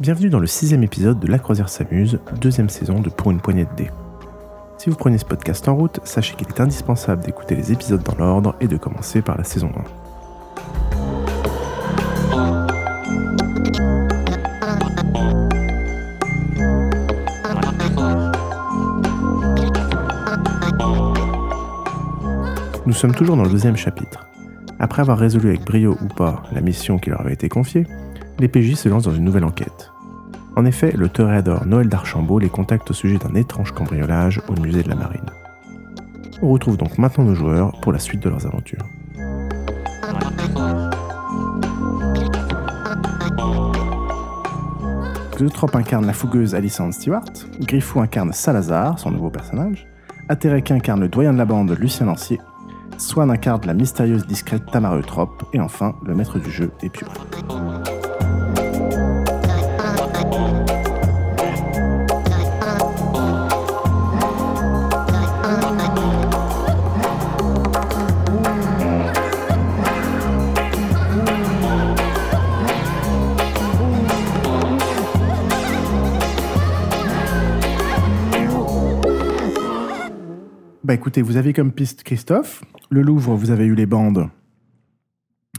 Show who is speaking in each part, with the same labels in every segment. Speaker 1: Bienvenue dans le sixième épisode de La Croisière s'amuse, deuxième saison de Pour une poignée de dés. Si vous prenez ce podcast en route, sachez qu'il est indispensable d'écouter les épisodes dans l'ordre et de commencer par la saison 1. Nous sommes toujours dans le deuxième chapitre. Après avoir résolu avec brio ou pas la mission qui leur avait été confiée, les PJ se lancent dans une nouvelle enquête. En effet, le toréador Noël d'Archambault les contacte au sujet d'un étrange cambriolage au musée de la marine. On retrouve donc maintenant nos joueurs pour la suite de leurs aventures. Zeutrop incarne la fougueuse Alison Stewart, Griffou incarne Salazar, son nouveau personnage, Atterek incarne le doyen de la bande Lucien Lancier, Swan incarne la mystérieuse discrète Tamara Eutrope, et enfin le maître du jeu Épure. Bah écoutez, vous avez comme piste Christophe. Le Louvre, vous avez eu les bandes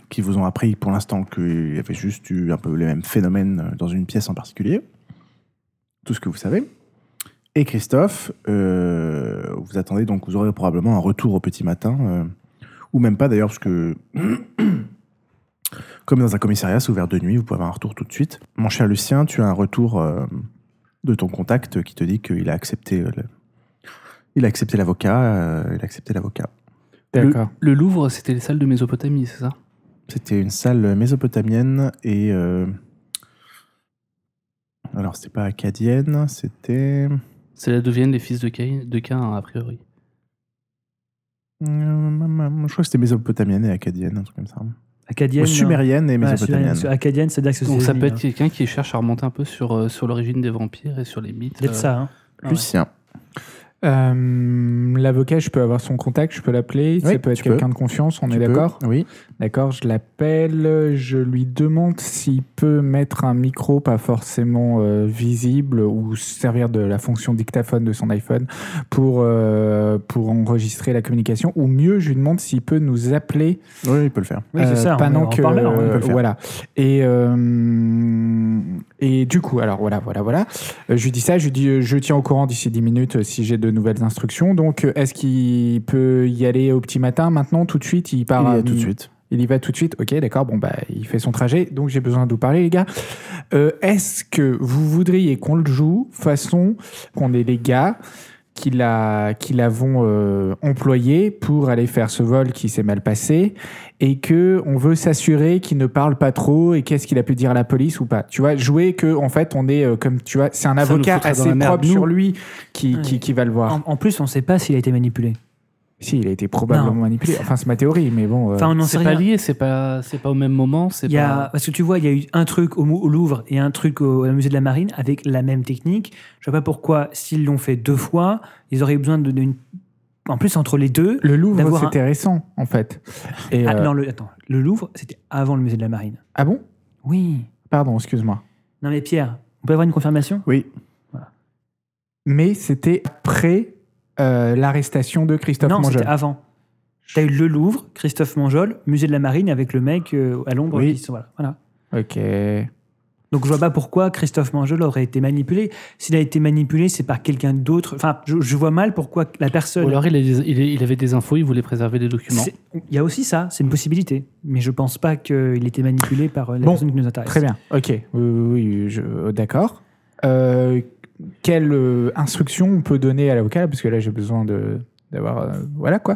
Speaker 1: qui vous ont appris pour l'instant qu'il y avait juste eu un peu les mêmes phénomènes dans une pièce en particulier. Tout ce que vous savez. Et Christophe, euh, vous attendez donc, vous aurez probablement un retour au petit matin. euh, ou même pas d'ailleurs, parce que. Comme dans un commissariat, c'est ouvert de nuit, vous pouvez avoir un retour tout de suite. Mon cher Lucien, tu as un retour euh, de ton contact qui te dit qu'il a accepté euh, le- il a accepté l'avocat, euh, il a accepté l'avocat.
Speaker 2: D'accord. Le, le Louvre, c'était les salles de Mésopotamie, c'est ça
Speaker 1: C'était une salle mésopotamienne et euh, alors c'était pas acadienne, c'était
Speaker 2: C'est là deviennent les fils de Caïn, de Caïn, a priori.
Speaker 1: euh, je crois que c'était mésopotamienne et acadienne, un truc comme ça.
Speaker 3: Acadienne.
Speaker 1: Ou sumérienne et
Speaker 3: non. Ah,
Speaker 1: mésopotamienne.
Speaker 3: sumérienne, parce que Acadienne, c'est-à-dire que c'est.
Speaker 2: Donc ça
Speaker 3: des-
Speaker 2: peut être quelqu'un qui cherche à remonter un peu sur, euh, sur l'origine des vampires et sur les mythes.
Speaker 3: D'être
Speaker 2: euh,
Speaker 3: ça, hein. Ah ouais.
Speaker 1: Lucien,
Speaker 4: Euh, L'avocat, je peux avoir son contact, je peux l'appeler.
Speaker 1: Oui,
Speaker 4: ça peut être
Speaker 1: tu peux.
Speaker 4: quelqu'un de confiance, on
Speaker 1: tu
Speaker 4: est
Speaker 1: peux
Speaker 4: d'accord
Speaker 1: Oui.
Speaker 4: D'accord, je l'appelle, je lui demande s'il peut mettre un micro pas forcément euh, visible ou se servir de la fonction dictaphone de son iPhone pour, euh, pour enregistrer la communication. Ou mieux, je lui demande s'il peut nous appeler
Speaker 1: Oui, il peut le faire.
Speaker 3: Oui, c'est
Speaker 4: euh,
Speaker 3: ça. on est
Speaker 4: pendant
Speaker 3: en hein.
Speaker 4: que
Speaker 3: parleur,
Speaker 4: euh,
Speaker 3: on peut le faire.
Speaker 4: voilà. Et euh, et du coup, alors voilà, voilà, voilà. Euh, je lui dis ça, je lui dis, euh, je tiens au courant d'ici 10 minutes euh, si j'ai de nouvelles instructions. Donc, euh, est-ce qu'il peut y aller au petit matin maintenant, tout de suite Il part
Speaker 1: il y
Speaker 4: à-
Speaker 1: a tout de suite.
Speaker 4: Il y va tout de suite. Ok, d'accord. Bon bah, il fait son trajet. Donc, j'ai besoin de vous parler, les gars. Euh, est-ce que vous voudriez qu'on le joue façon qu'on est les gars? qui l'a- qui l'avons euh, employé pour aller faire ce vol qui s'est mal passé et que on veut s'assurer qu'il ne parle pas trop et qu'est-ce qu'il a pu dire à la police ou pas. Tu vois, jouer que en fait on est euh, comme tu vois, c'est un
Speaker 2: Ça nous
Speaker 4: avocat
Speaker 2: foutrait dans
Speaker 4: assez
Speaker 2: la merde,
Speaker 4: propre
Speaker 2: nous.
Speaker 4: sur lui qui, qui,
Speaker 3: Ouais.
Speaker 4: qui va le voir.
Speaker 3: En, en plus, on ne sait pas s'il a été manipulé.
Speaker 4: Si, il a été probablement
Speaker 3: Non.
Speaker 4: manipulé. Enfin, c'est ma théorie, mais bon. euh,
Speaker 3: Enfin, on n'en sait
Speaker 2: C'est pas
Speaker 3: rien.
Speaker 2: lié, c'est pas, c'est pas au même moment. c'est
Speaker 3: Il y a-
Speaker 2: pas-
Speaker 3: Parce que tu vois, il y a eu un truc au, Mou- au Louvre et un truc au, au musée de la Marine avec la même technique. Je vois pas pourquoi, s'ils l'ont fait deux fois, ils auraient eu besoin de- d'une. En plus, entre les deux.
Speaker 4: le
Speaker 2: hein.
Speaker 4: Louvre,
Speaker 3: d'avoir un-
Speaker 4: c'était récent, en fait. Et,
Speaker 3: Ah,
Speaker 4: euh,
Speaker 3: non, le, attends, le Louvre, c'était avant le musée de la Marine.
Speaker 4: ah bon
Speaker 3: Oui.
Speaker 4: Pardon, excuse-moi.
Speaker 3: Non, mais Pierre, on peut avoir une confirmation
Speaker 1: Oui.
Speaker 4: Mais c'était après euh, l'arrestation de Christophe
Speaker 3: Non,
Speaker 4: Mangel.
Speaker 3: c'était avant. T'as eu le Louvre, Christophe Mangeol, musée de la Marine avec le mec euh, à l'ombre.
Speaker 1: Oui.
Speaker 3: qui se- voilà, voilà.
Speaker 4: Ok.
Speaker 3: Donc je vois pas pourquoi Christophe Mangel aurait été manipulé. S'il a été manipulé, c'est par quelqu'un d'autre. Enfin, je, je vois mal pourquoi la personne.
Speaker 2: Ou alors il, a des- il est- il avait des infos, il voulait préserver des documents.
Speaker 3: C'est- Il y a aussi ça, c'est une possibilité. Mais je pense pas qu'il était manipulé par euh, la
Speaker 4: Bon,
Speaker 3: personne qui nous intéresse.
Speaker 4: Très bien. Ok. Oui, oui, oui, je- euh, d'accord. Euh, quelle euh, instruction on peut donner à l'avocat Parce que là, j'ai besoin de d'avoir euh, voilà quoi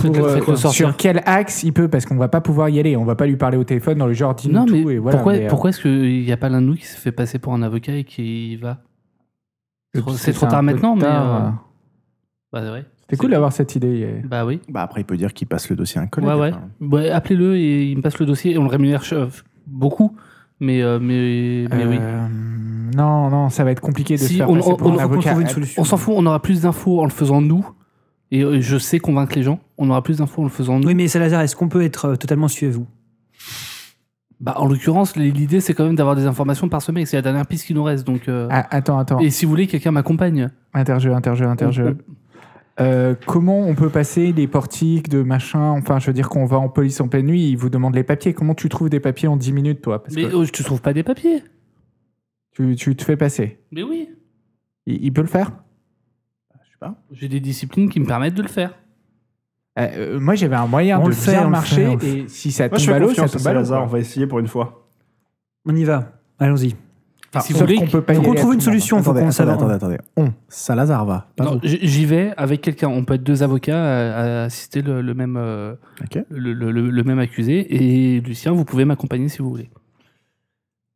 Speaker 2: Faites-le-
Speaker 4: euh,
Speaker 2: faites-le sortir.
Speaker 4: sur quel axe il peut parce qu'on va pas pouvoir y aller on va pas lui parler au téléphone dans le genre dis
Speaker 2: Non, mais
Speaker 4: tout et voilà
Speaker 2: pourquoi,
Speaker 4: mais, euh,
Speaker 2: pourquoi est-ce qu'il n'y a pas l'un de nous qui s'est fait passer pour un avocat et qui y va
Speaker 4: puis,
Speaker 2: trop- c'est
Speaker 4: c'était
Speaker 2: trop
Speaker 4: un
Speaker 2: tard
Speaker 4: peu
Speaker 2: maintenant, mais,
Speaker 4: tard.
Speaker 2: euh, Bah ouais.
Speaker 4: c'était cool d'avoir cette idée
Speaker 2: Bah oui.
Speaker 1: Bah après, il peut dire qu'il passe le dossier à un collègue.
Speaker 2: Ouais, ouais.
Speaker 1: enfin.
Speaker 4: hein.
Speaker 2: Ouais, Appelez-le et il me passe le dossier. On le rémunère euh, beaucoup, mais, euh, mais, mais oui.
Speaker 4: Euh, non non ça va être compliqué de
Speaker 2: Si,
Speaker 4: se faire
Speaker 2: on-
Speaker 4: passer
Speaker 2: on-
Speaker 4: pour
Speaker 2: on-
Speaker 4: un
Speaker 2: on
Speaker 4: avocat
Speaker 3: trouve une solution.
Speaker 2: On s'en fout, on aura plus d'infos en le faisant nous. Et euh, je sais convaincre les gens, on aura plus d'infos en le faisant nous.
Speaker 3: Oui, mais Salazar, est-ce qu'on peut être euh, totalement suivez vous
Speaker 2: Bah, en l'occurrence, l'idée, c'est quand même d'avoir des informations parsemées. C'est la dernière piste qui nous reste. Donc, euh,
Speaker 4: Ah, attends, attends.
Speaker 2: Et si vous voulez, quelqu'un m'accompagne.
Speaker 4: Interjeu, interjeu, interjeu. Euh, comment on peut passer les portiques de machin Enfin, je veux dire qu'on va en police en pleine nuit, ils vous demandent les papiers. Comment tu trouves des papiers en 10 minutes, toi Parce
Speaker 2: Mais
Speaker 4: que
Speaker 2: oh, je te trouve pas des papiers.
Speaker 4: tu, tu te fais passer.
Speaker 2: Mais oui.
Speaker 4: Il, il peut le faire
Speaker 1: Je sais pas.
Speaker 2: J'ai des disciplines qui me permettent de le faire.
Speaker 4: Euh, euh, Moi, j'avais un moyen
Speaker 3: On
Speaker 4: de
Speaker 3: le fait, on
Speaker 4: faire
Speaker 3: le
Speaker 4: marcher.
Speaker 3: fait, on le
Speaker 4: et si ça
Speaker 1: Moi,
Speaker 4: tombe
Speaker 1: je fais
Speaker 4: à l'eau, ça
Speaker 1: confiance à
Speaker 4: tombe à l'eau.
Speaker 1: Salazar. On
Speaker 4: quoi.
Speaker 1: va essayer pour une fois.
Speaker 3: On y va. Allons-y.
Speaker 2: Et Ah, si vous
Speaker 4: Sauf
Speaker 2: voulez,
Speaker 4: qu'on peut pas y
Speaker 3: Faut qu'on
Speaker 4: aller à
Speaker 3: trouve
Speaker 4: tout
Speaker 3: une
Speaker 4: moment.
Speaker 3: solution. Faut
Speaker 1: attendez,
Speaker 3: qu'on
Speaker 1: attendez,
Speaker 3: sache.
Speaker 1: attendez, attendez. On. Salazar va. Pas
Speaker 2: Non,
Speaker 1: vous.
Speaker 2: j- j'y vais avec quelqu'un. On peut être deux avocats à, à assister le, le même, euh,
Speaker 1: Ok.
Speaker 2: le, le- le- le même accusé. Et Lucien, vous pouvez m'accompagner si vous voulez.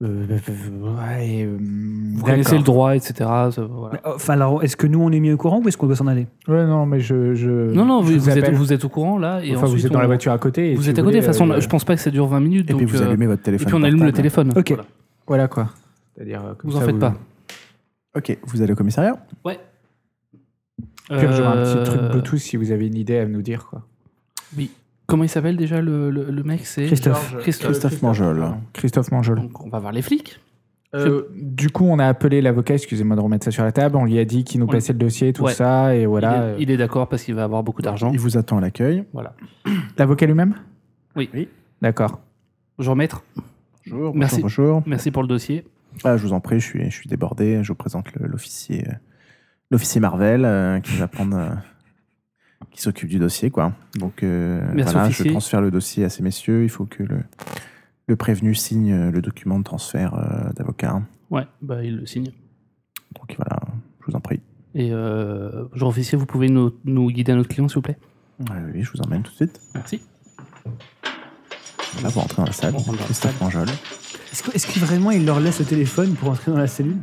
Speaker 4: Euh, euh, euh, ouais, euh,
Speaker 2: Vous
Speaker 4: d'accord.
Speaker 2: connaissez le droit, etc. ça, voilà.
Speaker 3: Mais, oh, Enfin, alors, est-ce que nous, on est mis au courant ou est-ce qu'on doit s'en aller
Speaker 4: Ouais, non, mais je. je-
Speaker 2: Non, non,
Speaker 4: je
Speaker 2: vous, vous êtes,
Speaker 4: appelle.
Speaker 2: vous êtes au courant là. Et
Speaker 4: Enfin,
Speaker 2: ensuite,
Speaker 4: vous êtes dans
Speaker 2: on-
Speaker 4: la voiture à côté. et
Speaker 2: Vous
Speaker 4: si
Speaker 2: êtes à côté.
Speaker 4: voulez,
Speaker 2: De toute façon,
Speaker 4: euh,
Speaker 2: je pense pas que ça dure 20 minutes.
Speaker 1: Et
Speaker 2: donc,
Speaker 1: puis vous
Speaker 2: euh,
Speaker 1: allumez votre
Speaker 2: et
Speaker 1: téléphone.
Speaker 2: puis on allume le
Speaker 1: portable.
Speaker 2: téléphone.
Speaker 3: Ok.
Speaker 2: Voilà.
Speaker 4: Voilà quoi. C'est-à-dire, euh, comme
Speaker 2: Vous en
Speaker 4: ça,
Speaker 2: faites pas.
Speaker 1: Ok, vous allez au commissariat.
Speaker 4: Puis j'aurai un petit truc
Speaker 2: Euh,
Speaker 4: Bluetooth si vous avez une idée à nous dire quoi.
Speaker 2: Comment il s'appelle déjà le, le- le mec C'est
Speaker 3: Christophe.
Speaker 2: Christophe.
Speaker 1: Christophe Mangel.
Speaker 4: Christophe Mangel.
Speaker 2: Donc on va voir les flics.
Speaker 4: Euh, du coup, on a appelé l'avocat, excusez-moi de remettre ça sur la table, on lui a dit qu'il nous
Speaker 2: On-
Speaker 4: passait le dossier, tout
Speaker 2: Ouais.
Speaker 4: ça, et voilà.
Speaker 2: il est, il est d'accord parce qu'il va avoir beaucoup d'argent.
Speaker 1: Il vous attend à l'accueil.
Speaker 2: Voilà.
Speaker 4: L'avocat lui-même
Speaker 2: Oui.
Speaker 1: Oui.
Speaker 4: D'accord.
Speaker 2: Jean Maître,
Speaker 1: Bonjour.
Speaker 2: Merci.
Speaker 1: Bonjour. bonjour.
Speaker 2: merci pour le dossier.
Speaker 1: Ah, je vous en prie, je suis, je suis débordé. Je vous présente le- l'officier, euh, l'officier Marvel euh, qui va prendre, euh, qui s'occupe du dossier, quoi. Donc euh,
Speaker 2: Merci,
Speaker 1: voilà, je
Speaker 2: officier.
Speaker 1: transfère le dossier à ces messieurs. Il faut que le, le prévenu signe euh, le document de transfert euh, d'avocat.
Speaker 2: Ouais, bah, il le signe.
Speaker 1: Donc voilà, je vous en prie.
Speaker 2: Et euh, Jean Officier, vous pouvez nous, nous guider à notre client, s'il vous plaît
Speaker 1: Ah oui, je vous emmène tout de suite.
Speaker 2: Merci.
Speaker 1: Là, vous rentrez dans la salle.
Speaker 2: On rentre dans la
Speaker 1: Christophe
Speaker 2: salle.
Speaker 1: Mangel.
Speaker 3: Est-ce que, est-ce que vraiment il leur laisse le téléphone pour entrer dans la cellule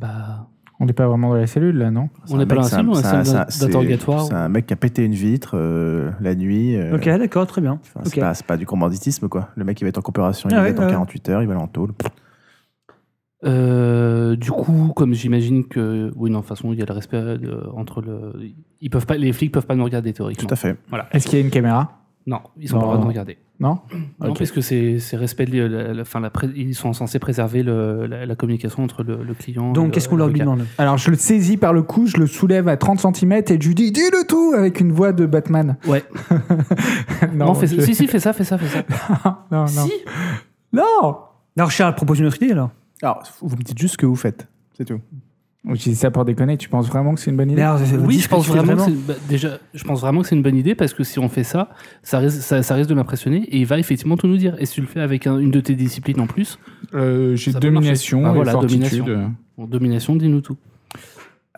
Speaker 2: Bah,
Speaker 4: On n'est pas vraiment dans la cellule là, non
Speaker 1: C'est
Speaker 2: On n'est
Speaker 1: un
Speaker 2: pas
Speaker 1: mec,
Speaker 2: dans la
Speaker 1: c'est
Speaker 2: cellule, on est
Speaker 1: c'est
Speaker 2: dans la salle
Speaker 1: c'est-
Speaker 2: d'interrogatoire.
Speaker 1: C'est un mec qui a pété une vitre euh, la nuit. euh,
Speaker 3: Ok, d'accord, très bien.
Speaker 1: enfin,
Speaker 3: Ok.
Speaker 1: C'est pas, c'est pas du commanditisme, quoi. Le mec, il va être en coopération, il
Speaker 3: Ah
Speaker 1: va
Speaker 3: ouais,
Speaker 1: être
Speaker 3: ouais.
Speaker 1: en 48 heures, il va aller en tôle.
Speaker 2: euh, du coup, comme j'imagine que. Oui, non, de toute façon, il y a le respect euh, entre le. Ils peuvent pas, les flics peuvent pas nous regarder théoriquement.
Speaker 1: Tout à fait.
Speaker 4: Est-ce qu'il y a une caméra
Speaker 2: Non, ils sont
Speaker 4: Non.
Speaker 2: pas le droit de nous regarder.
Speaker 4: Non
Speaker 2: Non,
Speaker 4: Ok.
Speaker 2: parce que c'est c'est respect. de la- la- la- enfin, la pré- ils sont censés préserver le- la, la communication entre le, le client. et
Speaker 3: Donc, euh,
Speaker 2: le-
Speaker 3: qu'est-ce qu'on leur
Speaker 2: l'avocat.
Speaker 3: demande
Speaker 4: Alors je le saisis par le cou, je le soulève à 30 cm et je lui dis dis le tout avec une voix de Batman.
Speaker 2: Ouais. Non, fais-
Speaker 4: je-
Speaker 2: si, si, fais ça, fais ça, fais ça.
Speaker 4: non, non.
Speaker 2: Si
Speaker 4: Non
Speaker 3: Alors, Charles, propose une autre idée alors.
Speaker 1: Alors, vous me dites juste ce que vous faites. C'est tout.
Speaker 4: Je dis ça pour déconner, tu penses vraiment que c'est une bonne
Speaker 3: Mais
Speaker 4: idée
Speaker 3: alors, c'est-
Speaker 2: Oui,
Speaker 3: dis
Speaker 2: je
Speaker 3: ce que
Speaker 2: pense
Speaker 3: tu fais
Speaker 2: vraiment. que c'est- bah, déjà, je pense vraiment que c'est une bonne idée parce que si on fait ça, ça risque, ça, ça risque de m'impressionner et il va effectivement tout nous dire. Et si tu le fais avec un- une de tes disciplines en plus,
Speaker 4: Euh, J'ai
Speaker 2: Ça peut marcher.
Speaker 4: domination
Speaker 2: Ah,
Speaker 4: et
Speaker 2: voilà,
Speaker 4: fortitude.
Speaker 2: domination. en domination, dis-nous tout.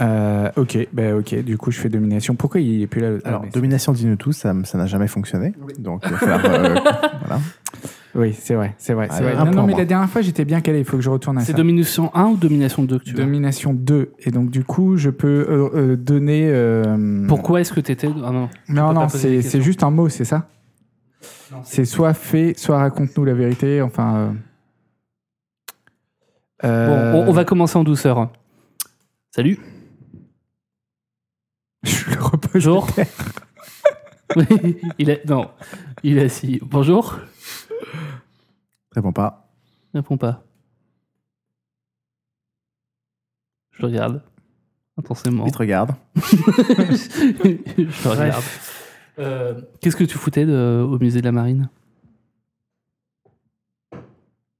Speaker 4: Euh, ok, bah ok, du coup je fais domination. Pourquoi il est plus là le- Ah,
Speaker 1: Alors,
Speaker 4: mais-
Speaker 1: domination dis-nous tout, ça m- ça n'a jamais fonctionné. Donc, il va falloir, euh, voilà.
Speaker 4: Oui, c'est vrai, c'est vrai. c'est
Speaker 1: Allez,
Speaker 4: vrai.
Speaker 1: un
Speaker 4: Non, non,
Speaker 1: point,
Speaker 4: mais
Speaker 1: moi.
Speaker 4: la dernière fois, j'étais bien calé. Il faut que je retourne à
Speaker 2: C'est
Speaker 4: ça.
Speaker 2: domination 1 ou domination 2 que tu veux
Speaker 4: Domination 2. Et donc, du coup, je peux euh, euh, donner. euh,
Speaker 2: Pourquoi est-ce que t'étais. Ah non.
Speaker 4: Non,
Speaker 2: peux pas
Speaker 4: non,
Speaker 2: poser des
Speaker 4: c'est
Speaker 2: questions.
Speaker 4: c'est juste un mot, c'est ça C'est soit fait, soit raconte-nous la vérité. Enfin. euh,
Speaker 2: Bon,
Speaker 4: euh,
Speaker 2: on, on va commencer en douceur. Salut.
Speaker 4: Je le repose.
Speaker 2: Bonjour. il est. Non. Il est assis. Bonjour.
Speaker 1: Réponds pas.
Speaker 2: Réponds pas. Je le regarde. Intensément.
Speaker 1: Il te regarde.
Speaker 2: je regarde. Euh, Qu'est-ce que tu foutais de- au musée de la marine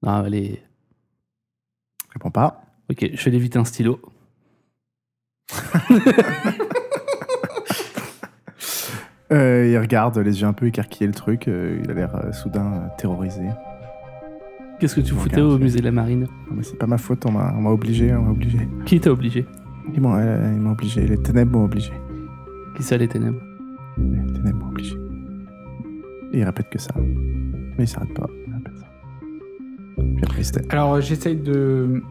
Speaker 2: Ah, allez.
Speaker 1: Réponds pas.
Speaker 2: Ok, je vais aller vite un stylo.
Speaker 1: Euh, il regarde, les yeux un peu écarquillés, le truc. euh, il a l'air euh, soudain euh, terrorisé.
Speaker 2: Qu'est-ce que tu
Speaker 1: Regarde,
Speaker 2: foutais au
Speaker 1: c'est-
Speaker 2: musée de la marine
Speaker 1: Non, Ah, mais c'est pas ma faute, on m'a on m'a obligé, on m'a obligé.
Speaker 2: Qui t'a obligé
Speaker 1: Ils m'ont euh, ils m'ont obligé, les ténèbres m'ont obligé.
Speaker 2: Qui ça, les ténèbres
Speaker 1: Les ténèbres m'ont obligé. Et il répète que ça. Mais il s'arrête pas. Il répète ça. Puis après, c'était.
Speaker 4: Alors, euh, j'essaye de.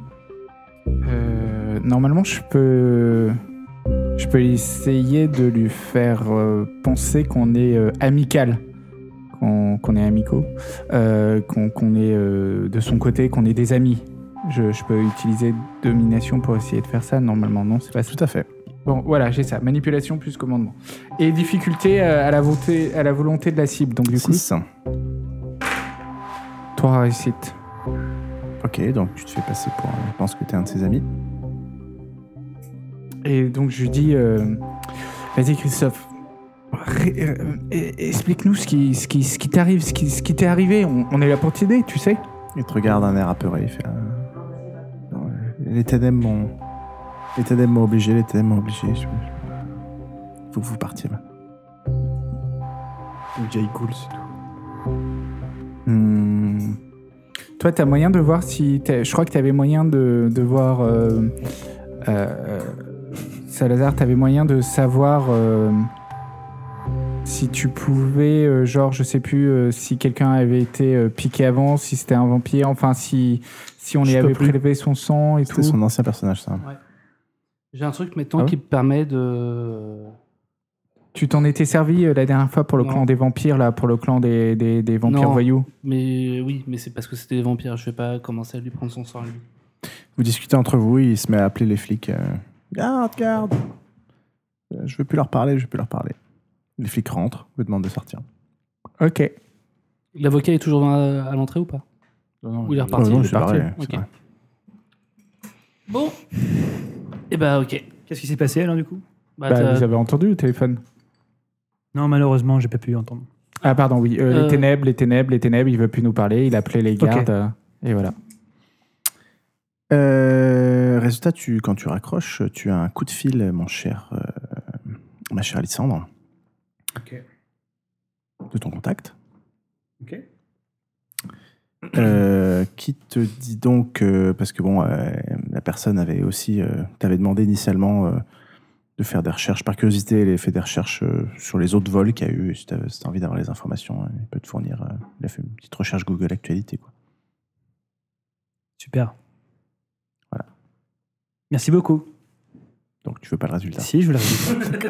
Speaker 4: euh, normalement, je peux. Je peux essayer de lui faire euh, penser qu'on est euh, amical, qu'on qu'on est amicaux, euh, qu'on qu'on est euh, de son côté, qu'on est des amis. Je, je peux utiliser domination pour essayer de faire ça, normalement, non C'est pas ça.
Speaker 1: Tout à fait.
Speaker 4: Bon, voilà, j'ai ça. Manipulation plus commandement. Et difficulté euh, à, la volonté, à la volonté de la cible, donc du coup.
Speaker 1: Six.
Speaker 4: pour la réussite.
Speaker 1: Ok, donc tu te fais passer pour. un- Je pense que t'es un de ses amis.
Speaker 4: Et donc je lui dis, euh, vas-y Christophe, ré- euh, e- explique-nous ce qui, ce qui, ce qui t'arrive, ce qui, ce qui t'est arrivé. On, on est là pour t'aider, tu sais.
Speaker 1: Il te regarde un air apeuré. Il fait. euh, non, euh, Les ténèbres m'ont. Les ténèbres m'ont obligé, les ténèbres m'ont obligé. Je... je- Faut que vous partiez là.
Speaker 4: Jay Cool, c'est tout.
Speaker 1: Hmm,
Speaker 4: Toi, t'as moyen de voir si, t'as- je crois que t'avais moyen de, de voir. euh, euh, Salazar, t'avais moyen de savoir euh, si tu pouvais, euh, genre, je sais plus, euh, si quelqu'un avait été euh, piqué avant, si c'était un vampire, enfin si si on
Speaker 2: Je
Speaker 4: lui
Speaker 2: peux
Speaker 4: avait
Speaker 2: plus.
Speaker 4: prélevé son sang et
Speaker 1: C'était
Speaker 4: tout.
Speaker 1: son ancien personnage, ça.
Speaker 2: J'ai un truc maintenant
Speaker 4: Ah ouais
Speaker 2: qui me permet de.
Speaker 4: Tu t'en étais servi euh, la dernière fois pour le
Speaker 2: Non.
Speaker 4: clan des vampires, là, pour le clan des, des, des vampires
Speaker 2: Non.
Speaker 4: voyous.
Speaker 2: Mais oui, mais c'est parce que c'était des vampires. Je vais pas commencer à lui prendre son sang. à Lui.
Speaker 1: Vous discutez entre vous, il se met à appeler les flics. euh, garde, garde Euh, Je veux plus leur parler, je veux plus leur parler. Les flics rentrent, vous demandent de sortir.
Speaker 4: Ok.
Speaker 2: L'avocat est toujours dans la- à l'entrée ou pas Ou il est reparti
Speaker 1: Oh non,
Speaker 4: il est
Speaker 1: c'est pareil,
Speaker 4: parti.
Speaker 1: c'est
Speaker 2: Ok.
Speaker 1: pareil.
Speaker 2: Bon. Eh ben, ok.
Speaker 3: Qu'est-ce qui s'est passé alors du coup
Speaker 2: Bah,
Speaker 4: Bah,
Speaker 2: t'as-
Speaker 4: vous avez entendu au téléphone
Speaker 3: Non, malheureusement, j'ai pas pu entendre.
Speaker 4: Ah, pardon, oui. euh,
Speaker 2: Euh.
Speaker 4: Les ténèbres, les ténèbres, les ténèbres, il veut plus nous parler, il appelait les gardes. euh, et voilà.
Speaker 1: Euh, résultat, tu, quand tu raccroches, tu as un coup de fil, mon cher, euh, ma chère Alissandre.
Speaker 3: Ok.
Speaker 1: De ton contact.
Speaker 3: Ok.
Speaker 1: Euh, qui te dit donc, euh, parce que bon, euh, la personne avait aussi, euh, t'avait demandé initialement euh, de faire des recherches, par curiosité, elle a fait des recherches euh, sur les autres vols qu'il y a eu, et si t'as si t'as envie d'avoir les informations, euh, il peut te fournir, euh, il a fait une petite recherche Google Actualité. Quoi.
Speaker 3: Super.
Speaker 1: Voilà.
Speaker 3: Merci beaucoup.
Speaker 1: Donc tu veux pas le résultat.
Speaker 3: Si, je vous l'ai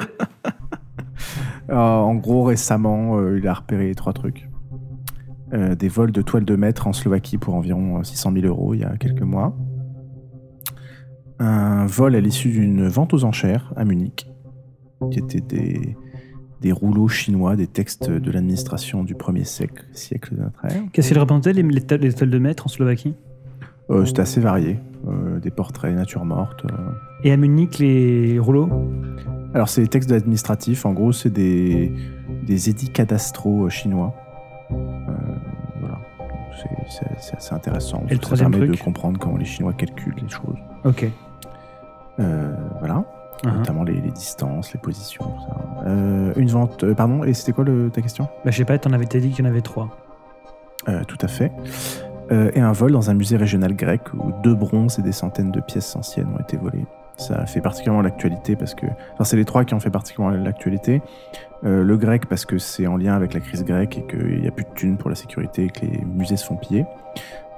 Speaker 1: Euh, en gros, récemment, euh, il a repéré trois trucs. Euh, des vols de toiles de maître en Slovaquie pour environ euh, 600 000 euros il y a quelques mois. Un vol à l'issue d'une vente aux enchères à Munich, qui étaient des, des rouleaux chinois, des textes de l'administration du 1er siècle, siècle de notre ère.
Speaker 3: Qu'est-ce qu'il représentait les, les, tables- les toiles de maître en Slovaquie
Speaker 1: Euh, C'était assez varié. Euh, des portraits, nature morte. euh,
Speaker 3: Et à Munich, les rouleaux
Speaker 1: Alors, c'est des textes administratifs. En gros, c'est des, des édits cadastraux euh, chinois. Euh, voilà. C'est- C'est c'est assez intéressant. parce
Speaker 3: le
Speaker 1: que ça
Speaker 3: troisième
Speaker 1: permet de
Speaker 3: truc
Speaker 1: comprendre comment les Chinois calculent les choses.
Speaker 3: Ok.
Speaker 1: Euh, voilà.
Speaker 3: Uh-huh.
Speaker 1: Notamment les, les distances, les positions, tout ça. Euh, une vente. euh, pardon, et c'était quoi le- ta question
Speaker 3: Bah, je sais pas, t'en avais t'as dit qu'il y en avait trois.
Speaker 1: Euh, Tout à fait. Euh, et un vol dans un musée régional grec où deux bronzes et des centaines de pièces anciennes ont été volées. Ça fait particulièrement l'actualité parce que. Enfin, c'est les trois qui ont fait particulièrement l'actualité. Euh, le grec parce que c'est en lien avec la crise grecque et qu'il n'y a plus de thunes pour la sécurité et que les musées se font piller.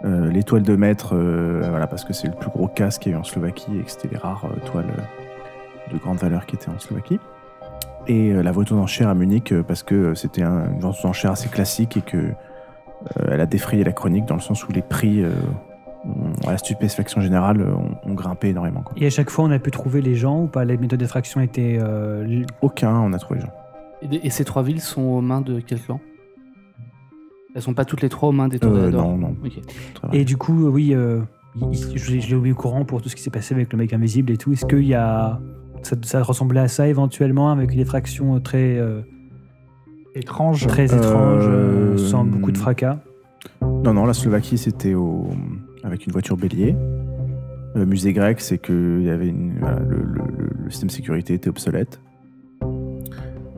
Speaker 1: Euh, les toiles de maître, euh, voilà, parce que c'est le plus gros casse qu'il y a eu en Slovaquie et que c'était les rares euh, toiles euh, de grande valeur qui étaient en Slovaquie. Et euh, la vente aux enchères à Munich euh, parce que euh, c'était un- une vente aux enchères assez classique et que euh, elle a défrayé la chronique dans le sens où les prix, euh, ont- à la stupéfaction générale, euh, ont, ont grimpé énormément. quoi.
Speaker 3: Et à chaque fois, on a pu trouver les gens ou pas Les méthodes d'effraction étaient. euh, li-
Speaker 1: Aucun, on a trouvé les gens.
Speaker 2: Et, des- et ces trois villes sont aux mains de quel clan Elles sont pas toutes les trois aux mains des
Speaker 1: Euh,
Speaker 2: Toréador
Speaker 1: non, non.
Speaker 2: Ok.
Speaker 1: très
Speaker 3: Et
Speaker 1: varié.
Speaker 3: du coup, euh, oui, euh, il- il- je l'ai je l'ai oublié au courant pour tout ce qui s'est passé avec le mec invisible et tout. Est-ce qu'il y a. Ça, ça ressemblait à ça éventuellement avec une effraction euh, très, euh,
Speaker 4: Étrange.
Speaker 3: très
Speaker 1: Euh,
Speaker 3: étrange, euh, sans beaucoup de fracas.
Speaker 1: Non, non, la Slovaquie, c'était au... avec une voiture bélier. Le musée grec, c'est que il y avait une... voilà, le, le- le- le système de sécurité était obsolète.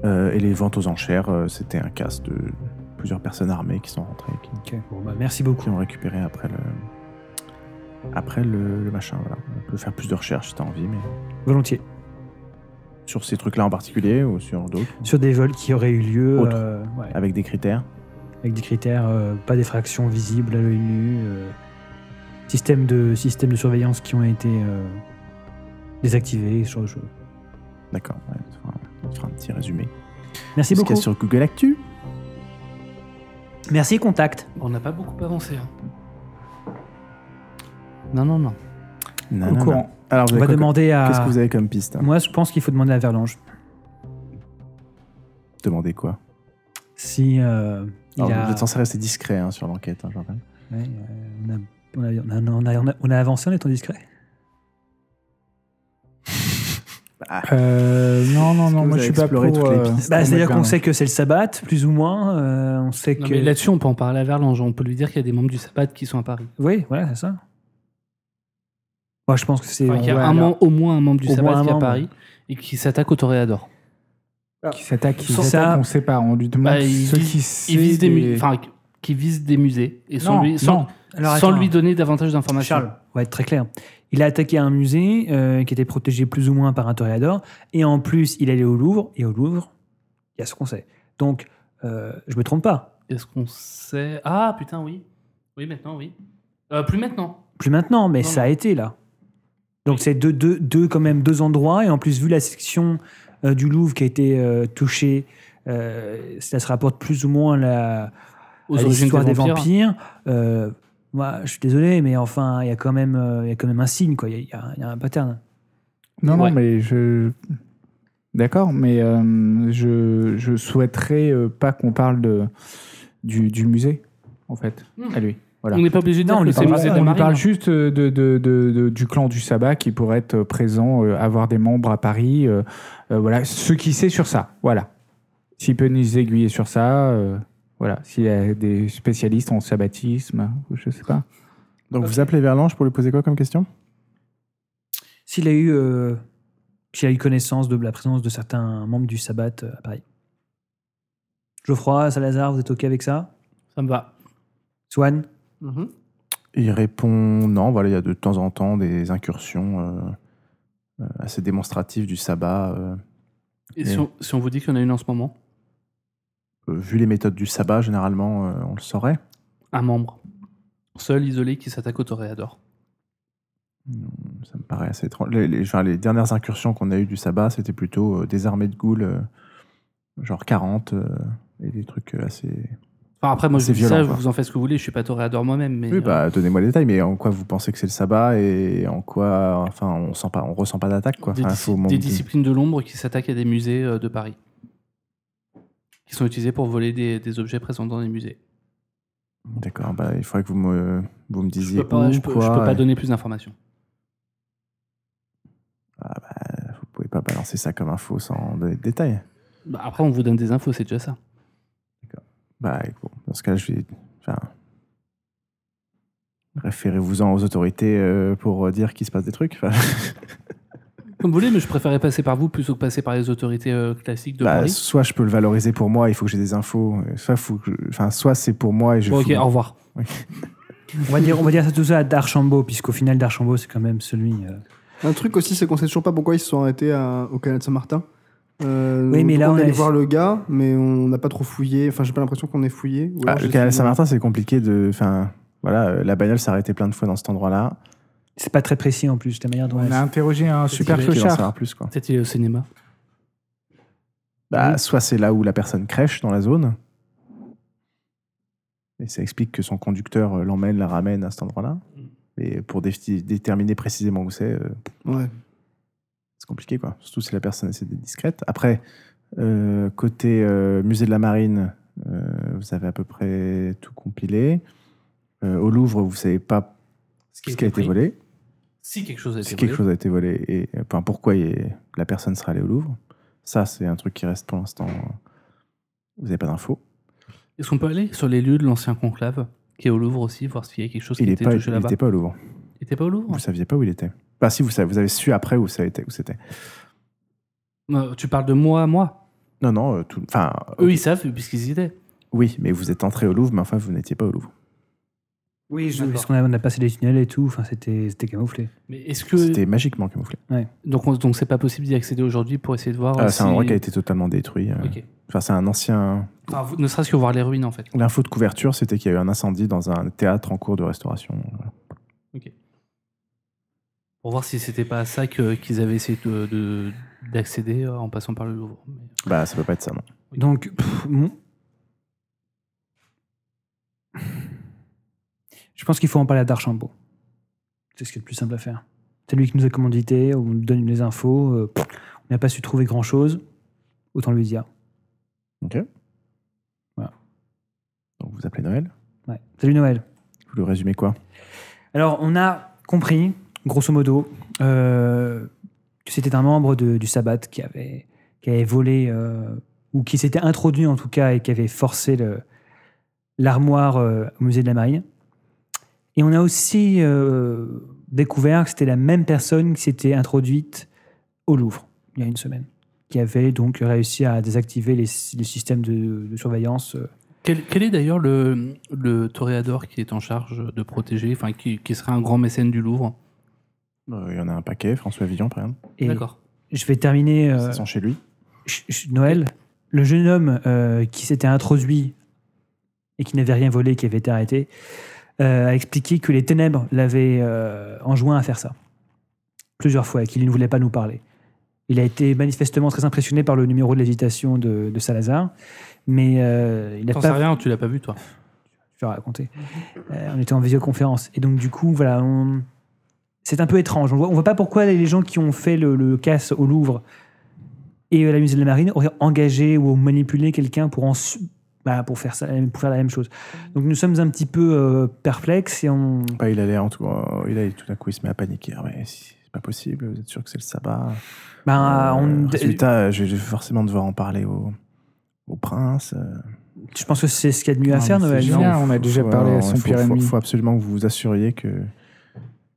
Speaker 1: Euh, et les ventes aux enchères, euh, c'était un casse de plusieurs personnes armées qui sont rentrées, qui,
Speaker 3: Ok, bon, bah, merci beaucoup.
Speaker 1: qui ont récupéré après le, après le, le machin. Voilà. On peut faire plus de recherches si t'as envie, mais
Speaker 3: Volontiers.
Speaker 1: sur ces trucs-là en particulier ou sur d'autres,
Speaker 3: Sur des vols qui auraient eu lieu
Speaker 1: Autre.
Speaker 3: euh, ouais,
Speaker 1: avec des critères.
Speaker 3: avec des critères, euh, pas d'effraction visible à l'œil nu, euh, système, de, système de surveillance qui ont été euh, désactivés, ce genre de choses.
Speaker 1: D'accord, ouais, on te fera- on te fera un petit résumé.
Speaker 3: Merci
Speaker 1: Ce qu'il y
Speaker 3: beaucoup.
Speaker 1: a sur Google Actu.
Speaker 3: Merci, contact.
Speaker 2: On n'a pas beaucoup avancé. hein. Non, non, non.
Speaker 1: Non,
Speaker 4: Au
Speaker 1: non, non.
Speaker 4: courant.
Speaker 1: Alors, vous
Speaker 3: On
Speaker 1: avez
Speaker 3: va
Speaker 1: quoi-
Speaker 3: demander à.
Speaker 1: Qu'est-ce que vous avez comme piste hein
Speaker 3: Moi, je pense qu'il faut demander à Verlange
Speaker 1: Demandez quoi
Speaker 3: si euh, il
Speaker 1: Alors,
Speaker 3: a. euh,
Speaker 1: Vous êtes censé rester discret hein, sur l'enquête, hein, je rappelle.
Speaker 3: Ouais, euh, on, a, on, a, on, a, on, a, on a- on a avancé en étant discret.
Speaker 4: Euh, non, non,
Speaker 1: Est-ce que
Speaker 4: non,
Speaker 1: vous
Speaker 4: moi je
Speaker 1: avez
Speaker 4: suis pas pour.
Speaker 1: exploré toutes les
Speaker 4: euh,
Speaker 1: pistes
Speaker 3: Bah,
Speaker 4: on
Speaker 3: C'est-à-dire
Speaker 4: va
Speaker 3: qu'on
Speaker 4: bien.
Speaker 3: sait que c'est le sabbat, plus ou moins. euh, on sait
Speaker 2: Non,
Speaker 3: que.
Speaker 2: mais Là-dessus, on peut en parler à Verlange. On peut lui dire qu'il y a des membres du Sabbat qui sont à Paris.
Speaker 3: Oui, voilà, c'est ça. Moi, je pense que c'est.
Speaker 2: Enfin, qu'il y a
Speaker 4: Ouais,
Speaker 2: un
Speaker 4: alors.
Speaker 2: mem- au moins un membre du
Speaker 3: Au moins
Speaker 2: Sabbat
Speaker 3: un
Speaker 2: qui est à
Speaker 3: membre.
Speaker 2: Paris et qui s'attaque au Toréador.
Speaker 4: Qui s'attaque, qui
Speaker 3: Sans
Speaker 4: s'attaque,
Speaker 3: ça-
Speaker 4: on sait pas. On lui demande
Speaker 2: Bah, il
Speaker 4: ce qui
Speaker 2: vise, il vise des, mu- enfin, qui vise des musées et sans
Speaker 4: Non,
Speaker 2: lui, sans,
Speaker 4: non.
Speaker 3: Alors,
Speaker 2: sans
Speaker 3: attends,
Speaker 2: lui donner davantage d'informations.
Speaker 3: Charles, on va être très clair. Il a attaqué un musée euh, qui était protégé plus ou moins par un toréador, et en plus, il allait au Louvre, et au Louvre, il y a ce qu'on sait. Donc, euh, je me trompe pas.
Speaker 2: Est-ce qu'on sait Ah putain, oui. Oui, maintenant, oui. Euh, plus maintenant.
Speaker 3: Plus maintenant, mais
Speaker 2: Non.
Speaker 3: ça a été là. Donc, c'est deux, deux, deux, quand même deux endroits, et en plus, vu la section euh, du Louvre qui a été euh, touchée, euh, ça se rapporte plus ou moins à la,
Speaker 2: Aux
Speaker 3: à
Speaker 2: origines
Speaker 3: l'histoire
Speaker 2: des
Speaker 3: des
Speaker 2: vampires.
Speaker 3: vampires. euh, moi, je suis désolé, mais enfin, il y a quand même, euh, il y a quand même un signe, quoi. Il y a- il y, a- il y a un pattern.
Speaker 4: Non,
Speaker 2: Ouais.
Speaker 4: non, mais je. D'accord, mais euh, je, je souhaiterais euh, pas qu'on parle de, du, du musée, en fait,
Speaker 2: Hmm.
Speaker 4: à lui. Voilà.
Speaker 2: On n'est pas obligé de dire
Speaker 3: Non, on
Speaker 2: que
Speaker 3: lui
Speaker 2: c'est
Speaker 4: On,
Speaker 2: le
Speaker 3: parle-
Speaker 2: musée de
Speaker 4: on
Speaker 2: la
Speaker 4: lui
Speaker 2: marine. hein.
Speaker 4: parle juste de, de- de- de- du clan du sabbat qui pourrait être présent, euh, avoir des membres à Paris. euh, euh, voilà, ce qu'il sait sur ça. Voilà. S'il peut nous aiguiller sur ça. euh, voilà. S'il y a des spécialistes en sabbatisme, ou je sais pas.
Speaker 1: Donc vous appelez Verlange pour lui poser quoi comme question
Speaker 3: S'il a eu, euh, s'il a eu connaissance de la présence de certains membres du Sabbat euh, à Paris. Geoffroy, Salazar, vous êtes ok avec ça
Speaker 2: Ça me va.
Speaker 3: Swan,
Speaker 2: Mhm.
Speaker 1: Il répond non, voilà, il y a de temps en temps des incursions euh, euh, assez démonstratives du sabbat. euh,
Speaker 2: Et
Speaker 1: Et-
Speaker 2: si on, si on vous dit qu'il y en a une en ce moment
Speaker 1: euh, vu les méthodes du sabbat, généralement, euh, on le saurait.
Speaker 2: Un membre. Seul, isolé, qui s'attaque au toréador.
Speaker 1: Ça me paraît assez étrange. Les, les- enfin, les dernières incursions qu'on a eues du sabbat, c'était plutôt euh, des armées de ghouls, euh, genre 40, euh, et des trucs euh, assez.
Speaker 2: Enfin, après, moi, je
Speaker 1: C'est
Speaker 2: vous dis ça,
Speaker 1: violent, quoi.
Speaker 2: vous en faites ce que vous voulez. Je suis pas toréador moi-même, mais...
Speaker 1: Oui,
Speaker 2: euh,
Speaker 1: bah, donnez-moi les détails, mais en quoi vous pensez que c'est le sabbat et en quoi. Enfin, on sent pas, on ressent pas d'attaque, quoi.
Speaker 2: Des,
Speaker 1: Enfin,
Speaker 2: disci-
Speaker 1: faut mon-
Speaker 2: des disciplines de l'ombre qui s'attaquent à des musées euh, de Paris. Qui sont utilisées pour voler des, des objets présents dans les musées.
Speaker 1: D'accord, bah, il faudrait que vous me, vous me
Speaker 2: Je
Speaker 1: disiez.
Speaker 2: peux pas,
Speaker 1: où,
Speaker 2: je peux,
Speaker 1: quoi,
Speaker 2: je peux pas
Speaker 1: et-
Speaker 2: donner plus d'informations.
Speaker 1: Ah, bah, vous pouvez pas balancer ça comme info sans donner de détails.
Speaker 2: Bah, après, on vous donne des infos, c'est déjà ça.
Speaker 1: Bah, bon, dans ce cas-là, je vais. Enfin. Référez-vous-en aux autorités euh, pour dire qu'il se passe des trucs. Enfin,
Speaker 2: Comme vous voulez, mais je préférais passer par vous plutôt que passer par les autorités euh, classiques de
Speaker 1: bah,
Speaker 2: Paris.
Speaker 1: soit je peux le valoriser pour moi, il faut que j'ai des infos. euh, Soit, faut que je- enfin, soit c'est pour moi et je.
Speaker 2: Bon, ok,
Speaker 1: fous-
Speaker 2: au revoir.
Speaker 3: on va dire, on va dire ça tout ça à Darchambault, puisqu'au final, Darchambault, c'est quand même celui. euh,
Speaker 5: Un truc aussi, c'est qu'on sait toujours pas pourquoi ils se sont arrêtés à- au canal de Saint-Martin. Euh,
Speaker 3: Oui,
Speaker 5: donc
Speaker 3: mais là,
Speaker 5: on
Speaker 3: on
Speaker 5: est allé
Speaker 3: a-
Speaker 5: voir le gars, mais on n'a pas trop fouillé. Enfin, j'ai pas l'impression qu'on ait fouillé. Ou
Speaker 1: Ah,
Speaker 5: alors
Speaker 1: le
Speaker 5: j'ai-
Speaker 1: canal Saint-Martin, c'est compliqué de. Enfin, voilà, euh, la bagnole s'est arrêtée plein de fois dans cet endroit-là.
Speaker 3: C'est pas très précis en plus, la manière dont.
Speaker 4: On a interrogé un super
Speaker 1: Compliqué d'en
Speaker 4: clochard.
Speaker 1: savoir plus, quoi.
Speaker 2: Peut-être il est au cinéma.
Speaker 1: Bah, Soit c'est là où la personne crèche dans la zone. Et ça explique que son conducteur euh, l'emmène, la ramène à cet endroit-là. Et pour dé- déterminer précisément où c'est, euh,
Speaker 5: Ouais.
Speaker 1: c'est compliqué, quoi. Surtout si la personne essaie d'être discrète. Après, euh, côté euh, musée de la marine, euh, vous avez à peu près tout compilé. Euh, au Louvre, vous savez pas ce qui a été
Speaker 2: pris.
Speaker 1: volé.
Speaker 2: Si quelque chose a
Speaker 1: si
Speaker 2: été
Speaker 1: quelque
Speaker 2: volé.
Speaker 1: chose a été volé et euh, enfin, pourquoi il est- la personne serait allée au Louvre. Ça, c'est un truc qui reste pour l'instant. euh, Vous n'avez pas d'infos.
Speaker 2: Est-ce qu'on peut aller sur les lieux de l'ancien conclave, qui est au Louvre aussi, voir s'il y a quelque chose
Speaker 1: Il
Speaker 2: qui a
Speaker 1: est
Speaker 2: été
Speaker 1: pas-
Speaker 2: touché
Speaker 1: il
Speaker 2: là-bas
Speaker 1: n'était pas au Louvre.
Speaker 2: Il était pas au Louvre
Speaker 1: Vous saviez pas où il était. Bah si, vous, savez, vous avez su après où ça était- où c'était.
Speaker 2: Euh, Tu parles de moi à moi.
Speaker 1: Non, non, euh, tout. Enfin,
Speaker 2: Eux,
Speaker 1: euh,
Speaker 2: ils savent, puisqu'ils y étaient.
Speaker 1: oui, mais vous êtes entré au Louvre, mais enfin, vous n'étiez pas au Louvre.
Speaker 3: Oui,
Speaker 2: je-
Speaker 3: Parce qu'on a, on a passé des tunnels et tout, enfin, c'était c'était camouflé.
Speaker 2: Mais est-ce que.
Speaker 1: C'était magiquement camouflé.
Speaker 2: Donc, on- donc c'est pas possible d'y accéder aujourd'hui pour essayer de voir.
Speaker 1: Ah,
Speaker 2: euh,
Speaker 1: c'est un
Speaker 2: si-
Speaker 1: endroit qui a été totalement détruit. euh.
Speaker 2: Ok.
Speaker 1: Enfin, c'est un ancien.
Speaker 2: Enfin, vous- ne serait-ce que voir les ruines, en fait.
Speaker 1: L'info de couverture, c'était qu'il y a eu un incendie dans un théâtre en cours de restauration. Voilà.
Speaker 2: Pour voir si c'était pas à ça que- qu'ils avaient essayé de- de- d'accéder euh, en passant par le Louvre. Mais-
Speaker 1: Bah, ça peut pas être ça, non.
Speaker 3: Donc, pff, mon- je pense qu'il faut en parler à Darchambault. C'est ce qui est le plus simple à faire. C'est lui qui nous a commandité, on nous donne les infos. euh, pff, on n'a pas su trouver grand-chose. Autant lui dire.
Speaker 1: Ok.
Speaker 3: Voilà.
Speaker 1: Donc vous appelez Noël.
Speaker 3: Ouais. Salut Noël.
Speaker 1: Vous le résumez quoi
Speaker 3: Alors, on a compris, grosso modo, euh, que c'était un membre de- du Sabbat qui avait, qui avait volé, euh, ou qui s'était introduit en tout cas, et qui avait forcé le- l'armoire euh, au musée de la marine. Et on a aussi euh, découvert que c'était la même personne qui s'était introduite au Louvre, il y a une semaine, qui avait donc réussi à désactiver les, sy- les systèmes de, de surveillance. euh,
Speaker 2: Quel, quel est d'ailleurs le, le toréador qui est en charge de protéger, enfin qui, qui serait un grand mécène du Louvre
Speaker 1: Euh, Il y en a un paquet, François Villon, par exemple.
Speaker 3: Et
Speaker 2: D'accord.
Speaker 3: je vais terminer... euh,
Speaker 1: Ça sent chez lui.
Speaker 3: Ch- ch- Noël, le jeune homme euh, qui s'était introduit et qui n'avait rien volé, qui avait été arrêté, euh, a expliqué que les ténèbres l'avaient euh, enjoint à faire ça. Plusieurs fois, et qu'il ne voulait pas nous parler. Il a été manifestement très impressionné par le numéro de lévitation de, de Salazar, mais euh, il n'a
Speaker 2: T'en sais
Speaker 3: pas
Speaker 2: rien, tu l'as pas vu toi.
Speaker 3: je vais raconter. Euh, on était en visioconférence. Et donc, du coup, voilà, on- c'est un peu étrange. On voit, on voit pas pourquoi les gens qui ont fait le, le casse au Louvre et à la musée de la Marine auraient engagé ou manipulé quelqu'un pour, en su- bah, pour, faire ça, pour faire la même chose. Donc, nous sommes un petit peu euh, perplexes et on.
Speaker 1: Bah, il a l'air en tout euh, il a, tout d'un coup, il se met à paniquer. Ah, mais si, c'est pas possible, vous êtes sûr que c'est le sabbat
Speaker 3: bah,
Speaker 1: Euh,
Speaker 3: on-
Speaker 4: ah,
Speaker 1: Résultat, je je vais forcément devoir en parler au, au prince. euh.
Speaker 3: je pense que c'est ce qu'il y a de mieux à
Speaker 4: Non,
Speaker 3: faire,
Speaker 4: mais c'est
Speaker 3: Noël.
Speaker 4: génial.
Speaker 3: non
Speaker 4: Bien, on a déjà parlé à
Speaker 1: alors,
Speaker 4: son
Speaker 1: faut-
Speaker 4: pire
Speaker 1: faut-
Speaker 4: ennemi.
Speaker 1: faut absolument que vous vous assuriez que,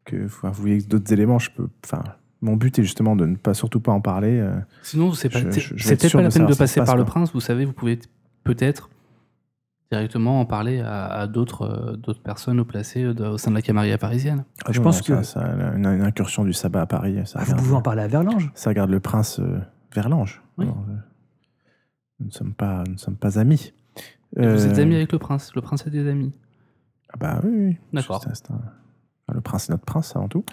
Speaker 1: que faut avouer d'autres éléments. Je peux, enfin, mon but est justement de ne pas surtout pas en parler. euh.
Speaker 2: Sinon, c'est pas-
Speaker 1: Je-
Speaker 2: c'est-
Speaker 1: je- je vais
Speaker 2: c'est
Speaker 1: être
Speaker 2: peut-être
Speaker 1: sûr
Speaker 2: pas la
Speaker 1: de
Speaker 2: peine
Speaker 1: savoir
Speaker 2: de
Speaker 1: ce qui se
Speaker 2: passer
Speaker 1: passe,
Speaker 2: par le
Speaker 1: quoi.
Speaker 2: prince. Vous savez, vous pouvez t- peut-être directement en parler à, à d'autres euh, d'autres personnes au placé euh, de- au sein de la Camarilla parisienne.
Speaker 1: Ah
Speaker 3: Je
Speaker 1: non,
Speaker 3: pense
Speaker 1: non,
Speaker 3: que-
Speaker 1: ça- ça, une, une incursion du sabbat à Paris, ça,
Speaker 3: Ah, vous
Speaker 1: regarde,
Speaker 3: pouvez en parler à Verlange.
Speaker 1: ça regarde le prince euh, Verlange.
Speaker 2: Oui.
Speaker 1: Alors, euh, nous ne sommes pas, nous ne sommes pas amis.
Speaker 2: Vous êtes
Speaker 1: Euh,
Speaker 2: amis avec le prince. Le prince a des amis.
Speaker 1: Ah bah oui, oui.
Speaker 2: D'accord.
Speaker 1: C'est- c'est un- enfin, le prince est notre prince avant tout.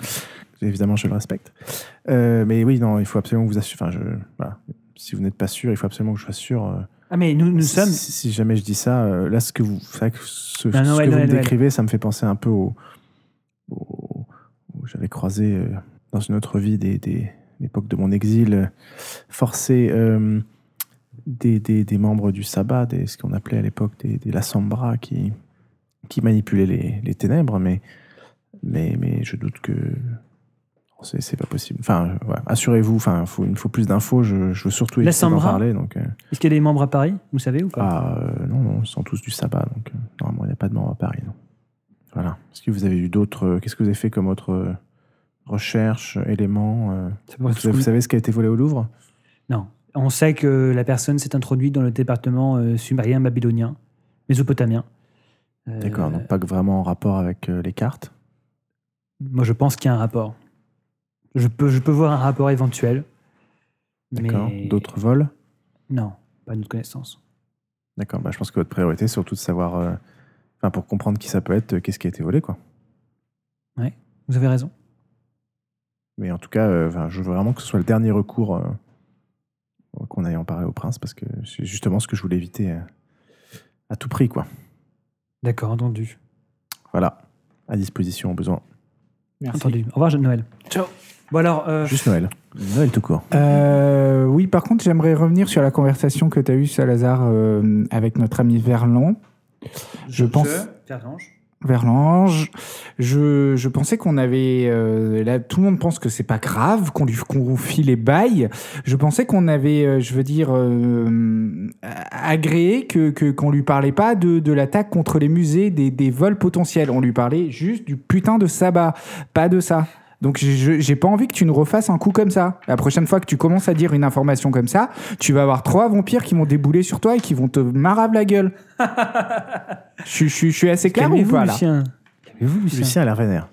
Speaker 1: Évidemment, je le respecte. Euh, mais oui, non, il faut absolument que vous assurer. Enfin, je, voilà. Si vous n'êtes pas sûr, il faut absolument que je sois sûr. euh,
Speaker 3: Ah, mais nous, nous
Speaker 1: si,
Speaker 3: sommes.
Speaker 1: si- si jamais je dis ça, euh, là, ce que vous, c'est vrai que ce,
Speaker 3: Ah, Non,
Speaker 1: ce que
Speaker 3: Noël, Noël,
Speaker 1: vous me
Speaker 3: Noël.
Speaker 1: décrivez, ça me fait penser un peu au. au- au- J'avais croisé euh, dans une autre vie, des, des- l'époque de mon exil, euh, forcé euh, des, des- des membres du sabbat, des, ce qu'on appelait à l'époque des, des La Sambra, qui, qui manipulaient les, les ténèbres, mais, mais, mais je doute que. C'est, c'est pas possible. Enfin, euh, ouais, assurez-vous, enfin, faut, il me faut plus d'infos, je, je veux surtout
Speaker 3: La
Speaker 1: éviter d'en
Speaker 3: Sambra
Speaker 1: parler. Donc, euh,
Speaker 3: Est-ce qu'il y a des membres à Paris Vous savez ou pas
Speaker 1: ah, euh, non, non, ils sont tous du sabbat, donc euh, normalement, il n'y a pas de mort à Paris. non. Voilà. Est-ce que vous avez eu d'autres. euh, Qu'est-ce que vous avez fait comme autre euh, recherche, euh, élément euh,
Speaker 3: Ça
Speaker 1: vous,
Speaker 3: pourrait être
Speaker 1: vous
Speaker 3: cool.
Speaker 1: savez ce qui a été volé au Louvre
Speaker 3: Non. On sait que la personne s'est introduite dans le département euh, sumérien, babylonien, mésopotamien. Euh,
Speaker 1: D'accord, donc pas que vraiment en rapport avec euh, les cartes.
Speaker 3: Moi, je pense qu'il y a un rapport. Je peux, je peux voir un rapport éventuel.
Speaker 1: D'accord.
Speaker 3: mais-
Speaker 1: D'autres vols
Speaker 3: Non, pas notre connaissance.
Speaker 1: D'accord, bah, je pense que votre priorité, c'est surtout de savoir. euh, Enfin, pour comprendre qui ça peut être, euh, qu'est-ce qui a été volé, quoi.
Speaker 3: Vous avez raison.
Speaker 1: Mais en tout cas, euh, enfin, je veux vraiment que ce soit le dernier recours euh, qu'on aille en parler au prince, parce que c'est justement ce que je voulais éviter euh, à tout prix, quoi.
Speaker 3: D'accord, entendu.
Speaker 1: Voilà, à disposition au besoin.
Speaker 3: Entendu. Au revoir, jeune Noël.
Speaker 4: Ciao.
Speaker 3: Bon, alors, euh,
Speaker 1: Juste Noël. Noël tout court.
Speaker 4: Euh, oui, par contre, j'aimerais revenir sur la conversation que tu as eue, Salazar, euh, avec notre ami Verlan. Je pense.
Speaker 3: Verlange.
Speaker 4: Verlange. Je, je pensais qu'on avait. euh, là, tout le monde pense que c'est pas grave, qu'on lui confie les bails. Je pensais qu'on avait, euh, je veux dire, euh, agréé que que- qu'on lui parlait pas de, de l'attaque contre les musées, des, des vols potentiels. On lui parlait juste du putain de sabbat, pas de ça. Donc je- je- j'ai pas envie que tu nous refasses un coup comme ça. La prochaine fois que tu commences à dire une information comme ça, tu vas avoir trois vampires qui vont débouler sur toi et qui vont te marave la gueule. je, je- je suis assez clair ou
Speaker 3: Calmez-vous,
Speaker 4: pas là
Speaker 3: Lucien. Calmez-vous, Lucien.
Speaker 1: Lucien a l'air vénère.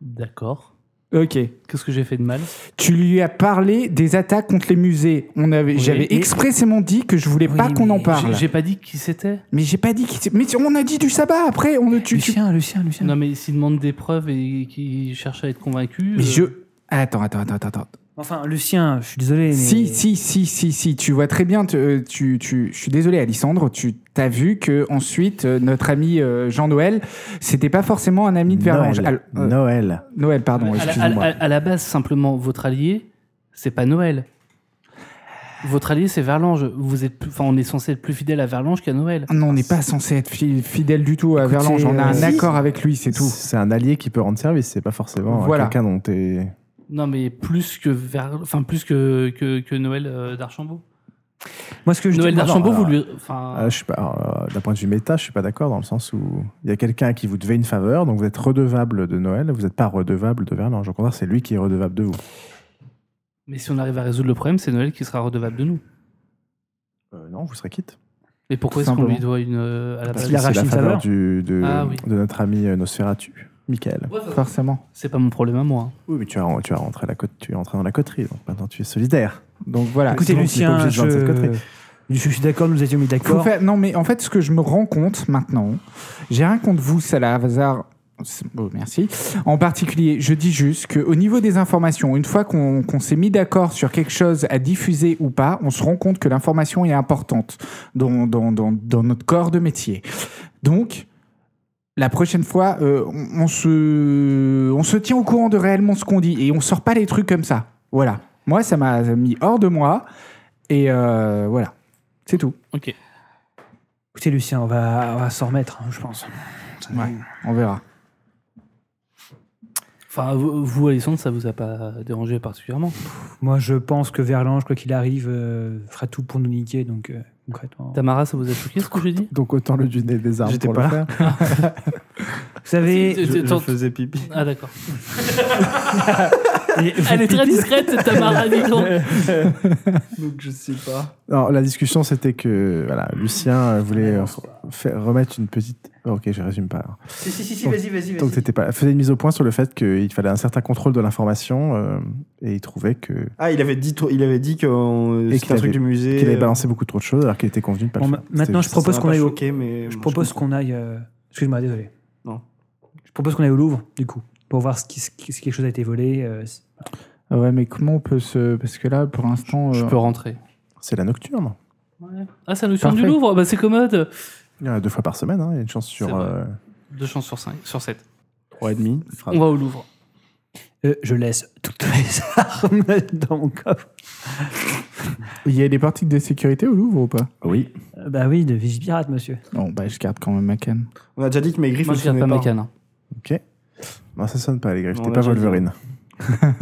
Speaker 2: D'accord.
Speaker 4: Ok.
Speaker 2: Qu'est-ce que j'ai fait de mal
Speaker 4: Tu lui as parlé des attaques contre les musées. On avait,
Speaker 2: Oui,
Speaker 4: j'avais
Speaker 2: et-
Speaker 4: expressément dit que je voulais
Speaker 3: Oui,
Speaker 4: pas qu'on en
Speaker 3: mais
Speaker 4: parle.
Speaker 2: J'ai- J'ai pas dit qui c'était.
Speaker 4: Mais j'ai pas dit. qu'il- Mais on a dit du sabbat après. On tu, tu...
Speaker 3: Lucien, Lucien, Lucien.
Speaker 2: Non, mais s'il demande des preuves et qu'il cherche à être convaincu.
Speaker 4: Mais
Speaker 2: euh,
Speaker 4: je. Attends, attends, attends, attends. attends.
Speaker 3: Enfin, Lucien, je suis désolé. Mais...
Speaker 4: Si, si, si, si, si. Tu vois très bien. Tu, euh, tu, tu- je suis désolé, Alissandre. Tu t'as vu que ensuite euh, notre ami euh, Jean-Noël, c'était pas forcément un ami de Verlange.
Speaker 1: Noël.
Speaker 4: Al- euh, Noël.
Speaker 1: Noël.
Speaker 2: à
Speaker 4: pardon.
Speaker 2: la- à,
Speaker 4: Excuse-moi.
Speaker 2: la- à la base, simplement, votre allié, c'est pas Noël. Votre allié, c'est Verlange. Vous êtes, plus- enfin, on est censé être plus fidèle à Verlange qu'à Noël.
Speaker 4: Non, on n'est pas censé être fi- fidèle du tout à
Speaker 3: Écoutez,
Speaker 4: Verlange. On a un
Speaker 3: euh,
Speaker 4: accord avec lui, c'est tout.
Speaker 1: C'est un allié qui peut rendre service, c'est pas forcément euh,
Speaker 4: Voilà.
Speaker 1: quelqu'un dont t'es.
Speaker 2: Non, mais plus que, Ver- enfin, plus que, que, que Noël euh, d'Archambault.
Speaker 3: Moi, ce que je
Speaker 2: Noël
Speaker 3: dis,
Speaker 1: non,
Speaker 2: d'Archambault,
Speaker 1: alors-
Speaker 2: vous lui. Enfin,
Speaker 1: Euh, je suis pas. euh, D'un point de vue méta, je suis pas d'accord dans le sens où il y a quelqu'un qui vous devait une faveur, donc vous êtes redevable de Noël, vous n'êtes pas redevable de Verlange. Au contraire, c'est lui qui est redevable de vous.
Speaker 2: mais si on arrive à résoudre le problème, c'est Noël qui sera redevable de nous.
Speaker 1: Euh, non, vous serez quitte.
Speaker 2: Mais pourquoi
Speaker 4: Tout
Speaker 2: est-ce qu'on
Speaker 4: simplement.
Speaker 2: lui doit une euh, à la
Speaker 3: Parce
Speaker 2: base
Speaker 3: qu'il a
Speaker 1: C'est
Speaker 3: arraché
Speaker 1: la
Speaker 3: une
Speaker 1: faveur
Speaker 3: faveur.
Speaker 1: du, de,
Speaker 2: Ah oui.
Speaker 1: de notre ami euh, Nosferatu, Michael.
Speaker 2: Ouais, enfin,
Speaker 4: Forcément.
Speaker 2: C'est pas mon problème à moi.
Speaker 1: Oui, mais tu as, tu as rentré la cote- tu es rentré dans la coterie, donc maintenant tu es solidaire.
Speaker 4: Donc voilà.
Speaker 3: Écoutez,
Speaker 1: sinon, tu n'es pas
Speaker 3: Lucien,
Speaker 1: obligé de joindre cette
Speaker 3: je...
Speaker 1: coterie.
Speaker 3: je suis d'accord, nous étions mis
Speaker 4: Faut
Speaker 3: d'accord.
Speaker 4: faire- Non, mais en fait, ce que je me rends compte maintenant, j'ai rien contre vous, Salazar. C'est- bon, merci. En particulier, je dis juste qu'au niveau des informations, une fois qu'on qu'on s'est mis d'accord sur quelque chose à diffuser ou pas, on se rend compte que l'information est importante dans, dans, dans- dans notre corps de métier. Donc, la prochaine fois, euh, on, on se, on se tient au courant de réellement ce qu'on dit et on sort pas les trucs comme ça. Voilà. Moi, ça m'a mis hors de moi. Et euh, voilà. C'est tout.
Speaker 2: Ok.
Speaker 3: Écoutez, Lucien, on va, on va s'en remettre, hein, je pense.
Speaker 4: Ouais, on verra.
Speaker 2: Enfin, vous, vous, Alexandre, ça vous a pas dérangé particulièrement.
Speaker 3: Moi, je pense que Verlange, quoi qu'il arrive, euh, fera tout pour nous niquer, donc euh, concrètement.
Speaker 2: Tamara, ça vous a choqué ce que j'ai dit
Speaker 1: Donc autant le dîner des arbres
Speaker 5: J'étais
Speaker 1: pour
Speaker 5: pas
Speaker 1: le
Speaker 5: là.
Speaker 1: faire.
Speaker 3: Vous savez,
Speaker 5: Je, je
Speaker 2: Tant-
Speaker 5: faisais pipi.
Speaker 2: Ah d'accord.
Speaker 3: et-
Speaker 2: Elle est très discrète, cette Tamara, dis donc.
Speaker 5: Donc je sais pas.
Speaker 1: Alors, la discussion, c'était que voilà, Lucien euh, voulait euh, faire- remettre une petite. Ok, je résume pas. alors.
Speaker 5: Si, si, si,
Speaker 1: Donc-
Speaker 5: vas-y, vas-y.
Speaker 1: Donc, t'étais pas. Faisait une mise au point sur le fait qu'il fallait un certain contrôle de l'information euh, et il trouvait que
Speaker 5: Ah, il avait dit, trop- il avait dit que euh,
Speaker 1: Et
Speaker 5: c'était
Speaker 1: qu'il
Speaker 5: un truc
Speaker 1: avait-
Speaker 5: du musée.
Speaker 1: qu'il avait balancé beaucoup trop de choses alors qu'il était convenu de pas le
Speaker 3: Bon,
Speaker 1: faire.
Speaker 3: ma- maintenant, je
Speaker 1: C'était juste-
Speaker 3: propose qu'on aille au.
Speaker 5: choqué, mais
Speaker 3: Je propose qu'on aille. euh, Excuse-moi, désolé.
Speaker 5: Non.
Speaker 3: Je propose qu'on aille au Louvre, du coup, pour voir si, si- si quelque chose a été volé. euh, si-
Speaker 4: Ouais, mais comment on peut se. Parce que là, pour l'instant.
Speaker 2: Je
Speaker 4: euh,
Speaker 2: peux rentrer.
Speaker 1: C'est la nocturne.
Speaker 2: Ah, ça nous sort du
Speaker 4: Parfait.
Speaker 2: Louvre, bah, c'est commode.
Speaker 1: Il y en a deux fois par semaine, hein, il y a une chance sur
Speaker 2: C'est vrai.
Speaker 1: euh,
Speaker 2: Deux chances sur cinq, sur sept.
Speaker 1: trois et demi.
Speaker 2: On va au Louvre.
Speaker 3: Euh, je laisse toutes mes armes dans mon coffre.
Speaker 4: Il y a des portiques de sécurité au Louvre ou pas
Speaker 1: Ah Oui.
Speaker 3: Euh, bah oui, de Vigipirate, monsieur.
Speaker 4: Bon, bah, je garde quand même ma canne.
Speaker 5: On a déjà dit que mes griffes
Speaker 2: Moi,
Speaker 5: ne
Speaker 2: je garde
Speaker 5: sonnaient
Speaker 2: pas
Speaker 5: pas.
Speaker 2: mes cannes. hein.
Speaker 1: Ok. Non, ça sonne pas les griffes.
Speaker 5: On
Speaker 1: T'es
Speaker 5: l'a
Speaker 1: pas
Speaker 5: déjà dit.
Speaker 1: Wolverine.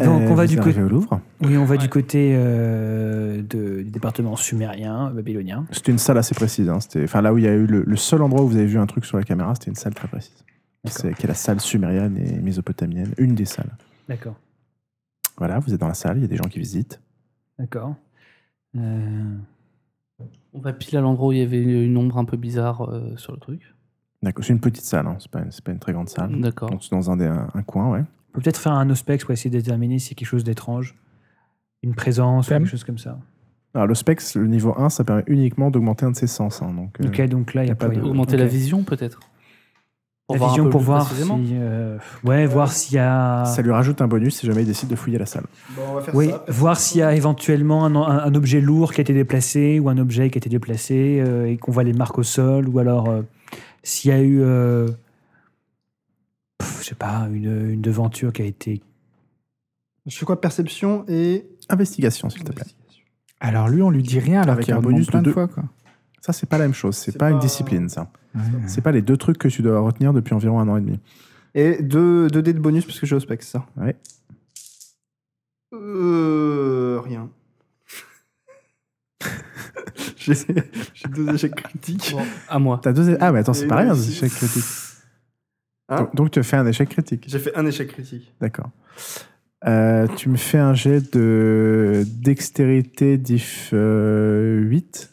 Speaker 1: Euh,
Speaker 3: Donc, on va
Speaker 1: vous
Speaker 3: du
Speaker 1: arrivez au Louvre.
Speaker 3: Oui, on va
Speaker 2: Ouais.
Speaker 3: du côté euh, de- du département sumérien, babylonien.
Speaker 1: C'était une salle assez précise. hein. C'était, enfin, là où il y a eu le, le seul endroit où vous avez vu un truc sur la caméra, c'était une salle très précise. C'est qui est la salle sumérienne et mésopotamienne, une des salles.
Speaker 3: D'accord,
Speaker 1: Voilà, vous êtes dans la salle, il y a des gens qui visitent.
Speaker 3: d'accord. Euh,
Speaker 2: On va pile à l'endroit où il y avait une ombre un peu bizarre euh, sur le truc.
Speaker 1: D'accord, c'est une petite salle, hein. c'est pas, une- c'est pas une très grande
Speaker 3: Ah.
Speaker 1: salle.
Speaker 2: D'accord.
Speaker 1: Donc c'est dans un, des- un- un coin, ouais.
Speaker 3: On peut peut-être faire un ospex pour essayer de déterminer si quelque chose d'étrange, une présence, ou
Speaker 4: Sam
Speaker 3: quelque chose comme ça.
Speaker 1: Alors le specs, le niveau 1, ça permet uniquement d'augmenter un de ses sens. hein. donc, euh,
Speaker 3: Ok, donc là, il n'y a pas
Speaker 1: pas
Speaker 3: de...
Speaker 1: de-
Speaker 2: Augmenter la vision, peut-être.
Speaker 3: La
Speaker 2: voir un
Speaker 3: vision
Speaker 2: peu
Speaker 3: pour
Speaker 2: plus
Speaker 3: voir
Speaker 2: précisément.
Speaker 3: si, euh, ouais, voir s'il y a,
Speaker 1: Ça lui rajoute un bonus si jamais il décide de fouiller la salle.
Speaker 5: Bon, on va faire
Speaker 3: oui,
Speaker 5: ça.
Speaker 3: voir s'il y a éventuellement un, un- un objet lourd qui a été déplacé ou un objet qui a été déplacé euh, et qu'on voit les marques au sol ou alors euh, s'il y a eu, euh, pff, je sais pas, une, une devanture qui a été.
Speaker 5: Je fais quoi Perception et.
Speaker 1: Investigation, s'il te plaît.
Speaker 4: Alors, lui, on lui dit rien alors
Speaker 1: Avec
Speaker 4: qu'il
Speaker 1: un
Speaker 4: un
Speaker 1: bonus
Speaker 4: bonus
Speaker 1: de
Speaker 4: plein de,
Speaker 1: deux.
Speaker 4: fois, quoi.
Speaker 1: Ça, c'est pas la même chose. C'est
Speaker 5: C'est
Speaker 1: pas, une
Speaker 5: pas-
Speaker 1: discipline, ça. C'est pas les deux trucs que tu dois retenir depuis environ un an et demi.
Speaker 5: Et 2 deux, dés de bonus parce que j'ai au spec, c'est ça
Speaker 1: Ouais.
Speaker 5: Euh. Rien. j'ai j'ai deux échecs critiques.
Speaker 2: Bon, à moi.
Speaker 1: T'as deux... Ah, mais attends, c'est
Speaker 5: Et
Speaker 1: pas rien,
Speaker 5: une
Speaker 1: un
Speaker 5: réussite.
Speaker 1: échec critique.
Speaker 5: Hein
Speaker 1: donc, donc, tu fais un échec critique.
Speaker 5: J'ai fait un échec critique.
Speaker 1: D'accord. Euh, tu me fais un jet de dextérité diff euh, 8.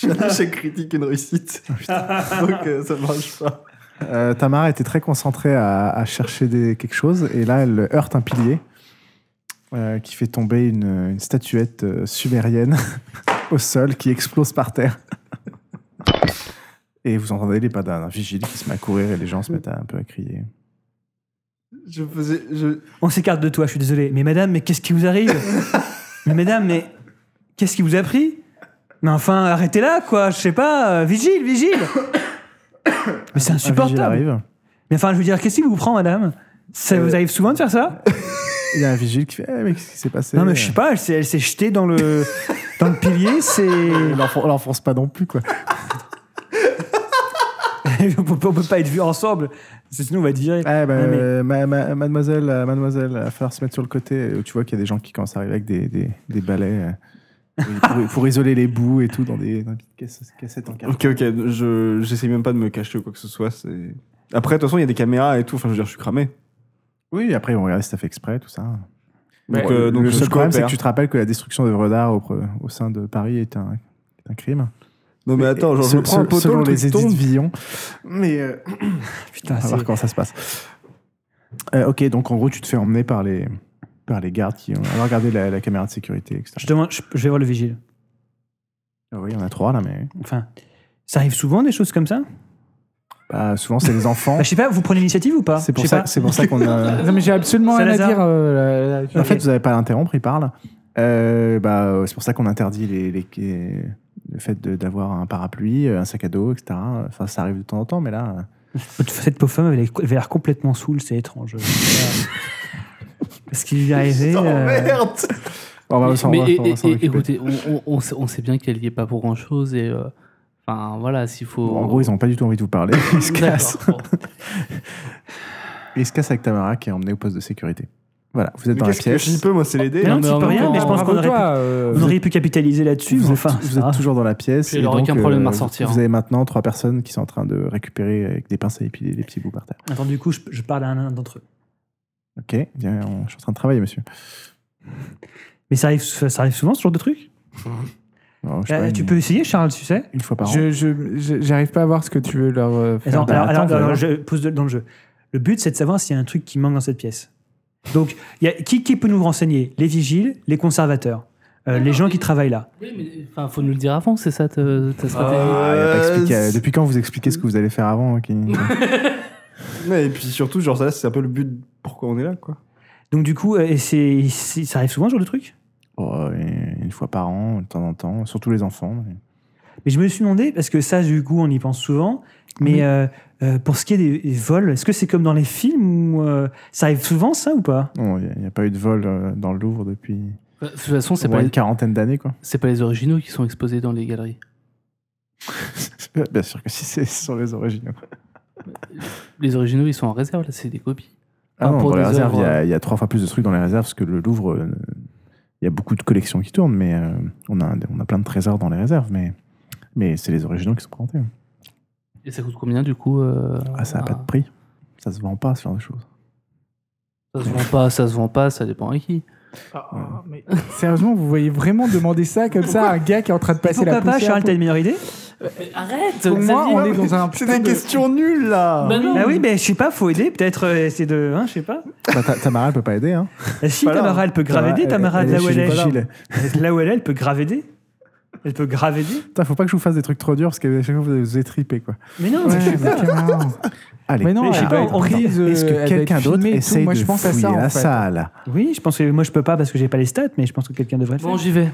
Speaker 5: J'ai un échec critique et une réussite. Donc euh, ça marche pas.
Speaker 1: Euh, Tamara était très concentrée à, à chercher des- quelque chose et là elle heurte un pilier euh, qui fait tomber une, une statuette euh, sumérienne au sol qui explose par terre. Et vous entendez les pas d'un vigile qui se met à courir et les gens se mettent à- un peu à crier.
Speaker 5: Je faisais. Je...
Speaker 3: On s'écarte de toi, je suis désolé. Mais madame, mais qu'est-ce qui vous arrive Mais madame, mais qu'est-ce qui vous a pris Mais enfin, arrêtez là, quoi. Je sais pas. euh, vigile, vigile. Mais c'est
Speaker 1: Un vigile
Speaker 3: insupportable.
Speaker 1: arrive.
Speaker 3: Mais enfin, je veux dire, qu'est-ce qui vous prend, madame Ça
Speaker 1: Euh,
Speaker 3: vous arrive souvent de faire ça
Speaker 1: Il y a un vigile qui fait Eh, mais qu'est-ce qui s'est passé
Speaker 3: Non, mais je sais pas, elle s'est, elle s'est jetée dans le, dans le pilier, c'est.
Speaker 1: On l'enfon- on l'enfonce pas non plus, quoi.
Speaker 3: on, peut, on peut pas être vus ensemble, parce que sinon on va être virés.
Speaker 1: Eh ben,
Speaker 3: Ouais, mais-
Speaker 1: euh, ma- ma- mademoiselle, euh, mademoiselle, il va falloir se mettre sur le côté. euh, Tu vois qu'il y a des gens qui commencent à arriver avec des, des, des balais euh, pour, pour- pour isoler les bouts et tout dans des, dans des petites caisses- cassettes en carton.
Speaker 5: Ok, ok, je, j'essaie même pas de me cacher ou quoi que ce soit. c'est- Après, de toute façon, il y a des caméras et tout. Enfin, je veux dire, je suis cramé.
Speaker 1: Oui, après, on regarde si ça fait exprès, tout ça.
Speaker 5: Donc,
Speaker 4: Ouais.
Speaker 5: euh, donc
Speaker 1: le
Speaker 5: je
Speaker 1: seul problème, c'est que
Speaker 5: coopère.
Speaker 1: tu te rappelles que la destruction d'œuvres d'art au, pre- au sein de Paris est un, est un crime.
Speaker 5: Non, Oh, mais attends, genre, je
Speaker 1: Se-
Speaker 5: me prends un
Speaker 1: se-
Speaker 5: poteau,
Speaker 1: selon
Speaker 5: le truc
Speaker 1: les
Speaker 5: tombe. Ah,
Speaker 1: Edith Villon. Mais euh, on
Speaker 3: Putain,
Speaker 1: va
Speaker 3: c'est.
Speaker 1: voir comment ça se passe. Euh, ok, donc en gros, tu te fais emmener par les, par les gardes qui ont regardé la, la caméra de sécurité, etc.
Speaker 3: Je, demande, je, je vais voir le vigile.
Speaker 1: Ah Oui, il y en a trois là, mais
Speaker 3: Enfin, ça arrive souvent des choses comme ça
Speaker 1: Bah, souvent c'est les enfants.
Speaker 3: Bah, Je sais pas, vous prenez l'initiative ou pas
Speaker 1: C'est pour
Speaker 3: Je sais
Speaker 1: ça,
Speaker 3: pas.
Speaker 1: c'est pour ça qu'on a.
Speaker 4: Non, mais j'ai absolument rien à
Speaker 3: Salazar.
Speaker 4: dire. euh, là- là-
Speaker 1: en fait, vous n'avez pas à l'interrompre, il parle. Euh, bah, euh, c'est pour ça qu'on interdit les, les- les- le fait de- d'avoir un parapluie, euh, un sac à dos, etc. Enfin, ça arrive de temps en temps, mais là. euh,
Speaker 3: Cette pauvre femme, elle est- elle avait l'air complètement saoule, c'est étrange. Parce qu'il lui est arrivé.
Speaker 5: Oh,
Speaker 3: euh,
Speaker 1: on va
Speaker 2: Mais-
Speaker 1: s'en- on
Speaker 2: mais
Speaker 1: va-
Speaker 2: et-
Speaker 1: on va s'en
Speaker 2: et-
Speaker 1: occuper.
Speaker 2: écoutez, on, on- on sait, on sait bien qu'elle n'y est pas pour grand chose et. euh, Enfin voilà, s'il faut.
Speaker 3: oh.
Speaker 1: Bon, en gros, ils n'ont pas du tout envie de vous parler. Ils se
Speaker 2: D'accord,
Speaker 1: cassent.
Speaker 2: bon.
Speaker 1: Ils se cassent avec Tamara qui est emmenée au poste de sécurité. Voilà, vous êtes
Speaker 5: Mais
Speaker 1: dans la
Speaker 5: Qu'est-ce que j'y
Speaker 1: pièce.
Speaker 5: peux, moi, c'est l'aider.
Speaker 3: mais
Speaker 2: Non,
Speaker 3: non, tu
Speaker 2: mais en
Speaker 3: peux
Speaker 2: même
Speaker 3: rien,
Speaker 2: temps,
Speaker 3: mais je pense qu'on aurait, pu-
Speaker 4: Bravo-toi, euh,
Speaker 3: on aurait pu capitaliser là-dessus.
Speaker 1: Vous êtes,
Speaker 3: mais enfin, ah.
Speaker 1: vous
Speaker 3: ça
Speaker 1: êtes
Speaker 3: va.
Speaker 1: toujours dans la pièce.
Speaker 2: Puis
Speaker 1: et
Speaker 2: elle aura
Speaker 1: donc,
Speaker 2: aucun problème à
Speaker 1: euh,
Speaker 2: sortir,
Speaker 1: Vous
Speaker 2: hein.
Speaker 1: avez maintenant trois personnes qui sont en train de récupérer avec des pinces à épiler les petits bouts par terre.
Speaker 3: Attends, du coup, je, je parle à un d'entre eux.
Speaker 1: Ok, bien, on- je suis en train de travailler, monsieur.
Speaker 3: Mais ça arrive, ça arrive souvent, ce genre de truc
Speaker 1: Bon, je sais
Speaker 3: Euh,
Speaker 1: pas,
Speaker 3: Tu
Speaker 1: une-
Speaker 3: peux essayer, Charles, tu sais
Speaker 1: Une fois par an.
Speaker 4: Je, je- je- j'arrive pas à voir ce que tu veux leur euh, faire.
Speaker 3: Alors,
Speaker 1: bah,
Speaker 3: alors-
Speaker 1: attends,
Speaker 3: alors-
Speaker 1: vous allez
Speaker 3: alors, je pose de- dans le jeu. Le but, c'est de savoir s'il y a un truc qui manque dans cette pièce. Donc, il y a, qui, qui peut nous renseigner Les vigiles, les conservateurs, euh, les gens qui travaillent là.
Speaker 2: Oui, mais enfin, faut nous le dire avant, c'est ça ta, ta stratégie.
Speaker 5: Euh,
Speaker 1: Ah, il a pas expliqué.
Speaker 5: Euh,
Speaker 1: Depuis quand vous expliquez ce que vous allez faire avant hein, qui-
Speaker 5: Ouais, et puis surtout, genre, ça, c'est un peu le but de pourquoi on est là, quoi.
Speaker 3: Donc, du coup, euh, et c'est, c'est- ça arrive souvent, ce genre de truc
Speaker 1: Oh, et Une fois par an, de temps en temps, surtout les enfants.
Speaker 3: Mais je me suis demandé, parce que ça, du coup, on y pense souvent, mais euh, euh, pour ce qui est des, des vols, est-ce que c'est comme dans les films où, euh, Ça arrive souvent, ça, ou pas
Speaker 1: Non, Il n'y a, pas eu de vol euh, dans le Louvre depuis
Speaker 2: De toute façon, c'est
Speaker 1: au moins
Speaker 2: pas,
Speaker 1: une quarantaine d'années. quoi.
Speaker 2: c'est pas les originaux qui sont exposés dans les galeries.
Speaker 1: Bien sûr que si c'est sur les Ah originaux.
Speaker 2: Les originaux, ils sont en réserve, là, c'est des copies.
Speaker 1: Ah
Speaker 2: Ah,
Speaker 1: non,
Speaker 2: pour
Speaker 1: dans les
Speaker 2: des
Speaker 1: réserves, il y,
Speaker 2: œuvres,
Speaker 1: a- il y a trois fois plus de trucs dans les réserves parce que le Louvre, euh, il y a beaucoup de collections qui tournent, mais euh, on, a, on a plein de trésors dans les réserves, mais, mais c'est les originaux qui sont présentés.
Speaker 2: Et ça coûte combien du coup euh,
Speaker 1: Ah, ça n'a pas de prix. Ça se vend pas, ce genre de choses.
Speaker 2: Ça se vend pas, ça se vend pas, ça dépend à qui.
Speaker 4: Ah, ah, mais Sérieusement, vous voyez vraiment demander ça comme ça à un gars qui est en train de passer
Speaker 3: Pourquoi
Speaker 4: la
Speaker 3: pas,
Speaker 4: poussière
Speaker 3: Charles, t'as une meilleure idée
Speaker 2: arrête
Speaker 4: Pour moi, on est dans un putain de-
Speaker 5: nulles, là
Speaker 2: Bah non
Speaker 1: Eh
Speaker 3: Bah oui, mais je sais pas, faut aider, peut-être euh, essayer de. Hein, je sais pas.
Speaker 1: Bah, Ta- Tamara, elle peut pas aider. Hein.
Speaker 3: Ah, si,
Speaker 5: Voilà.
Speaker 3: Tamara, elle peut grave aider, Tamara, de
Speaker 1: Bah, elle est
Speaker 3: là où
Speaker 1: chez
Speaker 3: elle
Speaker 1: les
Speaker 3: est.
Speaker 1: vigiles.
Speaker 3: Là où elle est, elle peut grave aider. Elle peut grave aider.
Speaker 1: Putain, faut pas que je vous fasse des trucs trop durs parce que chaque fois vous allez vous étriper quoi.
Speaker 3: Mais non,
Speaker 4: Ouais,
Speaker 3: mais je-
Speaker 4: mais carrément.
Speaker 1: Allez,
Speaker 4: Mais non,
Speaker 3: Mais je sais
Speaker 4: elle
Speaker 3: pas,
Speaker 4: doit être
Speaker 3: on-
Speaker 4: prise, euh,
Speaker 1: est-ce
Speaker 4: elle doit
Speaker 1: que
Speaker 4: être
Speaker 1: quelqu'un d'autre
Speaker 4: filmée et tout.
Speaker 1: essaye
Speaker 4: Moi,
Speaker 1: de
Speaker 4: je pense à
Speaker 1: fouiller
Speaker 4: ça, en
Speaker 1: la
Speaker 4: fait.
Speaker 1: salle
Speaker 3: oui, je pense que moi je peux pas parce que j'ai pas les stats, mais je pense que quelqu'un devrait le faire.
Speaker 2: Bon, j'y vais.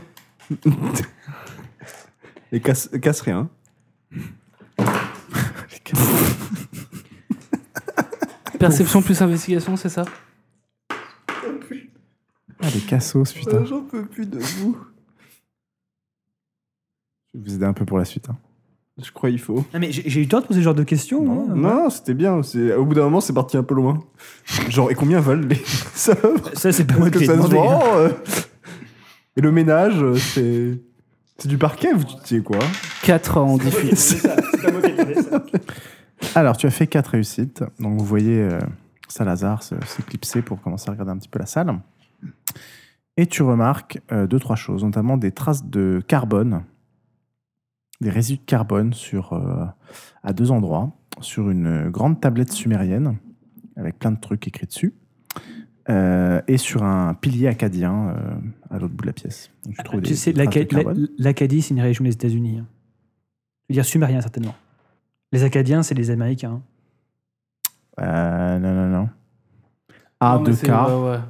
Speaker 5: Et casse, casse rien.
Speaker 2: Perception plus investigation, c'est ça
Speaker 1: Ah, les cassos, putain.
Speaker 5: Euh, J'en peux plus de vous.
Speaker 1: Je vais vous aider un peu pour la suite. hein.
Speaker 5: Je crois qu'il faut.
Speaker 3: Non, Ah, mais j'ai j'ai eu tort de poser ce genre de questions. hein.
Speaker 1: Non,
Speaker 3: moi.
Speaker 5: Non, non, c'était bien. c'est- Au bout d'un moment, c'est parti un peu loin. Genre, et combien valent les œuvres
Speaker 3: Ça, c'est pas
Speaker 5: Parce
Speaker 3: moi qui
Speaker 5: que
Speaker 3: l'ai
Speaker 5: ça se
Speaker 3: demandé.
Speaker 5: vend euh. Et le ménage, euh, c'est. C'est du parquet, vous disiez quoi
Speaker 2: 4 en 18.
Speaker 1: Alors, tu as fait quatre réussites. Donc, vous voyez euh, Salazar se- s'éclipser pour commencer à regarder un petit peu la salle. Et tu remarques euh, deux, trois choses, notamment des traces de carbone, des résidus de carbone sur, euh, à deux endroits, sur une grande tablette sumérienne, avec plein de trucs écrits dessus, euh, et sur un pilier acadien euh, à l'autre bout de la pièce. Donc, tu trouves des,
Speaker 3: Ah, Tu sais,
Speaker 1: des traces de
Speaker 3: l'Aca- la-
Speaker 1: carbone.
Speaker 3: l'Acadie, c'est une région des États-Unis. hein. Je veux dire sumérien, certainement. Les Acadiens, c'est les Américains.
Speaker 1: Euh, non, non, non. a 2 k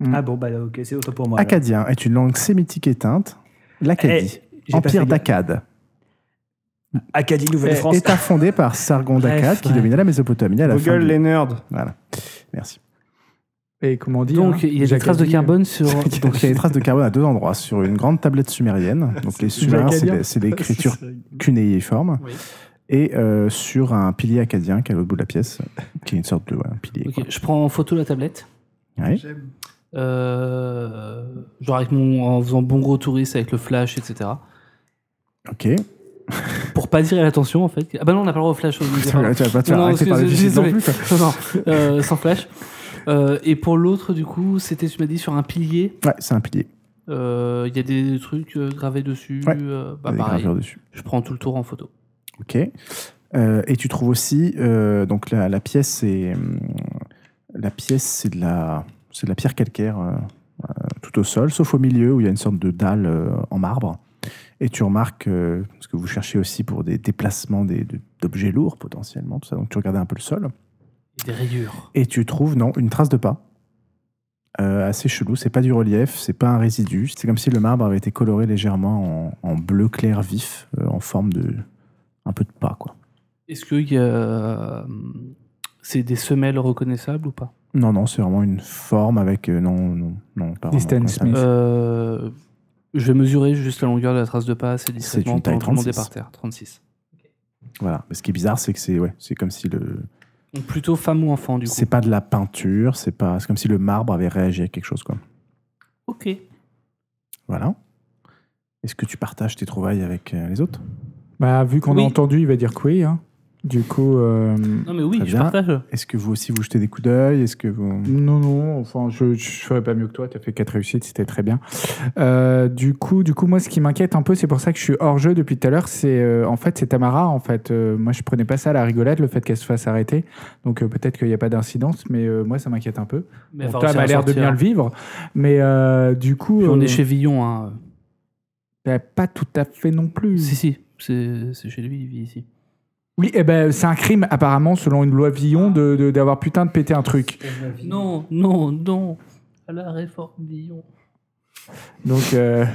Speaker 1: Mm.
Speaker 3: Ah bon, bah ok, c'est autant pour moi. alors. Eh,
Speaker 1: Acadien est une langue sémitique éteinte. L'Acadie,
Speaker 3: J'ai pas
Speaker 1: empire Eh,
Speaker 3: fait gaffe.
Speaker 1: d'Akkad,
Speaker 3: Acadie, Nouvelle-France.
Speaker 1: est fondé par Sargon
Speaker 3: Bref,
Speaker 1: d'Akkad qui
Speaker 3: ouais.
Speaker 1: domina la Mésopotamie à la fin.
Speaker 5: Google
Speaker 1: du-
Speaker 5: les nerds.
Speaker 1: Voilà. Merci.
Speaker 4: Et comment dire hein.
Speaker 2: Donc, il y a des traces de carbone sur.
Speaker 1: Donc il y a des traces de carbone à deux endroits, sur une grande tablette sumérienne. Donc les Sumériens, c'est
Speaker 4: acadien.
Speaker 1: les- c'est l'écriture cunéiforme.
Speaker 2: Oui.
Speaker 1: Et euh, sur un pilier acadien qui est à l'autre bout de la pièce, qui est une sorte de ouais, un pilier.
Speaker 2: Ok, je prends en photo la tablette.
Speaker 1: quoi. Ouais.
Speaker 2: Euh, genre avec mon, en faisant bon gros touriste avec le flash, etc.
Speaker 1: Ok.
Speaker 2: Pour pas dire à l'attention en fait. Ah bah non, on n'a pas le droit au flash. au musée,
Speaker 1: Tu vas-
Speaker 2: pardon.
Speaker 1: tu vas pas te faire
Speaker 2: Non,
Speaker 1: arrêter par les
Speaker 2: excusez-
Speaker 1: fusils non
Speaker 2: désolé.
Speaker 1: plus, quoi.
Speaker 2: Non, non, euh, sans flash. Euh, et pour l'autre, du coup, c'était, tu m'as dit, sur un pilier.
Speaker 1: Ouais, c'est un pilier.
Speaker 2: Euh, Il y a des trucs euh, gravés dessus.
Speaker 1: Ouais.
Speaker 2: euh, bah,
Speaker 1: avec des
Speaker 2: pareil,
Speaker 1: gravures dessus.
Speaker 2: je prends tout le tour en photo.
Speaker 1: Ok. Euh, et tu trouves aussi euh, donc la, la pièce c'est hum, la pièce c'est de la c'est de la pierre calcaire euh, euh, tout au sol, sauf au milieu où il y a une sorte de dalle euh, en marbre. Et tu remarques euh, ce que vous cherchez aussi pour des déplacements des- de- d'objets lourds potentiellement tout ça. Donc tu regardais un peu le sol
Speaker 2: Et des rayures.
Speaker 1: et tu trouves non une trace de pas Euh, assez chelou. C'est pas du relief, c'est pas un résidu. C'est comme si le marbre avait été coloré légèrement en, en bleu clair vif, euh, en forme de un peu de pas quoi.
Speaker 2: Est-ce que y a, euh, c'est des semelles reconnaissables ou pas
Speaker 1: Non, non, c'est vraiment une forme avec. euh, non, non, non. pas
Speaker 4: Des Stan
Speaker 1: vraiment.
Speaker 4: Smith.
Speaker 2: Euh, Je vais mesurer juste la longueur de la trace de pas assez discrètement
Speaker 1: une taille
Speaker 2: pendant que je m'en
Speaker 1: 36.
Speaker 2: par terre. 36.
Speaker 1: Euh, Voilà. Mais ce qui est bizarre, c'est que c'est ouais, c'est comme si le.
Speaker 2: Donc plutôt femme ou enfant du coup.
Speaker 1: C'est pas de la peinture, c'est pas. C'est comme si le marbre avait réagi à quelque chose, quoi.
Speaker 2: Ok.
Speaker 1: Voilà. Est-ce que tu partages tes trouvailles avec euh, les autres
Speaker 4: Bah, vu qu'on
Speaker 2: Oui.
Speaker 4: a entendu, il va dire que oui. hein. Du coup, euh,
Speaker 2: Non mais oui,
Speaker 1: Très
Speaker 2: je
Speaker 1: bien.
Speaker 2: partage.
Speaker 1: Est-ce que vous aussi vous jetez des coups d'œil Est-ce que vous.
Speaker 4: non, non, enfin, je ne ferais pas mieux que toi. Tu as fait 4 réussites, c'était très bien. Euh, du, coup, du coup, moi, ce qui m'inquiète un peu, c'est pour ça que je suis hors jeu depuis tout à l'heure, c'est euh, en fait, c'est Tamara. En fait, Euh, moi, je prenais pas ça à la rigolade, le fait qu'elle se fasse arrêter. Donc, euh, peut-être qu'il n'y a pas d'incidence, mais euh, moi, ça m'inquiète un peu.
Speaker 2: Mais
Speaker 4: Bon,
Speaker 2: elle va
Speaker 4: toi, elle
Speaker 2: réussir
Speaker 4: a
Speaker 2: à
Speaker 4: l'air de
Speaker 2: sortir.
Speaker 4: bien le vivre. Mais euh, du coup.
Speaker 2: Puis on
Speaker 4: euh,
Speaker 2: est chez Villon. Hein.
Speaker 4: bah, pas tout à fait non plus.
Speaker 2: Si, si, c'est c'est chez lui, il vit ici.
Speaker 4: Oui, eh ben, c'est un crime, apparemment, selon une loi Villon,
Speaker 2: Ah.
Speaker 4: d'avoir de, d'avoir putain de pété un truc.
Speaker 2: Non, non, non. À la réforme Villon.
Speaker 4: Donc. euh,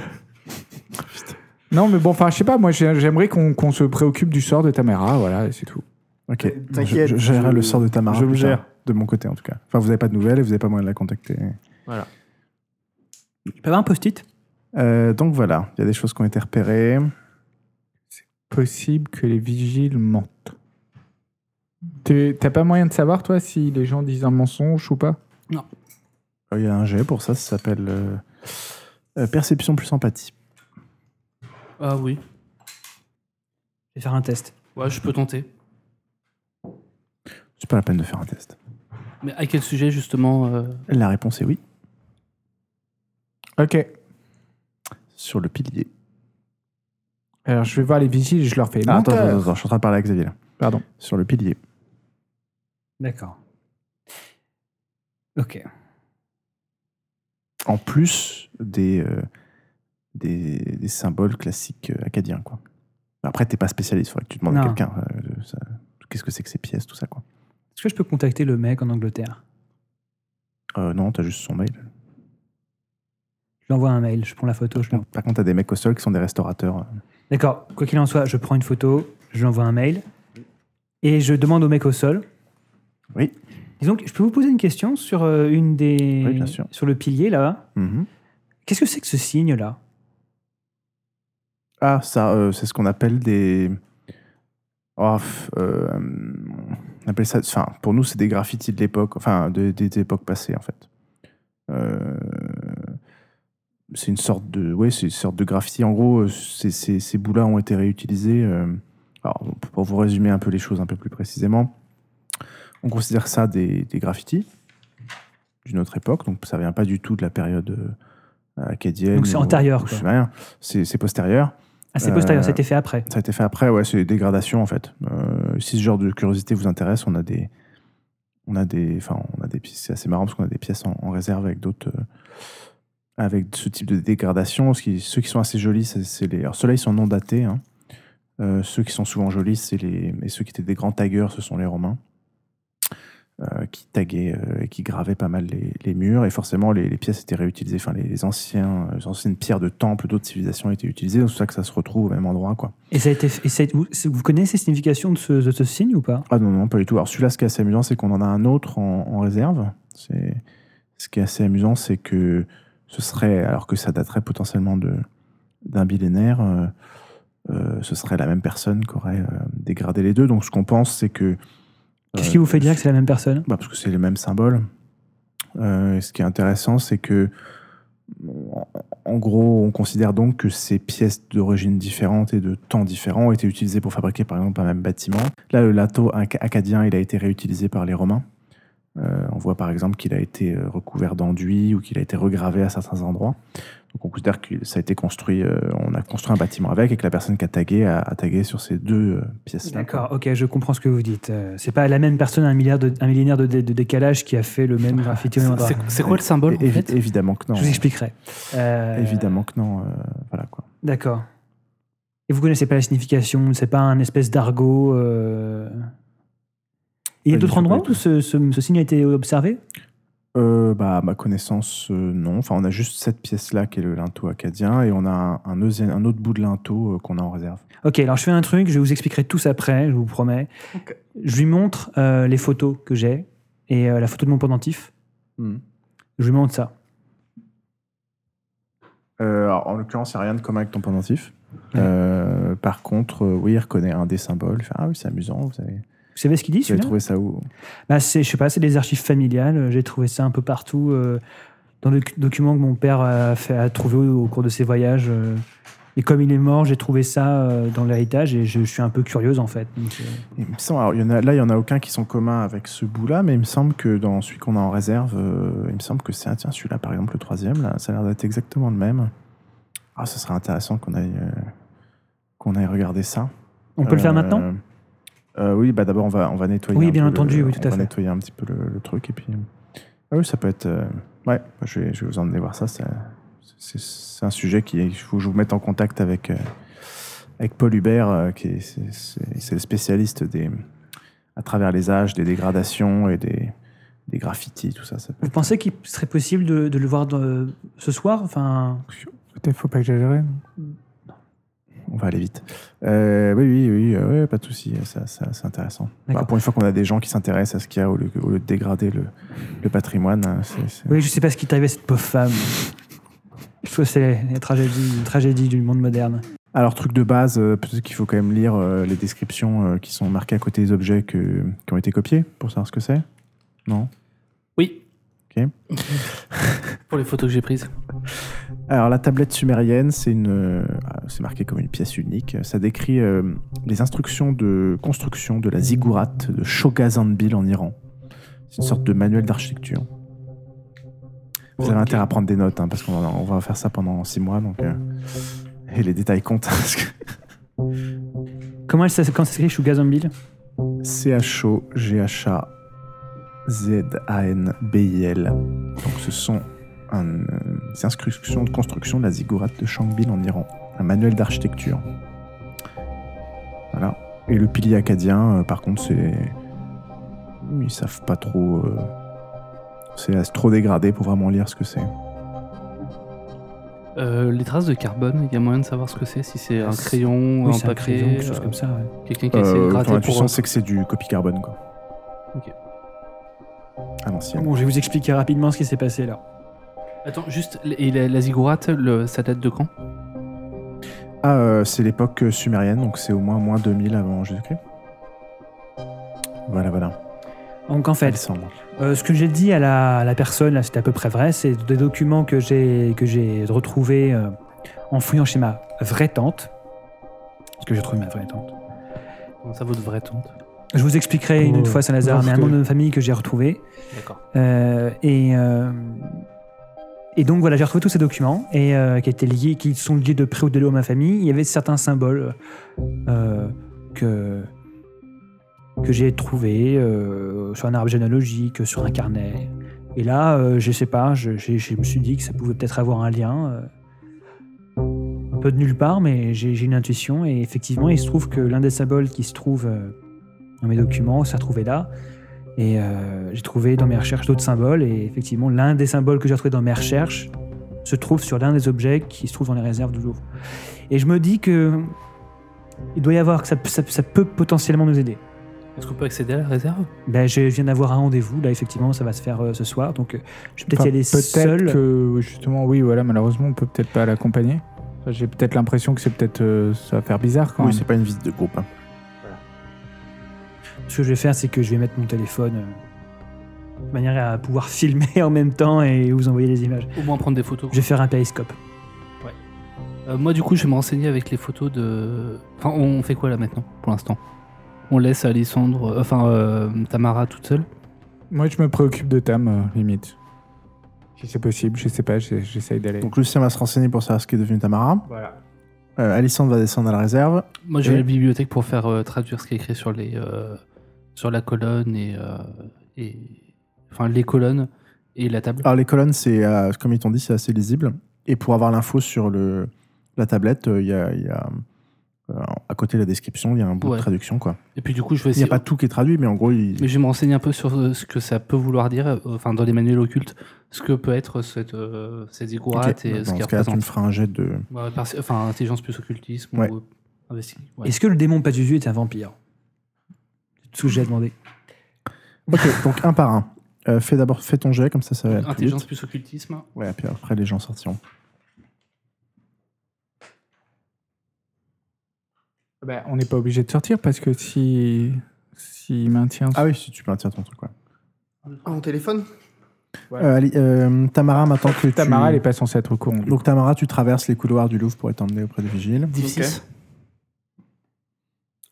Speaker 4: non, mais bon, enfin, je sais pas, moi, j'ai- j'aimerais qu'on qu'on se préoccupe du sort de Tamara, voilà, et c'est tout.
Speaker 1: Ok.
Speaker 5: Euh, t'inquiète,
Speaker 1: Je, je gérerai
Speaker 5: je-
Speaker 1: le sort de Tamara.
Speaker 5: je me
Speaker 1: plus tard,
Speaker 5: gère.
Speaker 1: De mon côté, en tout cas. Enfin, vous n'avez pas de nouvelles et vous n'avez pas moyen de la contacter.
Speaker 3: Il peut y avoir un post-it
Speaker 1: Euh, donc voilà, il y a des choses qui ont été repérées. Euh,
Speaker 4: Possible que les vigiles mentent. T'es- T'as pas moyen de savoir, toi, si les gens disent un mensonge ou pas
Speaker 1: Euh, Il y a un jet pour ça, ça s'appelle euh, euh, Perception plus empathie.
Speaker 2: Ah oui,
Speaker 3: Je vais faire un test.
Speaker 2: ouais, je peux tenter.
Speaker 1: C'est pas la peine de faire un test.
Speaker 2: Mais à quel sujet justement euh,
Speaker 1: La réponse est oui.
Speaker 4: Ok.
Speaker 1: Sur le pilier.
Speaker 4: Alors, je vais voir les vigiles et je leur fais.
Speaker 1: Ah, attends,
Speaker 4: Menteur
Speaker 1: attends, attends, attends, je suis en train de parler à Xavier là.
Speaker 4: Pardon.
Speaker 1: Sur le pilier.
Speaker 3: D'accord. Ok.
Speaker 1: En plus des, euh, des, des symboles classiques euh, acadiens, quoi. Après, t'es pas spécialiste, faudrait que tu demandes à
Speaker 3: Non.
Speaker 1: quelqu'un. euh, de ça. Qu'est-ce que c'est que ces pièces, tout ça, quoi.
Speaker 3: Est-ce que je peux contacter le mec en Angleterre
Speaker 1: Euh, non, t'as juste son mail.
Speaker 3: Je lui envoie un mail, je prends la photo, je lui envoie.
Speaker 1: Par contre, t'as des mecs au sol qui sont des restaurateurs.
Speaker 3: D'accord, quoi qu'il en soit, je prends une photo, je lui envoie un mail et je demande au mec au sol.
Speaker 1: Oui.
Speaker 3: Disons que je peux vous poser une question sur euh, une des.
Speaker 1: Oui, bien sûr.
Speaker 3: Sur le pilier là.
Speaker 1: Mhm.
Speaker 3: Qu'est-ce que c'est que ce signe là
Speaker 1: Ah, ça, euh, c'est ce qu'on appelle des. Oh, pff, euh, on appelle ça. Enfin, pour nous, c'est des graffitis de l'époque, enfin, de- des, des époques passées, en fait. Euh, c'est une sorte de. Ouais, c'est une sorte de graffiti. En gros, euh, ces- ces- ces bouts-là ont été réutilisés. euh, alors, pour vous résumer un peu les choses un peu plus précisément, on considère ça des, des graffitis d'une autre époque, donc ça vient pas du tout de la période euh, acadienne.
Speaker 3: Donc c'est
Speaker 1: ou-
Speaker 3: antérieur,
Speaker 1: ou je
Speaker 3: quoi.
Speaker 1: sais rien. C'est c'est postérieur.
Speaker 3: Ah, c'est postérieur,
Speaker 1: Euh,
Speaker 3: ça a été fait après.
Speaker 1: Ça a été fait après, ouais, c'est des gradations en fait. Euh, si ce genre de curiosité vous intéresse, on a des, on a des, enfin, on a des pièces. C'est assez marrant parce qu'on a des pièces en, en réserve avec d'autres, euh, avec ce type de dégradation. Ce qui- ceux qui sont assez jolis, c'est c'est les. Alors ceux-là, ils sont non datés. hein. Euh, ceux qui sont souvent jolis, c'est les. Et ceux qui étaient des grands tagueurs, ce sont les Romains. euh, qui taguaient euh, et qui gravaient pas mal les, les murs et forcément les, les pièces étaient réutilisées enfin les, les anciens les anciennes pierres de temples d'autres civilisations étaient utilisées donc c'est pour ça que ça se retrouve au même endroit quoi
Speaker 3: Et ça a été. et ça a été- vous, vous connaissez les significations de ce, de ce signe ou pas
Speaker 1: Ah non, non, pas du tout. Alors celui-là, ce qui est assez amusant, c'est qu'on en a un autre en, en réserve. C'est ce qui est assez amusant, c'est que ce serait, alors que ça daterait potentiellement de d'un millénaire, euh, euh, ce serait la même personne qui aurait euh, dégradé les deux. Donc ce qu'on pense, c'est que
Speaker 3: Qu'est-ce
Speaker 1: euh,
Speaker 3: qui vous fait dire que c'est la même personne
Speaker 1: bah, Parce que c'est les mêmes symboles. Euh, ce qui est intéressant, c'est que, en- en gros, on considère donc que ces pièces d'origine différente et de temps différents ont été utilisées pour fabriquer, par exemple, un même bâtiment. Là, le lato ac- acadien, il a été réutilisé par les Romains. Euh, on voit, par exemple, qu'il a été euh, recouvert d'enduit ou qu'il a été regravé à certains endroits. Donc, on considère que ça a été construit, euh, on a construit un bâtiment avec et que la personne qui a tagué a, a tagué sur ces deux euh, pièces-là.
Speaker 3: D'accord, ok, je comprends ce que vous dites. Euh, c'est pas la même personne, un, milliard de, un millénaire de, de- de décalage qui a fait le même graffiti au même endroit.
Speaker 2: C'est- C'est quoi le symbole en
Speaker 1: Et- évi-
Speaker 2: fait
Speaker 1: Évidemment que non.
Speaker 3: Je vous expliquerai. Euh,
Speaker 1: Évidemment que non. euh, voilà quoi.
Speaker 3: D'accord. Et vous connaissez pas la signification C'est pas un espèce d'argot euh, Il y
Speaker 1: Pas
Speaker 3: a
Speaker 1: du
Speaker 3: d'autres
Speaker 1: tout,
Speaker 3: endroits
Speaker 1: pas du
Speaker 3: où ce, ce- ce signe a été observé
Speaker 1: Euh, bah, à ma connaissance, euh, non. Enfin, on a juste cette pièce-là qui est le linteau acadien et on a un, un deuxième- un autre bout de linteau euh, qu'on a en réserve.
Speaker 3: Ok, alors je fais un truc, je vous expliquerai tous après, je vous promets.
Speaker 5: Ok.
Speaker 3: Je lui montre euh, les photos que j'ai et euh, la photo de mon pendentif.
Speaker 1: Hmm.
Speaker 3: Je lui montre ça.
Speaker 1: Euh, alors, en l'occurrence, il n'y a rien de commun avec ton pendentif. Euh, par contre, euh, oui, il reconnaît un des symboles. Il fait, ah oui, c'est amusant, vous avez,
Speaker 3: Vous savez ce qu'il dit
Speaker 1: vous avez
Speaker 3: celui-là
Speaker 1: trouvé ça où
Speaker 3: Bah, c'est, je sais pas, c'est des archives familiales. Euh, J'ai trouvé ça un peu partout euh, dans le doc- document que mon père a, fait, a trouvé au, au cours de ses voyages. euh. et comme il est mort, j'ai trouvé ça euh, dans l'héritage et je, je suis un peu curieuse en fait. Donc, euh,
Speaker 1: Il me semble, alors, il y en a, là, il n'y en a aucun qui sont communs avec ce bout-là, mais il me semble que dans celui qu'on a en réserve, euh, il me semble que c'est, ah, tiens, celui-là, par exemple, le troisième, là, ça a l'air d'être exactement le même. Ah, ce serait intéressant qu'on aille, euh, qu'on aille regarder ça.
Speaker 3: on peut le faire
Speaker 1: Euh,
Speaker 3: maintenant
Speaker 1: euh, Oui, bah d'abord on va on va nettoyer.
Speaker 3: Oui,
Speaker 1: un
Speaker 3: bien
Speaker 1: peu
Speaker 3: entendu,
Speaker 1: le-
Speaker 3: oui, tout à
Speaker 1: on va
Speaker 3: fait.
Speaker 1: nettoyer un petit peu le, le truc et puis. Ah oui, ça peut être. euh, Ouais, bah, je vais, je vais vous emmener voir ça. ça- C'est c'est un sujet qui il faut que je vous mette en contact avec euh, avec Paul Hubert euh, qui est c'est- c'est c'est le spécialiste des à travers les âges des dégradations et des des graffitis tout ça. ça peut
Speaker 3: Vous pensez qu'il serait possible de, de le voir dans- ce soir Enfin,
Speaker 4: Peut-être faut pas exagérer.
Speaker 1: On va aller vite. Euh, oui, oui, oui, euh, ouais, pas de souci, ça, ça, c'est intéressant.
Speaker 3: D'accord.
Speaker 1: Bah, pour une fois qu'on a des gens qui s'intéressent à ce qu'il y a au lieu, au lieu de dégrader le, le patrimoine, hein, c'est- c'est-
Speaker 3: oui, je sais pas ce qui est arrivé à cette pauvre femme. Je trouve que c'est la tragédie, une tragédie du monde moderne.
Speaker 1: Alors, truc de base, euh, peut-être qu'il faut quand même lire euh, les descriptions euh, qui sont marquées à côté des objets que- qui ont été copiés pour savoir ce que c'est. Non
Speaker 2: Oui.
Speaker 1: Ok.
Speaker 2: Pour les photos que j'ai prises.
Speaker 1: Alors la tablette sumérienne, c'est une, euh, c'est marqué comme une pièce unique. Ça décrit euh, les instructions de construction de la ziggurat de Shogazanbil en Iran. C'est une sorte de manuel d'architecture. Vous avez
Speaker 2: Ok.
Speaker 1: intérêt à prendre des notes hein, parce qu'on en- on va faire ça pendant six mois donc. euh, Et les détails comptent. parce que-
Speaker 3: Comment elle s'appelle- comment ça s'écrit Shugazambil
Speaker 1: C-H-O-G-H-A-Z-A-N-B-I-L. Donc ce sont un, euh, des instructions de construction de la ziggurat de Shangbil en Iran, un manuel d'architecture. Voilà. Et le pilier acadien, euh, par contre, c'est. Ils savent pas trop. euh, C'est euh, c'est trop dégradé pour vraiment lire ce que c'est.
Speaker 2: Euh, les traces de carbone, il y a moyen de savoir ce que c'est, si c'est un
Speaker 3: C'est-
Speaker 2: crayon,
Speaker 3: Oui,
Speaker 2: un
Speaker 3: c'est un
Speaker 2: papier,
Speaker 3: crayon, quelque chose
Speaker 2: euh,
Speaker 3: comme ça. ouais.
Speaker 2: quelqu'un qui a essayé de
Speaker 1: Euh, ton
Speaker 2: gratter
Speaker 1: intuition,
Speaker 2: pour...
Speaker 1: c'est que c'est du copie carbone, quoi.
Speaker 2: Ok.
Speaker 1: À l'ancienne.
Speaker 3: Bon, je vais vous expliquer rapidement ce qui s'est passé là.
Speaker 2: Attends, juste, et la, la ziggourate, le- ça date de quand
Speaker 1: Ah, euh, c'est l'époque euh, sumérienne, donc c'est au moins moins 2000 avant Jésus-Christ. Voilà, voilà.
Speaker 3: Donc en fait,
Speaker 1: Alexandre.
Speaker 3: Euh, ce que j'ai dit à la, à la personne, là, c'était à peu près vrai. C'est des documents que j'ai que j'ai retrouvés euh, en fouillant chez ma vraie tante. Parce que j'ai trouvé ma vraie tante.
Speaker 2: Comment ça, votre vraie tante
Speaker 3: Je vous expliquerai une
Speaker 4: Oh,
Speaker 3: autre fois Saint Lazare,
Speaker 4: parce
Speaker 3: mais un
Speaker 4: que-
Speaker 3: membre de ma famille que j'ai retrouvé.
Speaker 2: D'accord.
Speaker 3: Euh, et euh, et donc voilà, j'ai retrouvé tous ces documents et euh, qui étaient liés, qui sont liés de près ou de loin à ma famille. Il y avait certains symboles euh, que que j'ai trouvés euh, sur un arbre généalogique, sur un carnet. Et là, euh, je sais pas, je, j'ai- je me suis dit que ça pouvait peut-être avoir un lien. euh, un peu de nulle part, mais j'ai j'ai une intuition. Et effectivement, il se trouve que l'un des symboles qui se trouve euh, dans mes documents s'est retrouvé là. Et euh, j'ai trouvé dans mes recherches d'autres symboles. Et effectivement, l'un des symboles que j'ai retrouvé dans mes recherches se trouve sur l'un des objets qui se trouve dans les réserves du Louvre. Et je me dis que il doit y avoir que ça, ça- ça peut potentiellement nous aider.
Speaker 2: Est-ce qu'on peut accéder à la réserve
Speaker 3: Ben, je viens d'avoir un rendez-vous, là, effectivement, ça va se faire euh, ce soir, donc euh, je vais peut-être
Speaker 4: Enfin,
Speaker 3: y aller seul.
Speaker 4: que justement, oui, voilà, malheureusement, on peut peut-être pas l'accompagner. Enfin, J'ai peut-être l'impression que c'est peut-être euh, ça va faire bizarre quand
Speaker 1: Oui,
Speaker 4: même.
Speaker 1: c'est pas une visite de groupe. hein.
Speaker 3: Ce que je vais faire, c'est que je vais mettre mon téléphone euh, de manière à pouvoir filmer en même temps et vous envoyer les images.
Speaker 2: Au moins prendre des photos.
Speaker 3: Je vais faire un périscope.
Speaker 2: Euh, moi, du coup, je vais me renseigner avec les photos de. Enfin, on fait quoi là maintenant, pour l'instant On laisse Alessandre, euh, enfin euh, Tamara toute seule.
Speaker 4: Moi, je me préoccupe de Tam, euh, limite. Si c'est possible, je sais pas, j'ai- j'essaye d'aller.
Speaker 1: Donc Lucien va se renseigner pour savoir ce qui est devenu Tamara.
Speaker 4: Voilà.
Speaker 1: Euh, Alessandre va descendre à la réserve.
Speaker 2: Moi, je vais
Speaker 1: Et-
Speaker 2: à la bibliothèque pour faire euh, traduire ce qui est écrit sur les euh, sur la colonne et, euh, et enfin les colonnes et la table.
Speaker 1: Alors les colonnes, c'est euh, comme ils t'ont dit, c'est assez lisible. Et pour avoir l'info sur le, la tablette, euh, il y a, il y a, euh, à côté de la description, il y a un bout
Speaker 2: Ouais.
Speaker 1: de traduction. quoi.
Speaker 2: Et puis du coup, je vais
Speaker 1: Il n'y
Speaker 2: essayer.
Speaker 1: a pas tout qui est traduit, mais en gros, il-
Speaker 2: Mais je vais me renseigner un peu sur euh, ce que ça peut vouloir dire, euh, enfin dans les manuels occultes, ce que peut être cette euh,
Speaker 1: Ok. Bah,
Speaker 2: cette ziggourate et ce
Speaker 1: Dans
Speaker 2: qui
Speaker 1: ce cas-là, tu me
Speaker 2: représente.
Speaker 1: feras un jet de...
Speaker 2: Ouais, par- Enfin, intelligence plus occultisme.
Speaker 1: Ouais.
Speaker 2: Ou, euh, investi- ouais.
Speaker 3: Est-ce que le démon Pazuzu est un vampire C'est tout ce que j'ai demandé.
Speaker 1: Ok, donc un par un. Euh, fais d'abord fais ton jet, comme ça, ça va aller plus
Speaker 2: Intelligence
Speaker 1: vite.
Speaker 2: plus occultisme.
Speaker 1: Ouais, puis après, les gens sortiront.
Speaker 4: Bah, on n'est pas obligé de sortir parce que si. S'il maintient.
Speaker 1: Ah oui, si tu maintiens ton truc, ouais.
Speaker 5: Ah, mon téléphone
Speaker 1: Euh, Ali- euh, Tamara, maintenant que tu...
Speaker 4: Tamara, elle est pas censée être au courant.
Speaker 1: Donc Tamara, tu traverses les couloirs du Louvre pour être emmené auprès de Vigile.
Speaker 2: Difficile.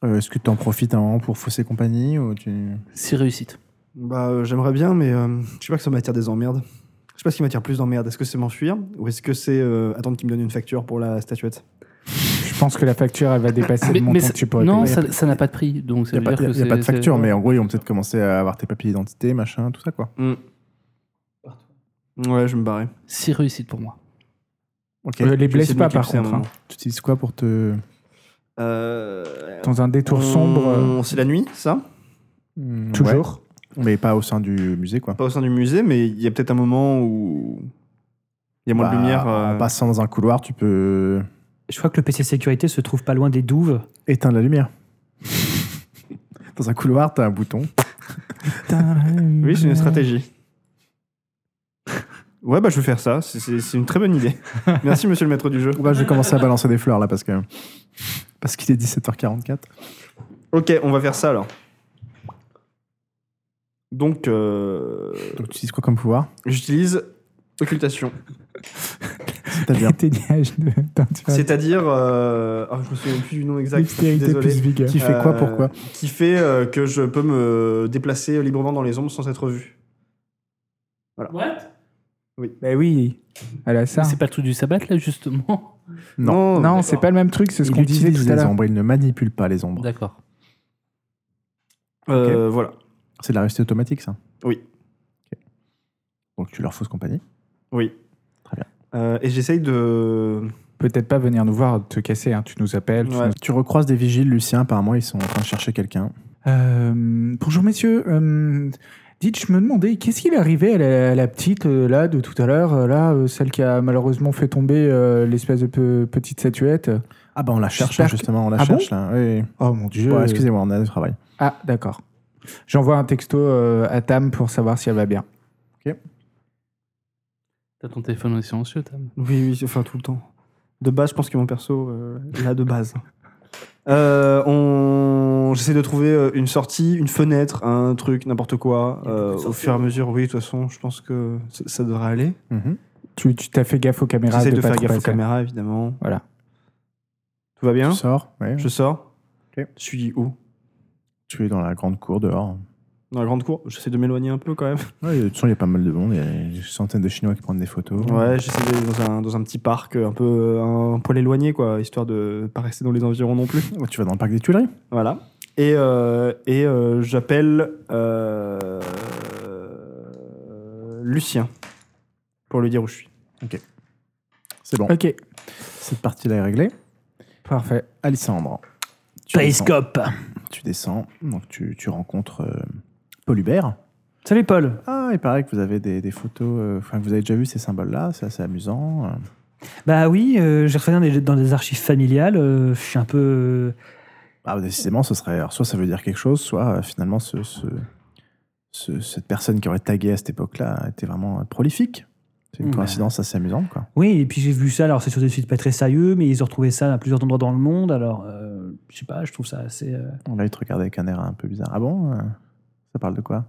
Speaker 1: Euh, Est-ce que tu en profites un moment pour fausser compagnie ou tu...
Speaker 2: Si réussite.
Speaker 5: Bah, euh, j'aimerais bien, mais euh, je sais pas que ça m'attire des emmerdes. Je sais pas ce qui m'attire plus d'emmerdes. Est-ce que c'est m'enfuir ou est-ce que c'est euh, attendre qu'il me donne une facture pour la statuette
Speaker 4: Je pense que la facture, elle va dépasser le montant
Speaker 2: ça-
Speaker 4: que tu pourrais
Speaker 2: non,
Speaker 4: payer.
Speaker 2: ça ça n'a pas de prix. Donc ça
Speaker 1: Il
Speaker 2: veut
Speaker 1: n'y a, pas-
Speaker 2: dire
Speaker 1: y a-
Speaker 2: que
Speaker 1: y a pas de
Speaker 2: c'est-
Speaker 1: facture,
Speaker 2: c'est-
Speaker 1: mais en gros, ils vont peut-être commencer à avoir tes papiers d'identité, machin, tout ça, quoi.
Speaker 5: Ouais, je me barrais.
Speaker 2: Si réussite pour moi.
Speaker 1: Ok.
Speaker 4: Euh, les
Speaker 5: Je vais essayer
Speaker 4: blesse
Speaker 5: de
Speaker 4: pas, par
Speaker 5: m'éclipser un
Speaker 4: contre. hein.
Speaker 5: moment.
Speaker 1: Tu utilises quoi pour te...
Speaker 5: Euh,
Speaker 4: Dans un détour
Speaker 5: on-
Speaker 4: sombre, euh,
Speaker 5: C'est la nuit, ça
Speaker 1: Hmm,
Speaker 4: toujours.
Speaker 1: ouais, mais pas au sein du musée, quoi.
Speaker 5: Pas au sein du musée, mais il y a peut-être un moment où il y a moins de
Speaker 1: Bah,
Speaker 5: lumière. euh,
Speaker 1: En passant dans un couloir, tu peux
Speaker 3: Je crois que le PC sécurité se trouve pas loin des douves.
Speaker 1: éteindre la lumière. dans un couloir, t'as un bouton.
Speaker 5: Oui, c'est une stratégie. Ouais, bah je vais faire ça. C'est- C'est c'est une très bonne idée. Merci, monsieur le maître du jeu.
Speaker 1: Bah, je vais commencer à balancer des fleurs, là, parce que... Parce qu'il est 17h44.
Speaker 5: Ok, on va faire ça alors. Donc, euh,
Speaker 1: Donc, tu utilises quoi comme pouvoir
Speaker 5: j'utilise occultation.
Speaker 1: C'est-à-dire...
Speaker 4: Éteignage de teinture.
Speaker 5: C'est-à-dire. euh, ah, je me souviens plus du nom exact. je suis
Speaker 4: Dextérité
Speaker 5: Désolé.
Speaker 4: plus vigueur.
Speaker 1: Qui fait quoi,
Speaker 5: Euh,
Speaker 1: pourquoi
Speaker 5: Qui fait euh, que je peux me déplacer librement dans les ombres sans être vu.
Speaker 4: Bah oui, elle a ça.
Speaker 2: C'est pas le truc du sabbat là justement.
Speaker 1: Non.
Speaker 4: Non, c'est pas le même truc, c'est ce
Speaker 1: Il
Speaker 4: qu'on disait
Speaker 1: utilise
Speaker 4: tout à
Speaker 1: les
Speaker 4: l'heure.
Speaker 1: ombres, il ne manipule pas les ombres.
Speaker 2: D'accord.
Speaker 5: Euh, Voilà.
Speaker 1: C'est de la réussite automatique, ça
Speaker 5: Oui.
Speaker 1: Ok. Donc, tu leur fausses compagnie.
Speaker 5: Oui.
Speaker 1: Très bien.
Speaker 5: Euh, et j'essaye de.
Speaker 4: Peut-être pas venir nous voir, te casser, hein, tu nous appelles. tu
Speaker 5: Ouais.
Speaker 4: nous-
Speaker 1: Tu recroises des vigiles, Lucien, apparemment, ils sont en train de chercher quelqu'un.
Speaker 4: Euh, bonjour messieurs, Euh, dites, je me demandais, qu'est-ce qu'il est arrivé à la, à la petite euh, là de tout à l'heure, euh, là, euh, celle qui a malheureusement fait tomber euh, l'espèce de pe- petite statuette
Speaker 1: Ah bah on la cherche,
Speaker 4: J'espère
Speaker 1: hein,
Speaker 4: que-
Speaker 1: justement, on la
Speaker 4: Ah bon
Speaker 1: cherche là. Oui.
Speaker 4: Oh mon dieu.
Speaker 1: Bon, excusez-moi, on a du travail.
Speaker 4: Ah, d'accord. J'envoie un texto euh, à Tam pour savoir si elle va bien.
Speaker 2: T'as ton téléphone en silencieux, Tam.
Speaker 5: Oui, oui, enfin tout le temps. De base, je pense que mon perso, euh, là, de base. Euh, on... J'essaie de trouver euh, une sortie, une fenêtre, un truc, n'importe quoi.
Speaker 3: Il y a
Speaker 5: euh,
Speaker 3: beaucoup de
Speaker 5: au
Speaker 3: sorties,
Speaker 5: fur et à mesure, oui, de toute façon, je pense que ça, ça devrait aller.
Speaker 1: Mhm.
Speaker 4: Tu tu t'as fait gaffe aux caméras.
Speaker 5: J'essaie de,
Speaker 4: pas
Speaker 5: faire
Speaker 4: trop
Speaker 5: gaffe aux
Speaker 4: passer.
Speaker 5: caméras, évidemment.
Speaker 4: Voilà.
Speaker 5: Tout va bien
Speaker 1: tu sors, ouais.
Speaker 5: Je sors.
Speaker 1: Ok.
Speaker 5: Je suis où
Speaker 1: tu es dans la grande cour dehors.
Speaker 5: Dans la grande cour J'essaie de m'éloigner un peu quand même.
Speaker 1: Ouais, de toute façon, il y a pas mal de monde, il y a des centaines de Chinois qui prennent des photos.
Speaker 5: Ouais, j'essaie d'aller dans un, dans un petit parc, euh, un peu euh, un poil éloigné, quoi, histoire de pas rester dans les environs non plus.
Speaker 1: Ouais, Tu vas dans le parc des Tuileries
Speaker 5: Voilà. Et, euh, et euh, j'appelle euh, Lucien pour lui dire où je suis.
Speaker 1: C'est bon,
Speaker 4: Ok,
Speaker 1: cette partie-là est réglée.
Speaker 4: parfait.
Speaker 1: Alessandre, tu descends,
Speaker 3: Périscope
Speaker 1: tu descends, donc tu, tu rencontres euh, Paul Hubert.
Speaker 3: Salut Paul
Speaker 1: Ah, il paraît que vous avez des, des photos, euh, enfin que vous avez déjà vu ces symboles-là, c'est assez amusant. euh.
Speaker 3: Bah oui, euh, j'ai retraîné dans des, dans des archives familiales, euh, je suis un peu... euh,
Speaker 1: Ah, décidément, ce serait. alors, soit ça veut dire quelque chose, soit euh, finalement, ce, ce- ce- cette personne qui aurait tagué à cette époque-là était vraiment euh, prolifique. C'est une
Speaker 3: Ouais.
Speaker 1: coïncidence assez amusante, quoi.
Speaker 3: Oui, et puis j'ai vu ça, alors c'est sur des sites pas très sérieux, mais ils ont retrouvé ça à plusieurs endroits dans le monde, alors euh, je sais pas, je trouve ça assez... euh,
Speaker 1: Là, il te regardait avec un air un peu bizarre. Ah bon euh, Ça parle de quoi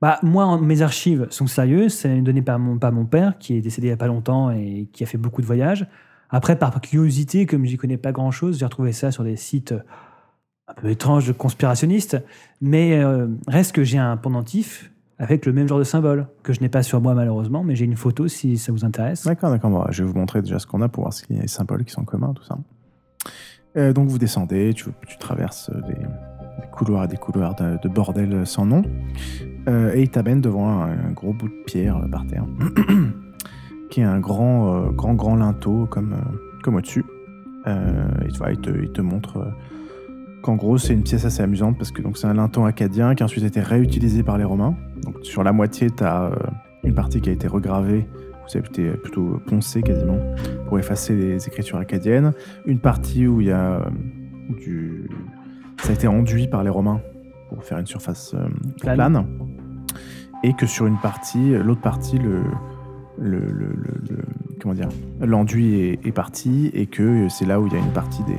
Speaker 3: Bah, moi, en- mes archives sont sérieuses. C'est donné par mon, par mon père, qui est décédé il n'y a pas longtemps et qui a fait beaucoup de voyages. Après, par curiosité, comme j'y connais pas grand-chose, j'ai retrouvé ça sur des sites euh, un peu étranges de conspirationnistes. Mais euh, reste que j'ai un pendentif avec le même genre de symbole, que je n'ai pas sur moi malheureusement, mais j'ai une photo si ça vous intéresse.
Speaker 1: D'accord, d'accord. Bon, je vais vous montrer déjà ce qu'on a pour voir s'il y a des symboles qui sont communs, tout ça. Euh, donc vous descendez, tu, tu traverses euh, des, des couloirs et des couloirs de, de bordel sans nom, Euh, et il t'amène devant un, un gros bout de pierre euh, par terre, qui est un grand, euh, grand, grand linteau comme, euh, comme au-dessus. Euh, et tu vois, il te, il te montre euh, qu'en gros c'est une pièce assez amusante parce que donc c'est un linteau acadien qui a ensuite été réutilisé par les Romains. Donc sur la moitié, tu as une partie qui a été regravée vous avez été plutôt poncé quasiment pour effacer les écritures acadiennes. Une partie où il y a euh, du. Ça a été enduit par les Romains pour faire une surface euh,
Speaker 3: Plane.
Speaker 1: plane. Et que sur une partie, l'autre partie, le. le, le- le- le- comment dire L'enduit est, est parti et que c'est là où il y a une partie des.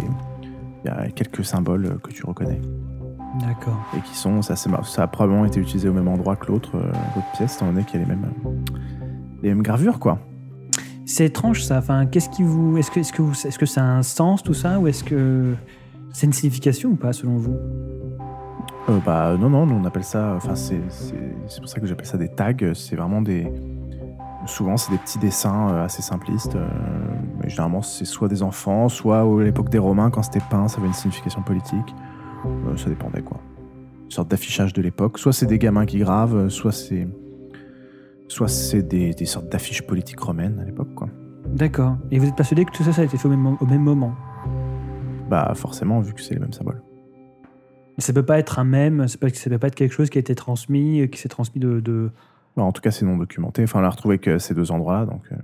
Speaker 1: Il y a quelques symboles que tu reconnais
Speaker 3: D'accord.
Speaker 1: et qui sont, ça, c'est marrant, ça a probablement été utilisé au même endroit que l'autre euh, l'autre pièce, étant donné qu'il y a les mêmes, euh, les mêmes gravures quoi.
Speaker 3: C'est étrange ça. Enfin, qu'est-ce qui vous, est-ce que, est-ce que, vous- est-ce que ça a un sens tout ça, ou est-ce que c'est une signification ou pas selon vous
Speaker 1: Euh, bah non, non, nous, on appelle ça, enfin c'est c'est- c'est pour ça que j'appelle ça des tags, c'est vraiment des... Souvent c'est des petits dessins euh, assez simplistes, euh, mais généralement c'est soit des enfants, soit euh, à l'époque des Romains, quand c'était peint, ça avait une signification politique, Euh, ça dépendait quoi. Une sorte d'affichage de l'époque, soit c'est des gamins qui gravent, euh, soit c'est... Soit c'est des, des sortes d'affiches politiques romaines à l'époque quoi.
Speaker 3: D'accord. Et vous êtes persuadé que tout ça, ça a été fait au même, mo- au même moment
Speaker 1: Bah forcément vu que c'est les mêmes symboles.
Speaker 3: Ça peut pas être un mème, ça peut, ça peut pas être quelque chose qui a été transmis, euh, qui s'est transmis de. de-
Speaker 1: Bah, en tout cas c'est non documenté, enfin on l'a retrouvé que à ces deux endroits-là donc... euh,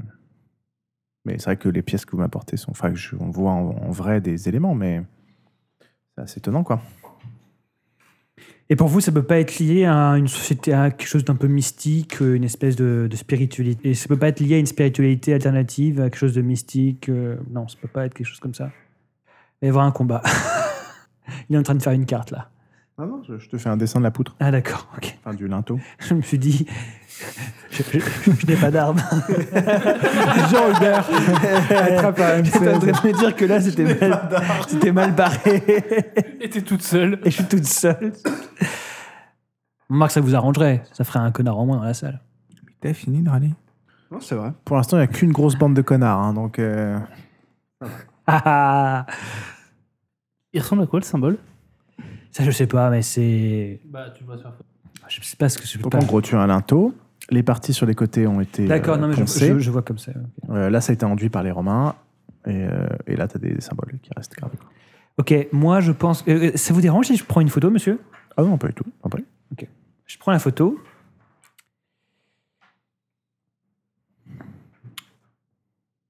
Speaker 1: Mais c'est vrai que les pièces que vous m'apportez sont. Enfin, que je- on voit en, en vrai des éléments, mais c'est assez étonnant, quoi.
Speaker 3: Et pour vous, ça peut pas être lié à une société, à quelque chose d'un peu mystique, euh, une espèce de, de spiritualité. Et ça peut pas être lié à une spiritualité alternative, à quelque chose de mystique. euh, non, ça peut pas être quelque chose comme ça. Il va y avoir un combat. Il est en train de faire une carte là.
Speaker 1: Ah non, je, je te fais un dessin de la poutre,
Speaker 3: Ah d'accord, ok.
Speaker 1: enfin du linteau.
Speaker 3: Je me suis dit, je, je- je n'ai pas d'arme.
Speaker 4: Jean Hubert attrape un
Speaker 3: J'étais en train de me dire que là, c'était mal, c'était mal barré.
Speaker 2: Et t'es toute seule.
Speaker 3: Et je suis toute seule. Remarque, ça vous arrangerait. Ça ferait un connard en moins dans la salle.
Speaker 4: T'as fini de râler
Speaker 5: Non, c'est vrai.
Speaker 1: Pour l'instant, il n'y a qu'une grosse bande de connards, hein, donc. euh,
Speaker 3: Ah, ah.
Speaker 2: Il ressemble à quoi le symbole
Speaker 3: ça, je sais pas, mais c'est.
Speaker 2: Bah, tu vois, faire.
Speaker 3: Je sais pas ce que je peux
Speaker 1: Donc
Speaker 3: pas.
Speaker 1: en gros, tu as un linteau. Les parties sur les côtés ont été.
Speaker 3: D'accord,
Speaker 1: euh,
Speaker 3: non, mais je,
Speaker 1: poncées.
Speaker 3: je- je vois comme ça. ok.
Speaker 1: Euh, là, ça a été enduit par les Romains. Et, euh, et là, tu as des symboles qui restent gravés. quoi.
Speaker 3: Ok, moi, je pense. euh, euh, ça vous dérange si je prends une photo, monsieur
Speaker 1: Ah non, pas du tout. t'en prie.
Speaker 3: Je prends la photo.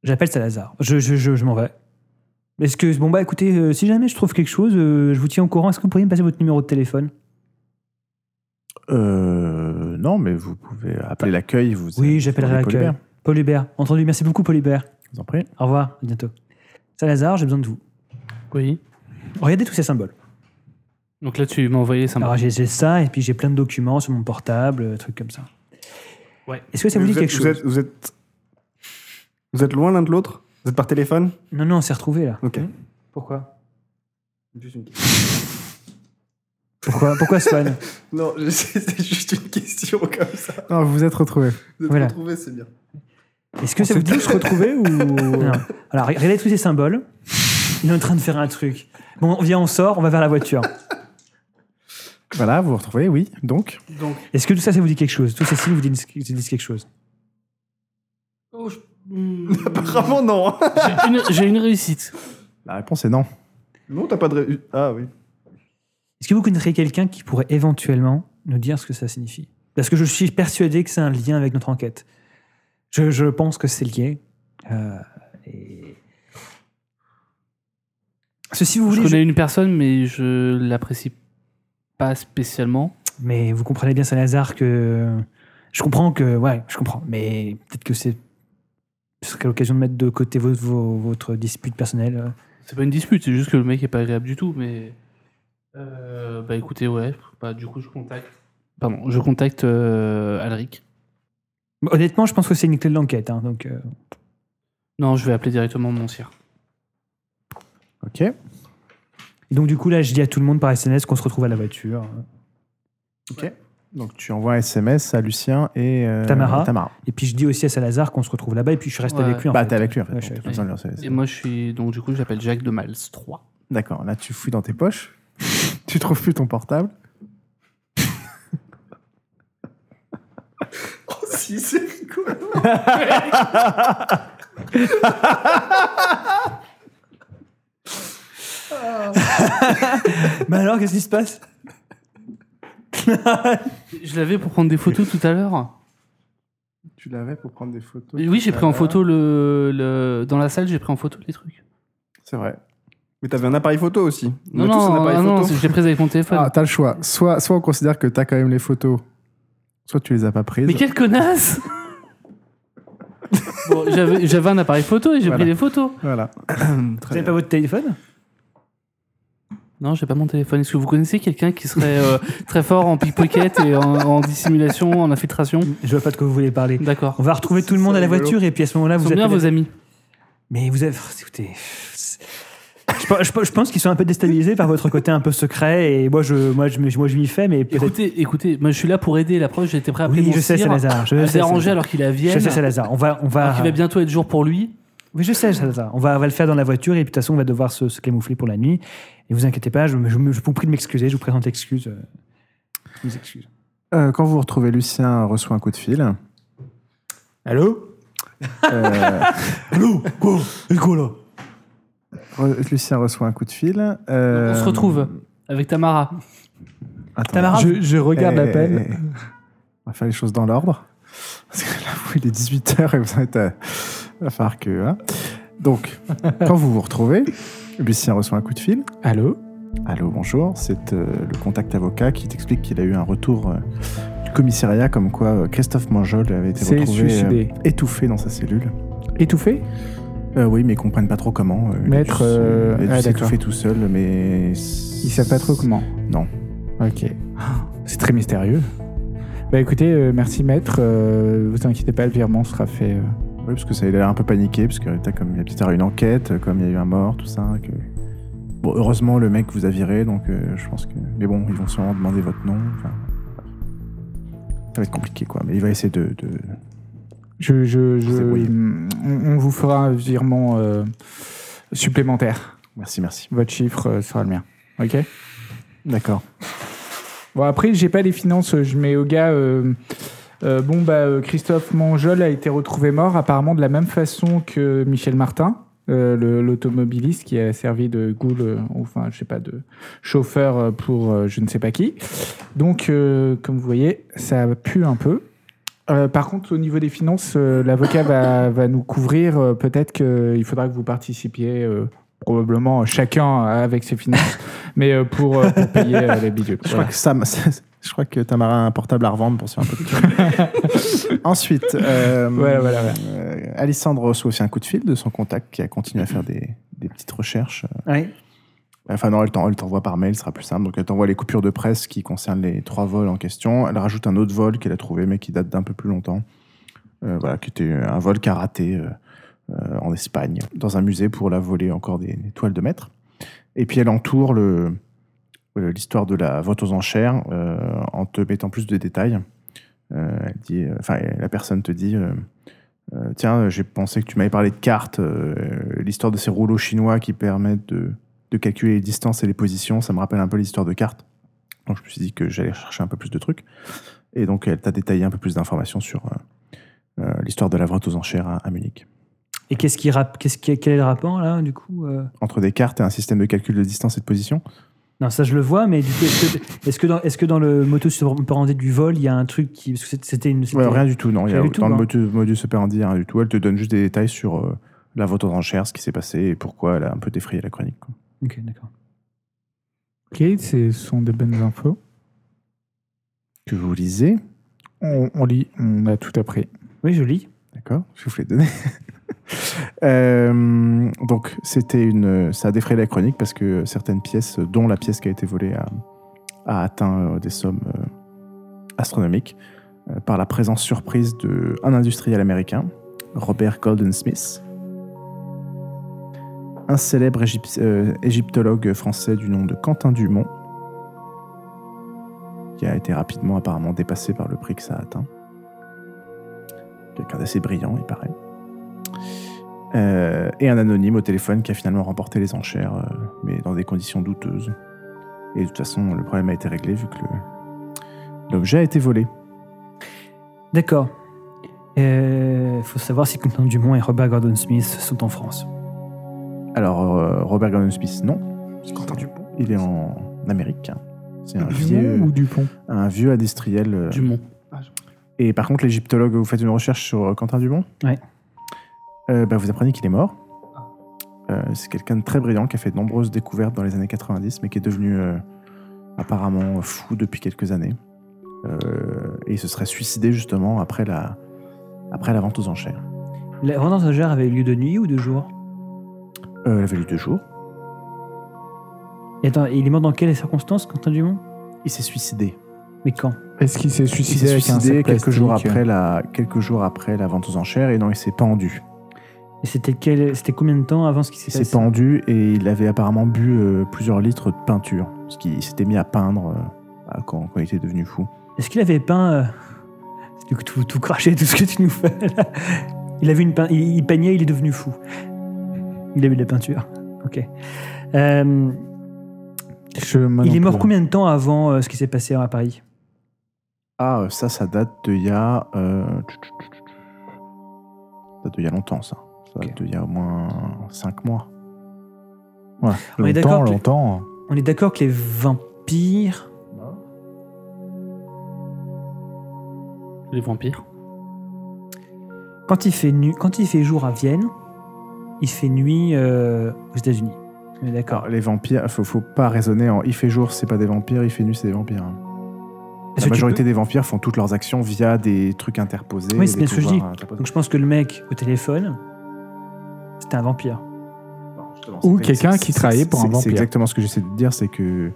Speaker 3: J'appelle Salazar. Je, je, je, je m'en vais. Est-ce que. Bon, bah écoutez, euh, si jamais je trouve quelque chose, euh, je vous tiens au courant. Est-ce que vous pourriez me passer votre numéro de téléphone
Speaker 1: Euh, non, mais vous pouvez appeler l'accueil. Vous
Speaker 3: Bah, Oui, j'appellerai
Speaker 1: vous appelez
Speaker 3: l'accueil.
Speaker 1: Paul Hubert.
Speaker 3: Paul Hubert. Entendu, merci beaucoup, Paul Hubert.
Speaker 1: Je Vous en prie.
Speaker 3: Au revoir, à bientôt. Salazar, j'ai besoin de vous.
Speaker 2: Oui.
Speaker 3: Regardez tous ces symboles.
Speaker 1: Ah
Speaker 2: Donc là, tu m'as envoyé les symboles.
Speaker 3: Alors j'ai j'ai ça, et puis j'ai plein de documents sur mon portable, euh, trucs comme ça.
Speaker 2: Ouais.
Speaker 3: Est-ce que ça vous
Speaker 5: Mais
Speaker 3: dit
Speaker 5: vous
Speaker 3: quelque
Speaker 5: êtes-
Speaker 3: chose
Speaker 5: Vous êtes, vous, êtes, vous êtes loin l'un de l'autre Vous êtes par téléphone
Speaker 3: Non, non, on s'est retrouvés là. Mmh.
Speaker 5: Ok.
Speaker 3: Pourquoi Pourquoi, pourquoi Swan
Speaker 5: Non, je- c'était juste une question comme ça.
Speaker 4: Non, vous vous êtes retrouvés.
Speaker 5: Vous êtes
Speaker 3: Voilà.
Speaker 5: retrouvés, c'est bien.
Speaker 3: Est-ce que ça vous dit
Speaker 4: tous retrouvés ou.
Speaker 3: Non. Alors regardez tous ces symboles. Il est en train de faire un truc. Bon, on vient, on sort, on va vers la voiture.
Speaker 1: Voilà, vous vous retrouvez, oui. Donc,
Speaker 2: Donc,
Speaker 3: Est-ce que tout ça, ça vous dit quelque chose Tous ces signes vous disent, vous disent quelque chose
Speaker 2: oh, je-
Speaker 5: Apparemment, non.
Speaker 1: Ah,
Speaker 2: j'ai une- j'ai une réussite.
Speaker 1: la réponse est non.
Speaker 5: Non, t'as pas de. ré- Ah oui.
Speaker 3: Est-ce que vous connaîtriez quelqu'un qui pourrait éventuellement nous dire ce que ça signifie Parce que je suis persuadé que c'est un lien avec notre enquête. Je, je pense que c'est lié. Euh, et- Parce que si vous
Speaker 2: Je
Speaker 3: voulez,
Speaker 2: connais une personne, mais je l'apprécie pas spécialement.
Speaker 3: je- mais vous comprenez bien Salazar que je comprends que ouais, je comprends, mais peut-être que c'est ce serait l'occasion de mettre de côté votre, vos- votre dispute personnelle. euh.
Speaker 2: C'est pas une dispute, c'est juste que le mec est pas agréable du tout, mais. Euh, bah écoutez, ouais. Bah, du coup, je contacte. Pardon, je contacte euh, Alric.
Speaker 3: Bon, Honnêtement, je pense que c'est une clé de l'enquête. hein, donc, euh,
Speaker 2: Non, je vais appeler directement mon sire.
Speaker 1: Ok.
Speaker 3: Et donc du coup là, je dis à tout le monde par SNS qu'on se retrouve à la voiture. euh,
Speaker 1: Donc tu envoies un SMS à Lucien et euh,
Speaker 3: Tamara.
Speaker 1: Tamara.
Speaker 3: Et puis je dis aussi à Salazar qu'on se retrouve là-bas. Et puis je reste
Speaker 2: Ouais.
Speaker 3: avec lui. en
Speaker 1: Bah,
Speaker 3: fait.
Speaker 1: t'es avec lui en fait.
Speaker 3: Ouais,
Speaker 1: donc
Speaker 3: je
Speaker 1: t'as
Speaker 3: suis avec
Speaker 1: pas besoin de lui en
Speaker 2: Et
Speaker 1: SMS.
Speaker 2: moi, je suis. Donc, du coup, j'appelle Jacques de Mals 3.
Speaker 1: D'accord, là tu fouilles dans tes poches, tu trouves plus ton portable.
Speaker 5: Oh, si, c'est rigolo.
Speaker 3: Mais alors, qu'est-ce qui se passe
Speaker 2: Je l'avais pour prendre des photos tout à l'heure.
Speaker 1: Tu l'avais pour prendre des photos.
Speaker 2: Oui, Bah, j'ai pris en photo le, le- Dans la salle, j'ai pris en photo les trucs.
Speaker 5: C'est vrai. Mais t'avais un appareil photo aussi. On
Speaker 2: Non,
Speaker 5: a
Speaker 2: non,
Speaker 5: tous un appareil
Speaker 2: ah non,
Speaker 5: photo.
Speaker 2: c'est- je l'ai prise avec mon téléphone.
Speaker 1: Ah, t'as le choix. Soit, soit on considère que t'as quand même les photos, soit tu les as pas prises.
Speaker 2: mais quelle connasse Bon, J'avais j'avais un appareil photo et j'ai
Speaker 1: Voilà.
Speaker 2: pris des photos.
Speaker 1: Voilà.
Speaker 3: Vous n'avez pas votre téléphone
Speaker 2: Non, j'ai pas mon téléphone. Est-ce que vous connaissez quelqu'un qui serait euh, très fort en pickpocket et en, en dissimulation, en infiltration
Speaker 3: Je vois pas de quoi vous voulez parler.
Speaker 2: D'accord.
Speaker 3: On va retrouver tout le monde à la voiture et puis à ce moment-là,
Speaker 2: Ils
Speaker 3: vous
Speaker 2: sont bien
Speaker 3: appelez-
Speaker 2: vos amis.
Speaker 3: Mais vous avez. Oh, Écoutez. c'est- Je, pe- je pe- je pense qu'ils sont un peu déstabilisés par votre côté un peu secret et moi je, moi, je, me- moi, je m'y fais, mais peut-être.
Speaker 2: Écoutez, écoutez, moi je suis là pour aider. La preuve, j'étais prêt à
Speaker 3: Oui, je sais,
Speaker 2: c'est
Speaker 3: Salazar. Je
Speaker 2: à le
Speaker 3: sais,
Speaker 2: déranger
Speaker 3: Salazar.
Speaker 2: alors qu'il est à
Speaker 3: Je
Speaker 2: Vienne.
Speaker 3: sais, Salazar. On va. On va...
Speaker 2: alors qu'il va bientôt être jour pour lui.
Speaker 3: Oui, je sais, Salazar. On va, on va le faire dans la voiture et puis de toute façon, on va devoir se, se camoufler pour la nuit. Et vous inquiétez pas, je, me- je me- je vous prie de m'excuser, je vous présente excuse. euh, je vous excuse.
Speaker 1: Euh, quand vous retrouvez Lucien, reçoit un coup de fil.
Speaker 4: Allô
Speaker 1: Euh,
Speaker 4: Allô Quoi Et quoi là
Speaker 1: re- Lucien reçoit un coup de fil. euh,
Speaker 2: On se retrouve avec Tamara.
Speaker 3: euh,
Speaker 1: Attends.
Speaker 3: Tamara,
Speaker 4: je, je regarde
Speaker 1: Eh,
Speaker 4: l'appel.
Speaker 1: eh, eh. On va faire les choses dans l'ordre. Parce que là, vous, il est 18h et vous êtes à, à faire que. hein. Donc, quand vous vous retrouvez, Lucien reçoit un coup de fil.
Speaker 4: Allô
Speaker 1: Allô, bonjour. C'est euh, le contact avocat qui t'explique qu'il a eu un retour euh, du commissariat comme quoi euh, Christophe Manjol avait été
Speaker 4: C'est
Speaker 1: retrouvé euh,
Speaker 4: suicidé.
Speaker 1: étouffé dans sa cellule.
Speaker 4: Étouffé
Speaker 1: Euh, oui, mais ils comprennent pas trop comment. euh, il a
Speaker 4: Maître,
Speaker 1: dû se-
Speaker 4: euh,
Speaker 1: il a dû
Speaker 4: ah,
Speaker 1: s'étouffer tout seul, mais.
Speaker 4: Ils savent pas trop comment.
Speaker 1: Non.
Speaker 4: Ok. C'est très mystérieux. Bah écoutez, euh, merci maître. euh, vous inquiétez pas, le virement sera fait. euh,
Speaker 1: Oui, parce que ça il a l'air un peu paniqué, parce que t'as comme il y a peut-être une enquête, comme il y a eu un mort, tout ça. Que... Bon, heureusement le mec vous a viré, donc euh, je pense que. Mais bon, ils vont sûrement demander votre nom. enfin, Ça va être compliqué, quoi. Mais il va essayer de. de-
Speaker 4: Je, je, je-
Speaker 1: C'est brouillé.
Speaker 4: on, on vous fera un virement euh, supplémentaire.
Speaker 1: Merci, merci.
Speaker 4: Votre chiffre euh, sera le mien. Ok.
Speaker 1: D'accord.
Speaker 4: Bon après, j'ai pas les finances. Je mets au gars. euh, euh, bon bah euh, Christophe Mangeol a été retrouvé mort apparemment de la même façon que Michel Martin, euh, le- l'automobiliste qui a servi de goule, euh, enfin je sais pas de chauffeur euh, pour euh, je ne sais pas qui. Donc euh, comme vous voyez, ça pue un peu. Euh, par contre, au niveau des finances, euh, l'avocat va, va nous couvrir. euh, Peut-être qu'il faudra que vous participiez, euh, probablement euh, chacun avec ses finances, mais euh, pour, euh, pour payer euh, les bidules.
Speaker 1: Je
Speaker 4: Voilà.
Speaker 1: crois que Sam. Je crois que Tamara a un portable à revendre pour se faire un peu de Ensuite, euh,
Speaker 4: Voilà, voilà, voilà.
Speaker 1: euh, Alessandre reçoit aussi un coup de fil de son contact qui a continué à faire des, des petites recherches
Speaker 3: ouais.
Speaker 1: Enfin non, elle t'en- elle t'envoie par mail, ce sera plus simple. Donc elle t'envoie les coupures de presse qui concernent les trois vols en question. Elle rajoute un autre vol qu'elle a trouvé, mais qui date d'un peu plus longtemps. Euh, voilà, qui était un vol qu'a raté euh, euh, en Espagne, dans un musée pour la voler encore des, des toiles de maître. Et puis elle entoure le euh, l'histoire de la vente aux enchères euh, en te mettant plus de détails. Euh, elle dit, euh, enfin la personne te dit. euh, euh, tiens, j'ai pensé que tu m'avais parlé de cartes, euh, l'histoire de ces rouleaux chinois qui permettent de, de calculer les distances et les positions. Ça me rappelle un peu l'histoire de cartes. Donc je me suis dit que j'allais chercher un peu plus de trucs. Et donc elle t'a détaillé un peu plus d'informations sur euh, euh, l'histoire de la vente aux enchères à, à Munich.
Speaker 3: Et qu'est-ce qui, rap- qu'est-ce qui, quel est le rapport là, du coup euh
Speaker 1: Entre des cartes et un système de calcul de distance et de position.
Speaker 3: Non, ça je le vois, mais du coup, est-ce que, est-ce que, dans, est-ce que dans le moto superandé du vol, il y a un truc qui. Parce que c'était- c'était une. c'était-
Speaker 1: Ouais, rien du tout, non. Il y a,
Speaker 3: Rien du tout,
Speaker 1: dans le
Speaker 3: hein.
Speaker 1: modus, modus operandi, rien du tout. Elle te donne juste des détails sur euh, la vente aux enchères, ce qui s'est passé et pourquoi elle a un peu défrayé la chronique. quoi.
Speaker 3: Ok, d'accord.
Speaker 4: Ok, ce sont des bonnes infos.
Speaker 1: que vous lisez.
Speaker 4: On, on lit, on a tout appris.
Speaker 3: Oui, je lis.
Speaker 1: D'accord Je vous les donner. Euh, donc, c'était une, ça a défrayé la chronique parce que certaines pièces, dont la pièce qui a été volée, a, a atteint euh, des sommes euh, astronomiques euh, par la présence surprise d'un industriel américain, Robert Golden Smith, un célèbre égypt- euh, égyptologue français du nom de Quentin Dumont, qui a été rapidement apparemment dépassé par le prix que ça a atteint. Quelqu'un d'assez brillant, il paraît. Euh, et un anonyme au téléphone qui a finalement remporté les enchères, euh, mais dans des conditions douteuses. Et de toute façon, le problème a été réglé vu que le- l'objet a été volé.
Speaker 3: D'accord. Il faut savoir si Quentin Dumont et Robert Gordon Smith sont en France.
Speaker 1: Alors, euh, Robert Gordon Smith, non. Il est en Amérique. C'est un vieux,
Speaker 4: ou Dupont
Speaker 1: un vieux industriel. euh,
Speaker 2: Dumont.
Speaker 1: Et par contre, l'égyptologue, vous faites une recherche sur euh, Quentin Dumont
Speaker 3: Ouais.
Speaker 1: Euh, bah, vous apprenez qu'il est mort. Euh, c'est quelqu'un de très brillant qui a fait de nombreuses découvertes dans les années 90, mais qui est devenu euh, apparemment euh, fou depuis quelques années. Euh, et il se serait suicidé justement après la, après la vente aux enchères.
Speaker 3: La vente aux enchères avait lieu de nuit ou de jour
Speaker 1: Euh, il avait lu deux jours.
Speaker 3: Et attends, il est mort dans quelles circonstances, Quentin Dumont
Speaker 1: Il s'est suicidé.
Speaker 3: Mais quand
Speaker 4: Est-ce qu'il s'est
Speaker 1: Il
Speaker 4: suicidé,
Speaker 1: s'est
Speaker 4: avec un
Speaker 1: suicidé
Speaker 4: sac
Speaker 1: quelques jours,
Speaker 4: plastique
Speaker 1: après la, quelques jours après la vente aux enchères et non, il s'est pendu.
Speaker 3: Et c'était quel... c'était combien de temps avant ce qui s'est
Speaker 1: Il
Speaker 3: passé
Speaker 1: s'est pendu et il avait apparemment bu euh, plusieurs litres de peinture, parce qu'il s'était mis à peindre euh, à- quand, quand il était devenu fou.
Speaker 3: Est-ce qu'il avait peint euh, du coup, tout, tout craché, tout ce que tu nous fais là Il avait une pein- il, il peignait, il est devenu fou. Il a eu de la peinture. Ok. Euh,
Speaker 4: Je- moi non
Speaker 3: il est mort
Speaker 4: plus.
Speaker 3: combien de temps avant euh, ce qui s'est passé à Paris
Speaker 1: Ah, euh, ça, ça date de il y a... euh, ça date de il y a longtemps, ça. Ça date
Speaker 3: Ok.
Speaker 1: de il y a au moins 5 mois.
Speaker 3: On est
Speaker 4: Longtemps,
Speaker 3: d'accord que-
Speaker 4: longtemps.
Speaker 3: On est d'accord que les vampires.
Speaker 2: Les vampires.
Speaker 3: Quand il, fait nu- quand il fait jour à Vienne, il fait nuit euh, aux États-Unis. On est d'accord.
Speaker 1: Alors, les vampires, faut, faut pas raisonner en il fait jour, c'est pas des vampires, il fait nuit, c'est des vampires. hein.
Speaker 3: Parce que
Speaker 1: La
Speaker 3: tu
Speaker 1: majorité
Speaker 3: peux-
Speaker 1: des vampires font toutes leurs actions via des trucs interposés.
Speaker 3: Oui, c'est
Speaker 1: des
Speaker 3: bien ce que je
Speaker 1: pouvoirs, euh,
Speaker 3: Donc je pense que le mec au téléphone, c'était un vampire.
Speaker 1: C'est-
Speaker 4: Ou
Speaker 1: c'est-
Speaker 4: quelqu'un
Speaker 1: c'est-
Speaker 4: qui
Speaker 1: c'est-
Speaker 4: travaillait pour un
Speaker 1: c'est- C'est
Speaker 4: vampire.
Speaker 1: exactement ce que j'essaie de dire, c'est que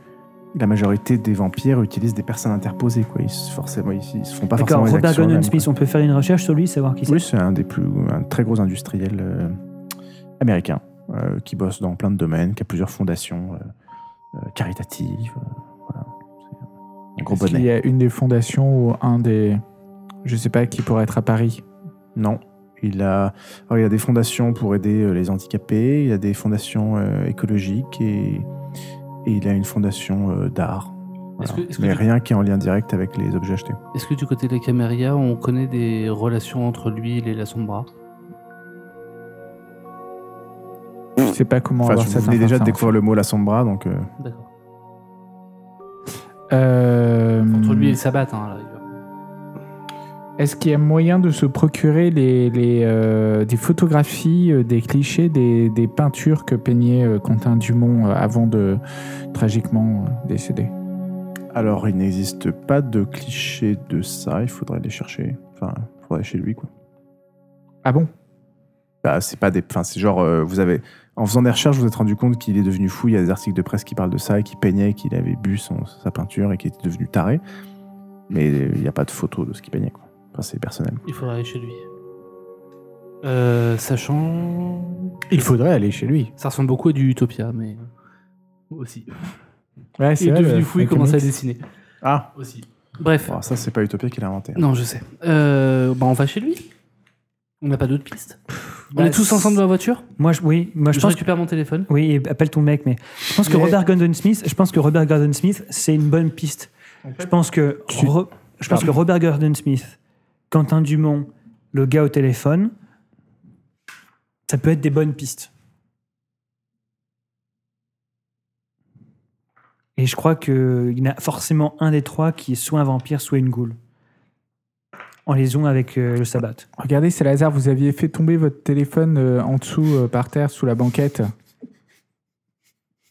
Speaker 1: la majorité des vampires utilisent des personnes interposées. Quoi. Ils, se- forcément, ils, ils se font pas
Speaker 3: D'accord,
Speaker 1: forcément les
Speaker 3: Robert
Speaker 1: actions
Speaker 3: Gordon
Speaker 1: eux-mêmes,
Speaker 3: Smith, on peut faire une recherche sur lui, savoir qui
Speaker 1: quoi.
Speaker 3: c'est.
Speaker 1: Oui, c'est un des plus, un très gros industriel euh, américain euh, qui bosse dans plein de domaines, qui a plusieurs fondations euh, euh, caritatives. euh, voilà. C'est Un gros
Speaker 4: Est-ce qu'il
Speaker 1: bonnet.
Speaker 4: y a une des fondations ou un des. Je sais pas qui pourrait être à Paris.
Speaker 1: Non. Il a, alors, il a des fondations pour aider euh, les handicapés, il a des fondations euh, écologiques et, et il a une fondation euh, d'art.
Speaker 2: Est-ce
Speaker 1: Voilà.
Speaker 2: que- est-ce que
Speaker 1: Mais
Speaker 2: tu-
Speaker 1: rien qui est en lien direct avec les objets achetés.
Speaker 2: Est-ce que du côté de la Caméria, on connaît des relations entre lui et les La Sombra
Speaker 4: Je sais pas comment
Speaker 1: Enfin,
Speaker 4: avoir
Speaker 1: vous
Speaker 4: cette
Speaker 1: venez déjà de
Speaker 4: information.
Speaker 1: découvrir le mot la sombra, donc euh,
Speaker 2: D'accord.
Speaker 4: Euh,
Speaker 2: Entre lui et le Sabbat, hein, là. il va-
Speaker 4: Est-ce qu'il y a moyen de se procurer les, les, euh, des photographies, euh, des clichés, des, des peintures que peignait euh, Quentin Dumont euh, avant de tragiquement euh, décéder
Speaker 1: alors il n'existe pas de cliché de ça. Il faudrait les chercher. Enfin, il faudrait chez lui quoi.
Speaker 4: Ah bon
Speaker 1: Bah, c'est pas des. Enfin, c'est genre euh, vous avez en faisant des recherches, vous vous êtes rendu compte qu'il est devenu fou. Il y a des articles de presse qui parlent de ça et qui peignait, qu'il avait bu son- sa peinture et qu'il était devenu taré. Mais euh, il n'y a pas de photo de ce qu'il peignait quoi. Enfin, c'est personnel.
Speaker 2: Il faudrait aller chez lui. Euh, sachant.
Speaker 4: Il faudrait aller chez lui.
Speaker 2: Ça ressemble beaucoup à du Utopia, mais. Aussi.
Speaker 4: Ouais,
Speaker 2: Il est devenu fou, il commence à dessiner.
Speaker 1: Ah,
Speaker 2: Aussi. Bref.
Speaker 1: bon, ça c'est pas Utopia qu'il a inventé. hein.
Speaker 2: Non, je sais. Euh, bah, on va chez lui. On n'a pas d'autres pistes. on est tous ensemble dans la voiture.
Speaker 3: Moi, je, oui, moi, je,
Speaker 2: Bah, je
Speaker 3: pense que,
Speaker 2: récupère mon téléphone.
Speaker 3: oui, et appelle ton mec, mais je pense que
Speaker 4: Mais-
Speaker 3: Robert Gordon Smith, je pense que Robert Gordon Smith, c'est une bonne piste. Je pense que,
Speaker 4: Tu-
Speaker 3: Ro- je pense que Robert Gordon Smith, Quentin Dumont, le gars au téléphone, ça peut être des bonnes pistes. Et je crois qu'il y en a forcément un des trois qui est soit un vampire, soit une goule. En liaison avec euh, le sabbat.
Speaker 4: Regardez, c'est le hasard, vous aviez fait tomber votre téléphone euh, en dessous, euh, par terre, sous la banquette.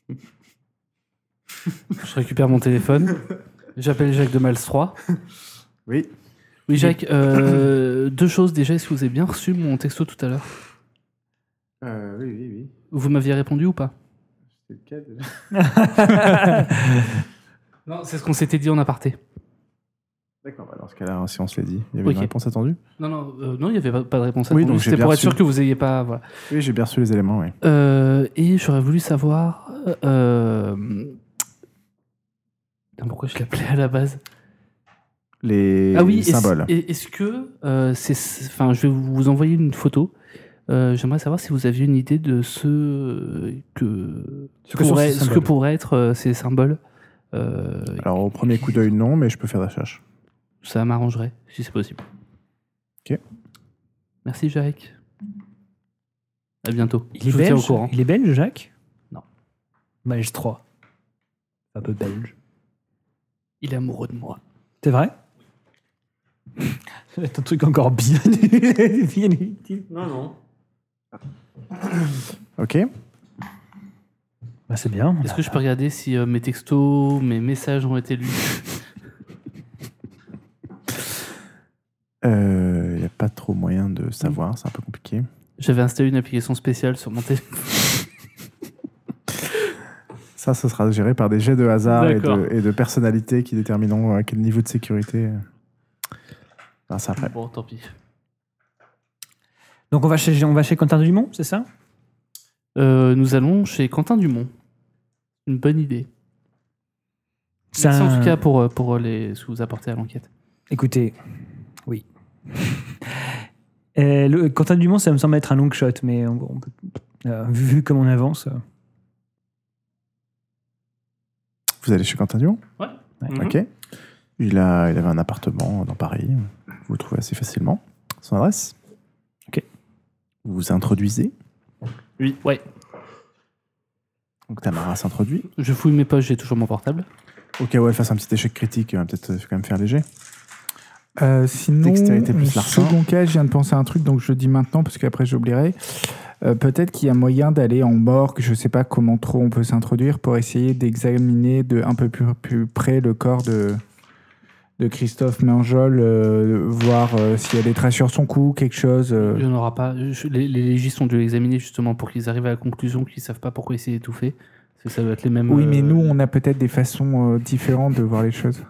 Speaker 2: Je récupère mon téléphone. J'appelle Jacques de Mals 3.
Speaker 5: Oui.
Speaker 2: Oui, Jacques, euh, deux choses déjà. Est-ce que vous avez bien reçu mon texto tout à l'heure
Speaker 5: Euh, oui, oui, oui.
Speaker 2: Vous m'aviez répondu ou pas
Speaker 5: C'est le cas déjà.
Speaker 2: Non, c'est ce qu'on s'était dit en aparté.
Speaker 5: D'accord, bah, alors.
Speaker 1: Dans ce cas-là, hein, si on se l'a dit, il y avait
Speaker 2: Ok.
Speaker 1: une réponse attendue
Speaker 2: Non, non, euh, non, il n'y avait pas, pas de réponse à
Speaker 1: Oui,
Speaker 2: ton-
Speaker 1: donc j'ai
Speaker 2: C'était pour
Speaker 1: bien
Speaker 2: être sûr
Speaker 1: reçu.
Speaker 2: que vous n'ayez pas. Voilà.
Speaker 1: Oui, j'ai bien reçu les éléments, oui.
Speaker 2: Euh, et j'aurais voulu savoir. euh, putain, Pourquoi je l'appelais à la base
Speaker 1: Les
Speaker 2: Ah oui, est-ce-
Speaker 1: symboles.
Speaker 2: est- Est-ce que euh, c'est, c'est- enfin, je vais vous vous envoyer une photo. Euh, j'aimerais savoir si vous aviez une idée de ce euh, que
Speaker 3: Ce que sont
Speaker 2: pourrait-
Speaker 3: ces
Speaker 2: ce que
Speaker 3: symboles.
Speaker 2: pourraient être euh, ces symboles. Euh,
Speaker 1: Alors, au premier coup d'œil, non, mais je peux faire la recherche.
Speaker 2: ça m'arrangerait si c'est possible.
Speaker 1: Ok.
Speaker 2: Merci Jarek. À bientôt.
Speaker 3: Il
Speaker 2: je
Speaker 3: est
Speaker 2: vous tiens
Speaker 3: belge
Speaker 2: au courant.
Speaker 3: Il est belge, Jacques
Speaker 2: Non.
Speaker 3: Belge 3. Un peu belge.
Speaker 2: Il est amoureux de moi.
Speaker 3: C'est vrai C'est un truc encore bien, bien inutile.
Speaker 5: Non, non.
Speaker 1: Ok
Speaker 3: Bah, c'est bien.
Speaker 2: Est-ce que je peux regarder si euh, mes textos, mes messages ont été lus
Speaker 1: Il n'y Euh, a pas trop moyen de
Speaker 2: Mm.
Speaker 1: savoir, c'est un peu compliqué.
Speaker 2: J'avais installé une application spéciale sur mon téléphone.
Speaker 1: Ça, ce sera géré par des jets de hasard et
Speaker 2: D'accord.
Speaker 1: de, et de personnalité qui détermineront à quel niveau de sécurité. euh, Enfin, ça après.
Speaker 2: Bon, tant pis.
Speaker 3: Donc on va chez, on va chez Quentin Dumont, c'est ça
Speaker 2: Euh, nous allons chez Quentin Dumont. Une bonne idée.
Speaker 3: C'est
Speaker 2: Merci en
Speaker 3: un-
Speaker 2: tout cas pour, euh, pour les, ce que vous apportez à l'enquête.
Speaker 3: Écoutez, oui. Euh, le, Quentin Dumont, ça me semble être un long shot, mais on- on peut- euh, vu, vu comme on avance, euh,
Speaker 1: Vous allez chez Quentin Dion
Speaker 2: Ouais.
Speaker 5: Mhm.
Speaker 1: Ok. Il, a, il avait un appartement dans Paris. Vous le trouvez assez facilement. Son adresse
Speaker 3: Ok.
Speaker 1: Vous vous introduisez.
Speaker 5: Oui.
Speaker 2: Ouais.
Speaker 1: Donc Tamara s'introduit.
Speaker 2: Je fouille mes poches, j'ai toujours mon portable.
Speaker 1: Au cas où elle fasse un petit échec critique, elle va peut-être quand même faire léger.
Speaker 4: Euh, sinon,
Speaker 1: Dextérité plus
Speaker 4: mon
Speaker 1: larcin.
Speaker 4: second cas, je viens de penser à un truc, donc je le dis maintenant parce qu'après j'oublierai. Euh, Peut-être qu'il y a moyen d'aller en morgue, je sais pas comment trop on peut s'introduire pour essayer d'examiner de un peu plus, plus près le corps de, de Christophe Mingeol, euh, voir euh, s'il y a des traces sur son cou, quelque chose. euh.
Speaker 2: Il n'y en aura pas. Je- les, les légistes ont dû l'examiner justement pour qu'ils arrivent à la conclusion qu'ils ne savent pas pourquoi il s'est étouffé. Parce que ça doit être les mêmes.
Speaker 4: Oui, mais
Speaker 2: euh,
Speaker 4: nous, on a peut-être des façons euh, différentes de voir les choses.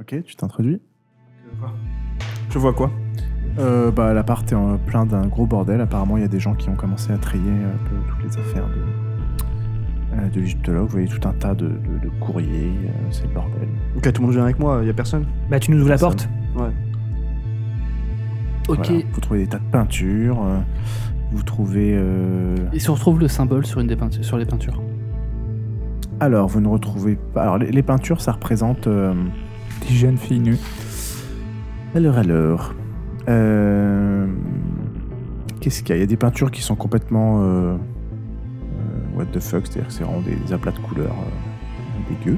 Speaker 1: Ok, tu t'introduis.
Speaker 5: Je vois quoi
Speaker 1: Euh, bah, l'appart est en plein d'un gros bordel. Apparemment, il y a des gens qui ont commencé à trier euh, un peu toutes les affaires de, euh, de l'égyptologue. Vous voyez tout un tas de, de- de courriers. euh, c'est le bordel.
Speaker 5: Ok, tout le monde vient avec moi, il a personne.
Speaker 3: bah, tu nous ouvres la
Speaker 1: Personne.
Speaker 3: porte.
Speaker 2: Ok.
Speaker 1: Voilà. Vous trouvez des tas de peintures. euh, vous trouvez. euh,
Speaker 2: Et si on retrouve le symbole sur, une des peintures, sur les peintures
Speaker 1: Alors, vous ne retrouvez pas. Alors, les, les peintures, ça représente. euh,
Speaker 4: Des jeunes filles nues.
Speaker 1: Alors, alors. Euh, Qu'est-ce qu'il y a Il y a des peintures qui sont complètement. euh, euh, what the fuck, c'est-à-dire que c'est vraiment des, des aplats de couleurs euh, dégueux.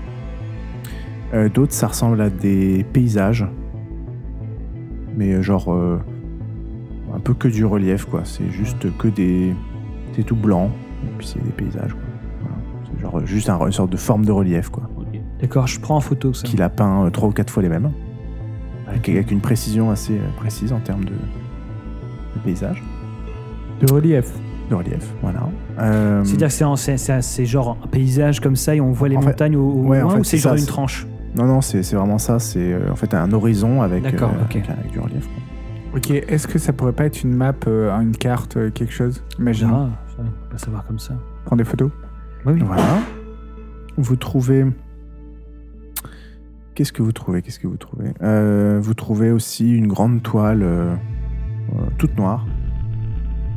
Speaker 1: Euh, D'autres, ça ressemble à des paysages. Mais euh, genre. euh, un peu que du relief, quoi. C'est juste que des. C'est tout blanc. Et puis c'est des paysages, quoi. Voilà. C'est genre euh, juste un- une sorte de forme de relief, quoi
Speaker 3: D'accord, je prends en photo ça.
Speaker 1: qu'il a peint euh, trois ou quatre fois les mêmes, avec, avec une précision assez euh, précise en termes de, de paysage,
Speaker 4: De relief.
Speaker 1: de relief. Voilà. Euh,
Speaker 3: C'est-à-dire que c'est en- c'est- c'est c'est genre un paysage comme ça et on voit les
Speaker 1: En fait-
Speaker 3: montagnes au, au
Speaker 1: ouais, en
Speaker 3: loin
Speaker 1: fait,
Speaker 3: ou c'est
Speaker 1: c'est ça,
Speaker 3: genre une
Speaker 1: c'est-
Speaker 3: tranche
Speaker 1: non, non, c'est c'est vraiment ça. C'est euh, en fait un horizon avec, euh,
Speaker 3: D'accord, ok.
Speaker 1: avec, avec du relief. quoi.
Speaker 4: Ok, est-ce que ça pourrait pas être une map, euh, une carte, euh, quelque chose
Speaker 3: On
Speaker 4: Imagine.
Speaker 3: verra, Ah, ça, on peut savoir comme ça. Bah
Speaker 4: Prends des photos.
Speaker 3: Oui, oui.
Speaker 1: Voilà. Vous trouvez. Qu'est-ce que vous trouvez Qu'est-ce que vous trouvez Euh, Vous trouvez aussi une grande toile euh, euh, toute noire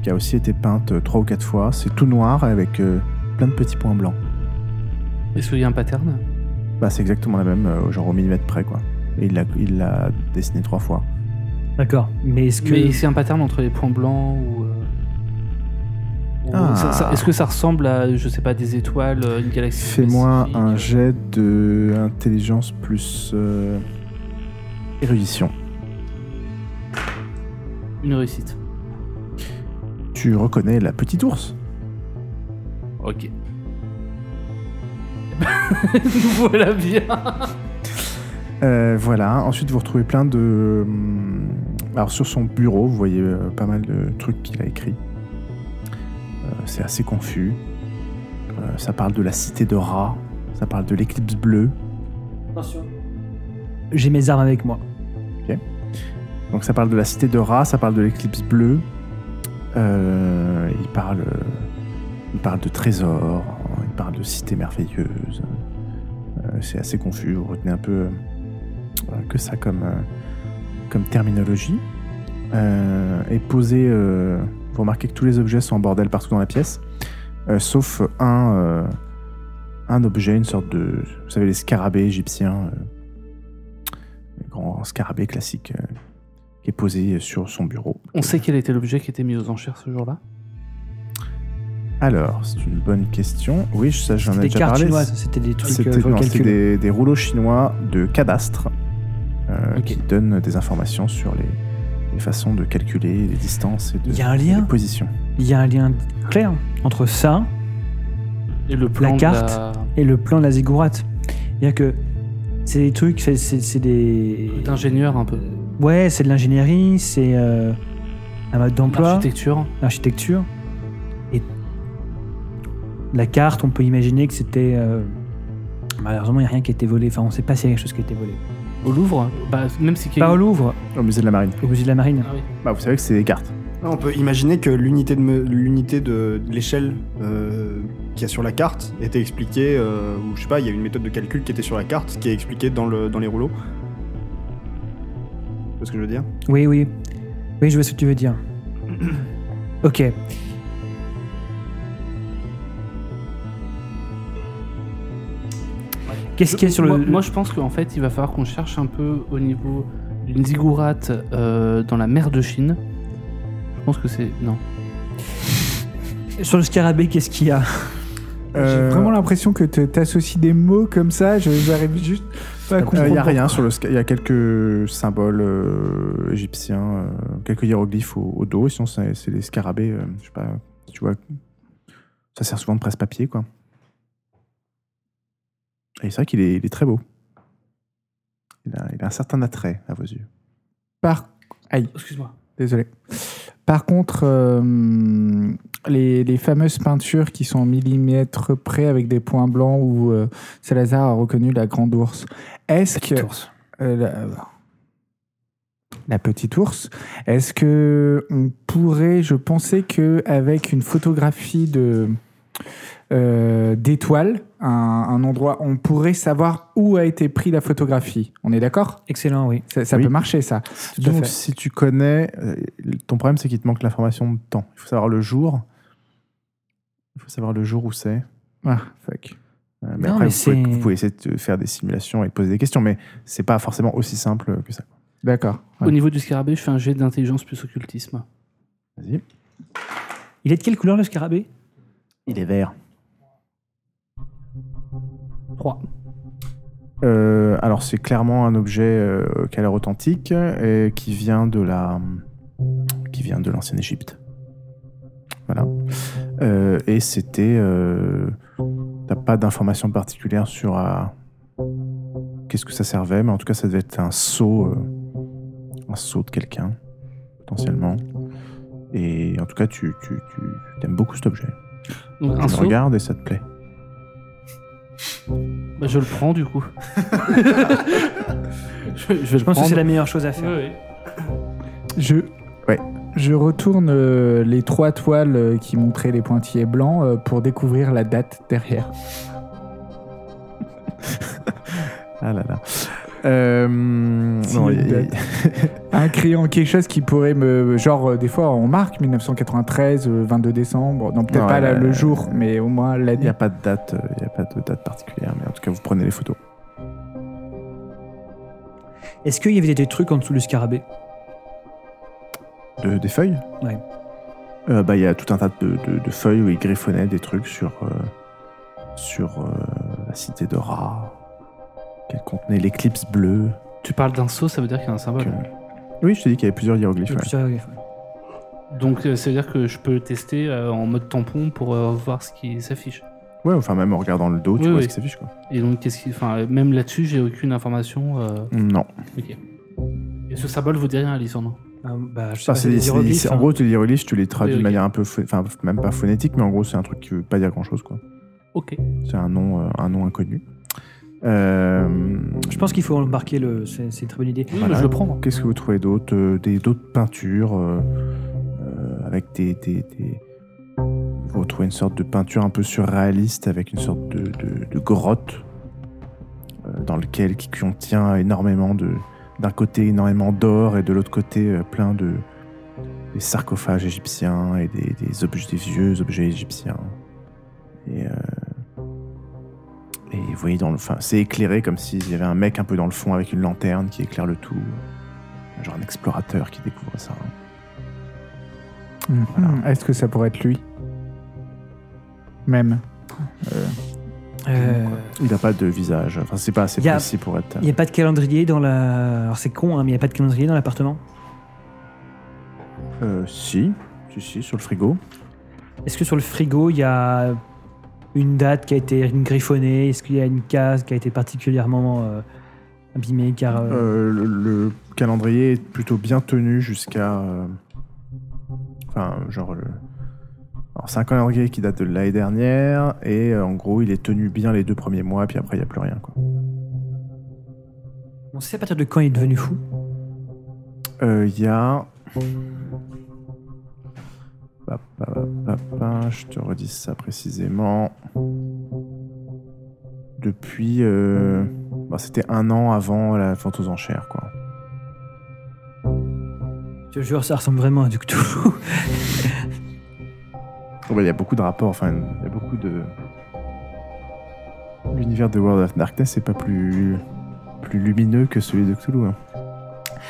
Speaker 1: qui a aussi été peinte euh, trois ou quatre fois. C'est tout noir avec euh, plein de petits points blancs.
Speaker 2: Est-ce qu'il y a un pattern
Speaker 1: Bah, c'est exactement la même, euh, genre au millimètre près, quoi. Et il l'a, il l'a dessiné trois fois.
Speaker 3: D'accord. Mais est-ce que.
Speaker 2: Mais c'est un pattern entre les points blancs ou. euh, ou
Speaker 1: Ah.
Speaker 2: ça- ça- Est-ce que ça ressemble à, je sais pas, des étoiles, euh, une galaxie
Speaker 1: Fais-moi
Speaker 2: spécifique,
Speaker 1: un
Speaker 2: euh,
Speaker 1: jet de intelligence plus euh, érudition.
Speaker 2: Une réussite.
Speaker 1: Tu reconnais la petite ours
Speaker 2: Ok. Nous voilà bien.
Speaker 1: Euh, voilà, ensuite vous retrouvez plein de... hum, Alors sur son bureau, vous voyez euh, pas mal de trucs qu'il a écrits. Euh, c'est assez confus. Euh, ça parle de la cité de Ra, ça parle de l'éclipse bleue.
Speaker 5: Attention.
Speaker 3: J'ai mes armes avec moi.
Speaker 1: Donc ça parle de la cité de Ra, ça parle de l'éclipse bleue. Euh, il parle, euh, il parle de trésors, hein, il parle de cité merveilleuse. Euh, c'est assez confus. Vous retenez un peu euh, euh, que ça comme euh, comme terminologie. Euh, et posé, euh, vous remarquez que tous les objets sont en bordel partout dans la pièce, euh, sauf un euh, un objet, une sorte de, vous savez les scarabées égyptiens, euh, les grands scarabées classiques euh, qui est posé sur son bureau.
Speaker 2: On sait quel était l'objet qui était mis aux enchères ce jour-là
Speaker 1: Alors, c'est une bonne question. Oui, je- ça, j'en ai
Speaker 3: C'était des
Speaker 1: déjà
Speaker 3: cartes
Speaker 1: parlé.
Speaker 3: chinoises, c'était des trucs
Speaker 1: C'était
Speaker 3: euh, sur le
Speaker 1: non, c'était
Speaker 3: calcul.
Speaker 1: des, des rouleaux chinois de cadastre euh,
Speaker 2: Ok.
Speaker 1: qui donnent des informations sur les, les façons de calculer les distances et de
Speaker 3: Il y a un
Speaker 1: et les
Speaker 3: lien
Speaker 1: positions.
Speaker 3: Il y a un lien clair entre ça
Speaker 2: Et le plan de
Speaker 3: carte
Speaker 2: la-
Speaker 3: et le plan de la ziggourate. C'est-à-dire que c'est des trucs, c'est- c'est c'est des.
Speaker 2: euh, d'ingénieur un peu.
Speaker 3: Ouais, c'est de l'ingénierie, c'est euh, un mode d'emploi,
Speaker 2: L'architecture.
Speaker 3: l'architecture. Et la carte, on peut imaginer que c'était. euh, Malheureusement, il n'y a rien qui a été volé. Enfin, on ne sait pas s'il y a quelque chose qui a été volé.
Speaker 2: Au Louvre bah, Même si.
Speaker 3: Pas au Louvre,
Speaker 1: Au musée de la marine.
Speaker 3: au musée de la Marine.
Speaker 2: Ah oui.
Speaker 1: Bah, vous savez que c'est des cartes.
Speaker 5: Là, Ah, on peut imaginer que l'unité de, me- l'unité de de l'échelle euh, qu'il y a sur la carte était expliquée, euh, ou je sais pas, il y a une méthode de calcul qui était sur la carte, qui est expliquée dans, le, dans les rouleaux. Tu vois ce que je veux dire
Speaker 3: Oui, oui. Oui, je vois ce que tu veux dire. ok. Qu'est-ce qu'il y a sur le.
Speaker 2: moi, moi, je pense qu'en fait, il va falloir qu'on cherche un peu au niveau d'une ziggourate euh, dans la mer de Chine. Je pense que c'est. Non.
Speaker 3: Sur le scarabée, qu'est-ce qu'il y a
Speaker 1: Euh,
Speaker 4: J'ai vraiment l'impression que tu t'associes des mots comme ça, je- j'arrive juste pas à
Speaker 1: Il
Speaker 4: comprendre.
Speaker 1: n'y Euh, a rien sur le sca- Il y a quelques symboles euh, égyptiens, euh, quelques hiéroglyphes au, au dos. Et sinon, c'est c'est des scarabées. euh, je sais pas, tu vois. Ça sert souvent de presse-papier, quoi. Et c'est vrai qu'il est, il est très beau. Il a, il a un certain attrait à vos yeux.
Speaker 4: Par... Aïe,
Speaker 2: Excuse-moi.
Speaker 4: désolé. Par contre, euh, les, les fameuses peintures qui sont en millimètres près avec des points blancs où euh, Salazar a reconnu la grande ours. Est-ce que...
Speaker 3: Ours.
Speaker 4: Euh, la, la petite ours. Est-ce que on pourrait, je pensais que avec une photographie de euh, d'étoiles, un, un endroit, on pourrait savoir où a été prise la photographie. On est d'accord
Speaker 3: Excellent, oui.
Speaker 4: Ça, ça
Speaker 1: Oui.
Speaker 4: peut marcher, ça. à
Speaker 1: Donc,
Speaker 4: fait.
Speaker 1: si tu connais. euh, ton problème, c'est qu'il te manque l'information de temps. Il faut savoir le jour. Il faut savoir le jour où c'est.
Speaker 4: Ah, fuck.
Speaker 1: Euh, mais
Speaker 3: Non,
Speaker 1: après, vous, pouvez,
Speaker 3: mais c'est-
Speaker 1: vous pouvez essayer de faire des simulations et de poser des questions, mais c'est pas forcément aussi simple que ça.
Speaker 4: D'accord.
Speaker 2: Au
Speaker 4: Ouais.
Speaker 2: niveau du scarabée, je fais un jet d'intelligence plus occultisme.
Speaker 1: Vas-y.
Speaker 3: Il est de quelle couleur le scarabée
Speaker 1: Il est vert.
Speaker 2: 3.
Speaker 1: Euh, alors, c'est clairement un objet euh, qui a l'air authentique et qui vient de la, qui vient de l'ancienne Égypte. Voilà. Euh, et c'était, euh, t'as pas d'informations particulières sur euh, qu'est-ce que ça servait, mais en tout cas, ça devait être un sceau, euh, un sceau de quelqu'un potentiellement. Et en tout cas, tu, tu, tu- tu aimes beaucoup cet objet.
Speaker 2: Donc un
Speaker 1: Ah, tu le
Speaker 2: saut,
Speaker 1: regardes et ça te plaît.
Speaker 2: bah, je le prends du coup. je, je vais
Speaker 3: Je
Speaker 2: le
Speaker 3: pense que
Speaker 2: prendre.
Speaker 3: c'est la meilleure chose à faire.
Speaker 2: Ouais, ouais.
Speaker 4: Je.
Speaker 1: Ouais.
Speaker 4: Je retourne euh, les trois toiles euh, qui montraient les pointillés blancs euh, pour découvrir la date derrière.
Speaker 1: Ah là là. Euh, non,
Speaker 4: une
Speaker 1: il-
Speaker 4: date. Un criant quelque chose qui pourrait me. Genre, euh, des fois, on marque 1993, euh, 22 décembre. Non, peut-être
Speaker 1: Non,
Speaker 4: pas
Speaker 1: elle,
Speaker 4: la- le
Speaker 1: elle,
Speaker 4: jour, mais au moins
Speaker 1: Il n'y
Speaker 4: l'année.
Speaker 1: a pas de date, euh, il n'y a pas de date particulière, mais en tout cas, vous prenez les photos.
Speaker 3: Est-ce qu'il y avait des trucs en dessous du scarabée
Speaker 1: De- des feuilles
Speaker 3: Ouais.
Speaker 1: Euh, bah, il y a tout un tas de, de- de feuilles où ils griffonnaient des trucs sur, euh, sur euh, la cité de Ra, qu'elle contenait l'éclipse bleue.
Speaker 2: Tu parles d'un saut, ça veut dire qu'il y a un symbole.
Speaker 1: que- Oui, je t'ai dit qu'il y avait plusieurs hiéroglyphes.
Speaker 3: Il y a
Speaker 1: ouais.
Speaker 3: plusieurs-
Speaker 2: Donc euh, ça veut dire que je peux tester euh, en mode tampon pour euh, voir ce qui s'affiche.
Speaker 1: Ouais, enfin, même en regardant le dos, tu
Speaker 2: Oui,
Speaker 1: vois
Speaker 2: oui.
Speaker 1: ce qui s'affiche, quoi.
Speaker 2: Et donc, qu'est-ce qui. Enfin, même là-dessus, j'ai aucune information. euh,
Speaker 1: Non.
Speaker 2: Ok. Et ce symbole vous dit rien, Alessandre
Speaker 3: Ah, bah, je sais
Speaker 1: Enfin,
Speaker 3: pas,
Speaker 1: c'est-
Speaker 3: les
Speaker 1: c'est-
Speaker 3: hiéroglyphes,
Speaker 1: c'est-
Speaker 3: hein.
Speaker 1: en gros, les hiéroglyphes, tu les traduis
Speaker 2: Oui, ok.
Speaker 1: de manière un peu. phon- Enfin, même pas phonétique, mais en gros, c'est un truc qui veut pas dire grand chose, quoi.
Speaker 2: Ok.
Speaker 1: C'est un nom, euh, un nom inconnu. Euh,
Speaker 3: Je pense qu'il faut embarquer le. C'est c'est une très bonne idée.
Speaker 2: Oui,
Speaker 1: Voilà.
Speaker 2: mais je le prends.
Speaker 1: Qu'est-ce que vous trouvez d'autre Euh, Des D'autres peintures euh, euh, avec des, des- des- Vous retrouvez une sorte de peinture un peu surréaliste avec une sorte de, de- de grotte euh, dans lequel qui contient énormément de... D'un côté, énormément d'or et de l'autre côté, euh, plein de... des sarcophages égyptiens et des, des objets, des vieux objets égyptiens. Et... euh, Et vous voyez, dans le, enfin, c'est éclairé comme s'il y avait un mec un peu dans le fond avec une lanterne qui éclaire le tout. Genre un explorateur qui découvre ça.
Speaker 4: Mhm.
Speaker 1: Voilà.
Speaker 4: Est-ce que ça pourrait être lui Même.
Speaker 3: Euh,
Speaker 1: Il n'a pas de visage. Enfin, c'est pas assez
Speaker 3: Y a-
Speaker 1: précis pour être.
Speaker 3: Il n'y a pas de calendrier dans la. Alors c'est con, hein, mais il n'y a pas de calendrier dans l'appartement.
Speaker 1: Euh, si, si, si, sur le frigo.
Speaker 3: Est-ce que sur le frigo, il y a une date qui a été griffonnée Est-ce qu'il y a une case qui a été particulièrement euh, abîmée car, euh,
Speaker 1: Euh, le, le calendrier est plutôt bien tenu jusqu'à. euh, Enfin, genre. le- Alors, c'est un calendrier qui date de l'année dernière et euh, en gros, il est tenu bien les deux premiers mois, puis après, il n'y a plus rien. quoi.
Speaker 3: On sait à partir de quand il est devenu fou
Speaker 1: Euh, Il y a. Pa, pa, pa, pa, je te redis ça précisément. Depuis. euh, bah, C'était un an avant la vente aux enchères, quoi.
Speaker 3: Je te jure, ça ressemble vraiment à du Cthulhu.
Speaker 1: Oh, bah, Il y a beaucoup de rapports, enfin, il y a beaucoup de. L'univers de World of Darkness n'est pas plus, plus lumineux que celui de Cthulhu. hein.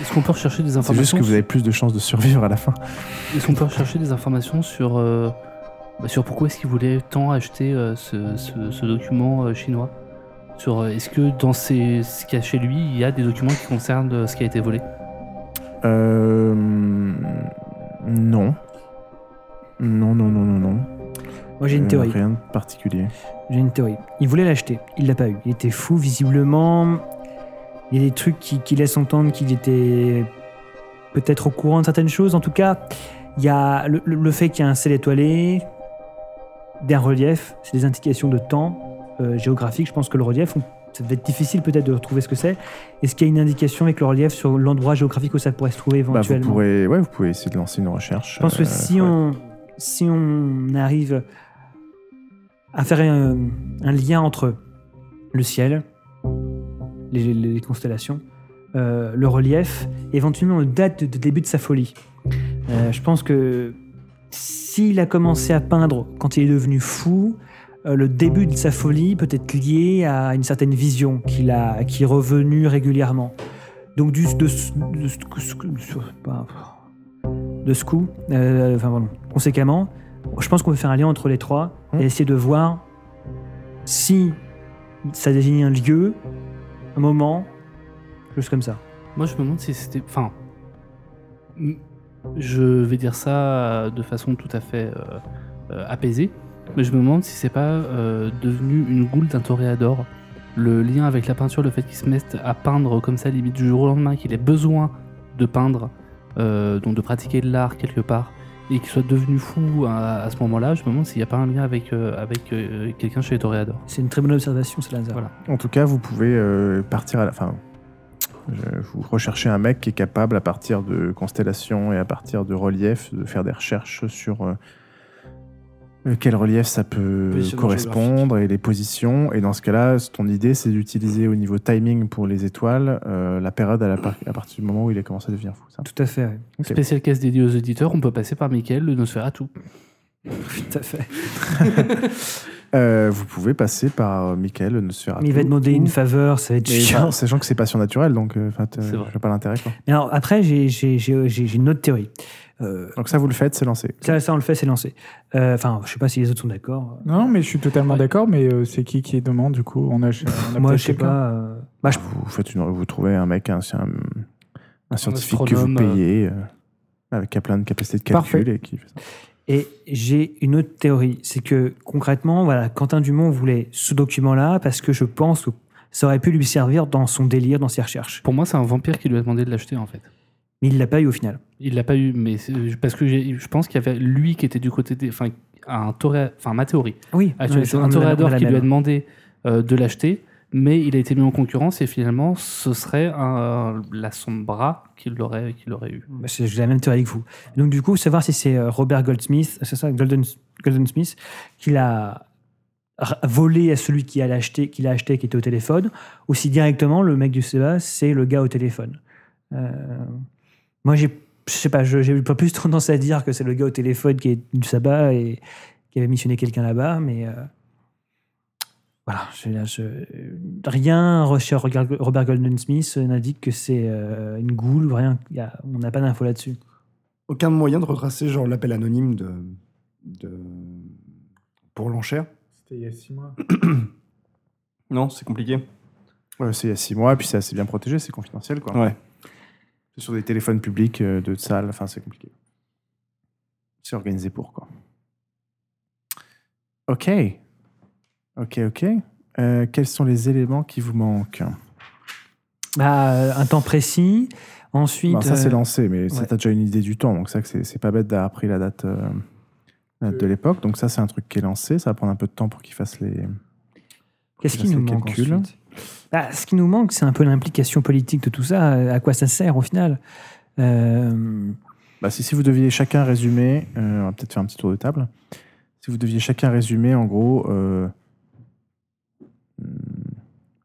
Speaker 2: Est-ce qu'on peut rechercher des
Speaker 1: C'est juste
Speaker 2: informations
Speaker 1: que vous avez plus de chances de survivre à la fin.
Speaker 2: Est-ce qu'on peut rechercher des informations sur, euh, bah, sur pourquoi est-ce qu'il voulait tant acheter euh, ce, ce- ce document euh, chinois Sur euh, est-ce que dans ces- ce qu'il y a chez lui, il y a des documents qui concernent euh, ce qui a été volé
Speaker 1: Euh. Non. Non, non, non, non, non.
Speaker 3: Moi, j'ai une
Speaker 1: Euh,
Speaker 3: théorie.
Speaker 1: Rien de particulier. Bah,
Speaker 3: J'ai une théorie. Il voulait l'acheter, il l'a pas eu. Il était fou, visiblement. Il y a des trucs qui, qui laissent entendre qu'il était peut-être au courant de certaines choses. En tout cas, il y a le, le- le fait qu'il y a un ciel étoilé, d'un relief, c'est des indications de temps euh, géographique. Je pense que le relief, on- ça devait être difficile peut-être de retrouver ce que c'est. Est-ce qu'il y a une indication avec le relief sur l'endroit géographique où ça pourrait se trouver
Speaker 1: Bah, vous,
Speaker 3: éventuellement
Speaker 1: pourrez, ouais, vous pouvez essayer de lancer une recherche.
Speaker 3: Je pense que
Speaker 1: euh,
Speaker 3: si,
Speaker 1: ouais.
Speaker 3: on, si on arrive à faire un, un lien entre le ciel, les, les constellations, euh, le relief, éventuellement la date de début de sa folie. Euh, je pense que s'il a commencé à peindre quand il est devenu fou, euh, le début de sa folie peut être lié à une certaine vision qu'il a, qui est revenue régulièrement. Donc du, de, ce- de, ce- de ce- bah, de ce coup, euh, enfin pardon, conséquemment, je pense qu'on peut faire un lien entre les trois
Speaker 1: Hmm.
Speaker 3: et essayer de voir si ça désigne un lieu, un moment, juste comme ça.
Speaker 2: Moi, je me demande si c'était. Enfin. m- Je vais dire ça de façon tout à fait euh, euh, apaisée, mais je me demande si c'est pas euh, devenu une goule d'un toréador. Le lien avec la peinture, le fait qu'il se mette à peindre comme ça, limite du jour au lendemain, qu'il ait besoin de peindre, euh, donc de pratiquer de l'art quelque part, et qu'il soit devenu fou à, à ce moment-là, je me demande s'il n'y a pas un lien avec, euh, avec euh, quelqu'un chez les toréadors.
Speaker 3: C'est une très bonne observation, c'est Lazare.
Speaker 2: Voilà.
Speaker 1: En tout cas, vous pouvez euh, partir à la. Enfin, je- vous recherchez un mec qui est capable, à partir de constellations et à partir de reliefs, de faire des recherches sur euh, euh, quel relief ça peut
Speaker 5: Positionnement
Speaker 1: correspondre et les positions. Et dans ce cas-là, c- ton idée, c'est d'utiliser au niveau timing pour les étoiles euh, la période à, la par- à partir du moment où il a commencé à devenir fou. ça.
Speaker 3: Tout à fait, oui.
Speaker 1: Ok.
Speaker 2: Spécial caisse dédiée aux auditeurs, on peut passer par Michael, le Nosferatu.
Speaker 3: tout à fait.
Speaker 1: Euh, vous pouvez passer par euh, Michael, ne se
Speaker 3: Mais il va demander une faveur, ça va être
Speaker 1: Mais
Speaker 3: chiant.
Speaker 1: enfin, sachant que c'est pas surnaturel, donc euh, enfin, t'as-
Speaker 2: C'est vrai.
Speaker 1: je vois pas l'intérêt. quoi.
Speaker 3: Mais alors, après, j'ai j'ai- j'ai- j'ai- j'ai une autre théorie. Euh,
Speaker 1: Donc ça, vous le faites, c'est lancé.
Speaker 3: ça, ça, on le fait, c'est lancé. Euh, Enfin, je sais pas si les autres sont d'accord.
Speaker 4: Non, mais je suis totalement
Speaker 2: Ouais.
Speaker 4: d'accord, mais euh, c'est qui qui demande du coup on a, on a
Speaker 3: Moi,
Speaker 4: peut-être
Speaker 3: je sais
Speaker 4: quelqu'un.
Speaker 3: pas. euh, bah, je-
Speaker 1: Vous, faites une- vous trouvez un mec, un, un- un scientifique que vous euh,
Speaker 2: astronome,
Speaker 1: payez, euh, avec qui a plein de capacités de calcul et qui fait ça.
Speaker 3: Et j'ai une autre théorie, c'est que concrètement, voilà, Quentin Dumont voulait ce document-là parce que je pense que ça aurait pu lui servir dans son délire, dans ses recherches.
Speaker 2: Pour moi, c'est un vampire qui lui a demandé de l'acheter en fait.
Speaker 3: Mais il l'a pas eu au final.
Speaker 2: Il l'a pas eu, mais c'est- euh, parce que j'ai- je pense qu'il y avait lui qui était du côté des, enfin un toré, enfin ma théorie.
Speaker 3: Oui,
Speaker 2: Ah, tu vois, c'est un toréador qui lui a demandé euh, de l'acheter, mais il a été mis en concurrence et finalement ce serait un, la son bras qui l'aurait, qui l'aurait eu.
Speaker 3: Bah, c'est- J'ai la même théorie que vous. Donc, du coup, savoir si c'est euh, Robert Goldsmith, c'est ça, Golden, Golden Smith, qui l'a r- volé à celui qui a l'acheté, qui l'a acheté, qui était au téléphone, ou si directement le mec du CEBA, c'est le gars au téléphone. Euh, moi, j'ai, je sais pas, je- j'ai pas plus tendance à dire que c'est le gars au téléphone qui est du sabbat et qui avait missionné quelqu'un là-bas, mais euh, voilà, je- là, je- rien recherche Robert Golden Smith n'indique que c'est euh, une goule, ou rien, il y a- on n'a pas d'infos là-dessus.
Speaker 5: Aucun moyen de retracer genre l'appel anonyme de, de pour l'enchère.
Speaker 4: C'était il y a six mois.
Speaker 5: Non, c'est compliqué.
Speaker 1: Ouais, c'est il y a six mois, puis c'est assez bien protégé, c'est confidentiel, quoi.
Speaker 5: Ouais.
Speaker 1: C'est sur des téléphones publics euh, de salle, enfin, c'est compliqué. C'est organisé pour, quoi. Ok. Ok, ok. Euh, quels sont les éléments qui vous manquent
Speaker 3: Bah, euh, un temps précis, ensuite.
Speaker 1: Bah, Ça, c'est
Speaker 3: euh,
Speaker 1: lancé, mais ça,
Speaker 3: ouais.
Speaker 1: t'as déjà une idée du temps, donc c'est vrai que c'est- c'est pas bête d'avoir pris la date, euh, la date de l'époque. Donc ça, c'est un truc qui est lancé, ça va prendre un peu de temps pour qu'ils fassent les...
Speaker 3: Qu'est-ce qui nous
Speaker 1: Ces
Speaker 3: manque
Speaker 1: calculs.
Speaker 3: ensuite Bah, Ce qui nous manque, c'est un peu l'implication politique de tout ça. euh, À quoi ça sert au final Euh,
Speaker 1: Bah, si, si vous deviez chacun résumer, euh, on va peut-être faire un petit tour de table. Si vous deviez chacun résumer, en gros, euh, hum,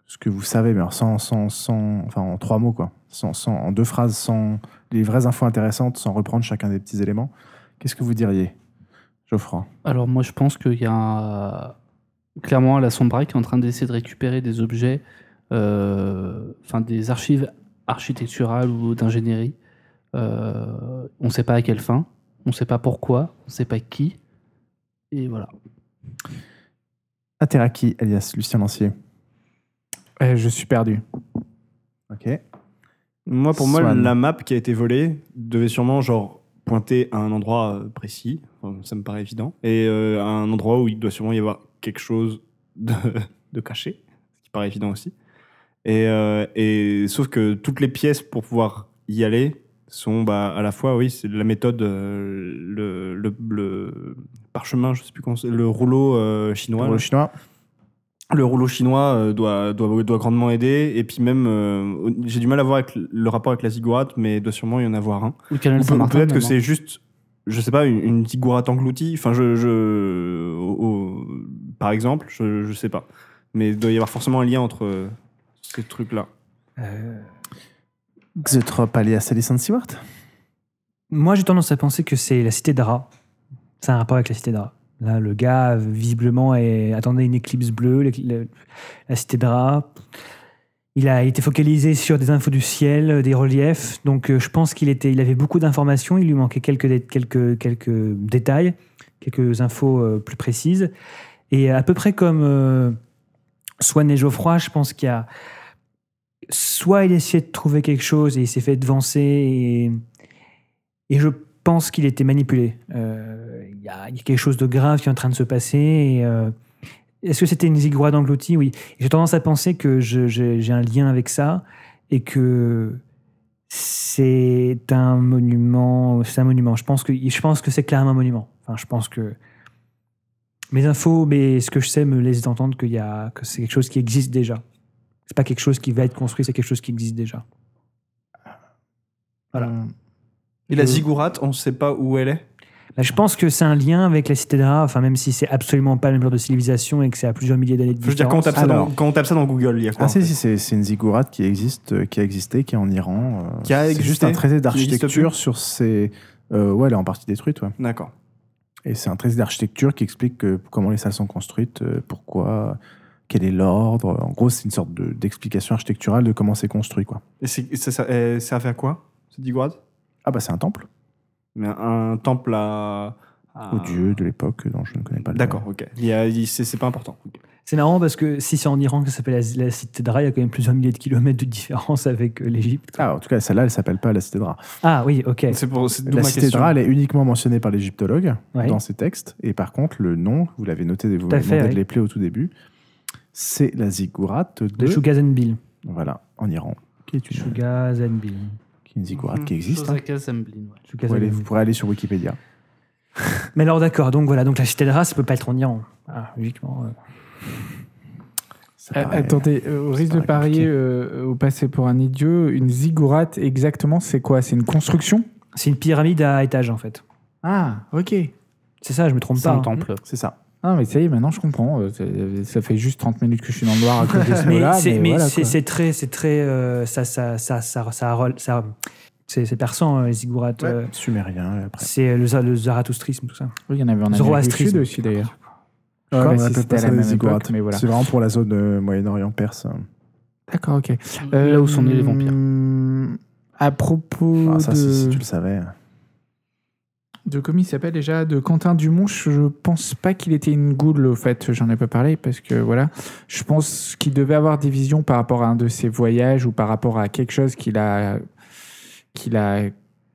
Speaker 1: ce que vous savez, mais alors sans, sans, sans, enfin en trois mots, quoi, sans, sans- en deux phrases, sans les vraies infos intéressantes, sans reprendre chacun des petits éléments, qu'est-ce que vous diriez, Geoffroy
Speaker 2: Alors moi, je pense qu'il y a un- clairement la sombra qui est en train d'essayer de récupérer des objets, euh, enfin des archives architecturales ou d'ingénierie. Euh, on ne sait pas à quelle fin, on ne sait pas pourquoi, on ne sait pas qui. Et voilà.
Speaker 1: Ateraki, alias Lucien Lancier.
Speaker 4: Euh, je suis perdu.
Speaker 1: Ok.
Speaker 5: Moi, pour moi,
Speaker 1: Swan.
Speaker 5: la map qui a été volée devait sûrement genre pointer à un endroit euh, précis. Enfin, ça me paraît évident. Et euh, à un endroit où il doit sûrement y avoir quelque chose de, de caché, ce qui paraît évident aussi. Et, euh, et sauf que toutes les pièces pour pouvoir y aller sont bah, à la fois, oui, c'est la méthode, euh, le, le- le parchemin, je sais plus comment, c'est, le rouleau euh, chinois.
Speaker 1: Pour
Speaker 5: là.
Speaker 1: le chinois,
Speaker 5: Le rouleau chinois euh, doit, doit, doit grandement aider. Et puis même, euh, au- j'ai du mal à voir avec le le rapport avec la ziggurate, mais il doit sûrement y en avoir un.
Speaker 2: Le canal
Speaker 5: Ou peut-
Speaker 2: Saint-Martin,
Speaker 5: peut-être que
Speaker 2: même, hein.
Speaker 5: c'est juste, je sais pas, une, une ziggourate engloutie. Enfin, je, je- au- au- par exemple, je, je sais pas. Mais il doit y avoir forcément un lien entre euh, ces trucs-là.
Speaker 3: euh,
Speaker 1: Xeutrop, alias Alison Seward.
Speaker 3: moi, j'ai tendance à penser que c'est la cité d'Ara. C'est un rapport avec la cité d'Ara. Là, le gars, visiblement, est- attendait une éclipse bleue, l'écl- le- la cité d'Ara. Il a été focalisé sur des infos du ciel, euh, des reliefs. Donc, euh, je pense qu'il était, il avait beaucoup d'informations. Il lui manquait quelques, dé- quelques, quelques détails, quelques infos euh, plus précises. Et à peu près comme euh, Swan et Geoffroy, je pense qu'il y a. Soit il essayait de trouver quelque chose et il s'est fait devancer et. Et je pense qu'il était manipulé. Euh, Il y, a il y a quelque chose de grave qui est en train de se passer. et, euh, Est-ce que c'était une ziggurat d'englouti Oui. Et J'ai tendance à penser que je- j'ai j'ai un lien avec ça et que c'est un monument. C'est un monument. Je pense que, je pense que c'est clairement un monument. Enfin, je pense que mes infos, mais ce que je sais me laisse entendre qu'il y a, que c'est quelque chose qui existe déjà. C'est pas quelque chose qui va être construit, c'est quelque chose qui existe déjà. Voilà.
Speaker 4: Euh,
Speaker 1: Hum,
Speaker 5: Et la ziggurate, on sait pas où elle est
Speaker 3: Bah, je pense que c'est un lien avec la cité d'Ara, enfin, même si c'est absolument pas le même genre de civilisation et que c'est à plusieurs milliers d'années de
Speaker 5: Je veux dire,
Speaker 3: différence.
Speaker 5: quand on tape, ça dans,
Speaker 1: Alors.
Speaker 5: quand on tape ça dans Google, il y a quoi
Speaker 1: Ah
Speaker 5: en
Speaker 1: si,
Speaker 5: fait
Speaker 1: si, c'est c'est une ziggourate qui existe, euh, qui a existé, qui est en Iran. euh,
Speaker 5: Qui a
Speaker 1: c'est
Speaker 5: existé,
Speaker 1: juste un traité
Speaker 5: existe
Speaker 1: d'architecture sur ces... euh, ouais, elle est en partie détruite, ouais.
Speaker 5: D'accord.
Speaker 1: Et c'est un traité d'architecture qui explique que- comment les salles sont construites, euh, pourquoi, quel est l'ordre. En gros, c'est une sorte de- d'explication architecturale de comment c'est construit, quoi.
Speaker 5: Et c'est- ça, ça, euh, ça a fait à quoi, cette ziggurate
Speaker 1: Ah bah c'est un temple.
Speaker 5: Mais un temple à, à
Speaker 1: au dieu de l'époque dont je ne connais pas le nom.
Speaker 5: Ah. D'accord, ok. Il y a- il- C'est c'est pas important. Ok.
Speaker 3: C'est marrant parce que si c'est en Iran que ça s'appelle la, la cité de Ra, il y a quand même plusieurs milliers de kilomètres de différence avec euh, l'Égypte.
Speaker 1: Ah, en tout cas, celle-là, elle s'appelle pas la cité de Ra.
Speaker 3: Ah oui, ok.
Speaker 5: C'est pour- c'est d'où
Speaker 1: La
Speaker 5: ma
Speaker 1: cité de
Speaker 5: question.
Speaker 1: Ra, elle est uniquement mentionnée par l'égyptologue
Speaker 3: Ouais.
Speaker 1: dans ses textes. Et par contre, le nom, vous l'avez noté, vous
Speaker 3: Tout à
Speaker 1: m'avez
Speaker 3: fait,
Speaker 1: demandé de
Speaker 3: ouais.
Speaker 1: l'épeler au tout début, c'est la ziggurat de,
Speaker 3: Le Shugazanbil.
Speaker 1: Voilà, en Iran, qui est une,
Speaker 3: Shugazanbil.
Speaker 1: qui est une ziggurat
Speaker 4: Mhm.
Speaker 1: qui existe. hein.
Speaker 2: Shosaka Zemblin, ouais.
Speaker 1: Vous, allez-
Speaker 3: Shugazanbil.
Speaker 1: vous pourrez aller sur Wikipédia.
Speaker 3: Mais alors d'accord, donc voilà, donc la cité de Ra, ça peut pas être en Iran. Ah, logiquement. euh.
Speaker 1: Ça
Speaker 4: Euh,
Speaker 1: paraît-
Speaker 4: Attendez, euh, au risque de
Speaker 1: paraît
Speaker 4: parier
Speaker 1: compliqué.
Speaker 4: euh, au passé pour un idiot, une ziggurat, exactement, c'est quoi C'est une construction
Speaker 3: C'est une pyramide à étage en fait.
Speaker 4: Ah, ok.
Speaker 3: C'est ça, je me trompe
Speaker 2: C'est
Speaker 3: pas.
Speaker 2: un
Speaker 3: hein.
Speaker 2: temple.
Speaker 1: C'est ça.
Speaker 4: Ah, mais ça y est, maintenant je comprends. Euh, c'est- Ça fait juste 30 minutes que je suis dans le noir à cause de ce
Speaker 3: Mais
Speaker 4: mot-là.
Speaker 3: c'est mais
Speaker 4: voilà,
Speaker 3: c'est-
Speaker 4: quoi.
Speaker 3: c'est très, c'est très, euh, ça, ça, ça, ça, ça, rel- ça- c'est c'est persan euh, les ziggourats. euh,
Speaker 1: Sumérien, et après.
Speaker 3: c'est le, za- le zarathustrisme tout ça.
Speaker 4: Oui, il y en avait en Amérique du
Speaker 3: Zoroastrisme.
Speaker 4: Sud aussi d'ailleurs.
Speaker 1: Ouais, mais
Speaker 4: crois qu'on
Speaker 1: c'est-
Speaker 4: appelle
Speaker 1: c'était
Speaker 4: pas
Speaker 1: à
Speaker 4: ça
Speaker 1: la
Speaker 4: des
Speaker 1: même
Speaker 4: ziggourats,
Speaker 1: époque.
Speaker 4: mais voilà.
Speaker 1: C'est vraiment pour la zone euh, Moyen-Orient perse. hein.
Speaker 4: D'accord, ok. Euh,
Speaker 2: Là où sont nés les vampires.
Speaker 4: vampires. À propos
Speaker 1: Ah, ça,
Speaker 4: de...
Speaker 1: si, si tu le savais.
Speaker 4: de comment il s'appelle déjà de Quentin Dumont je pense pas qu'il était une goule au fait j'en ai pas parlé parce que voilà je pense qu'il devait avoir des visions par rapport à un de ses voyages ou par rapport à quelque chose qu'il a qu'il a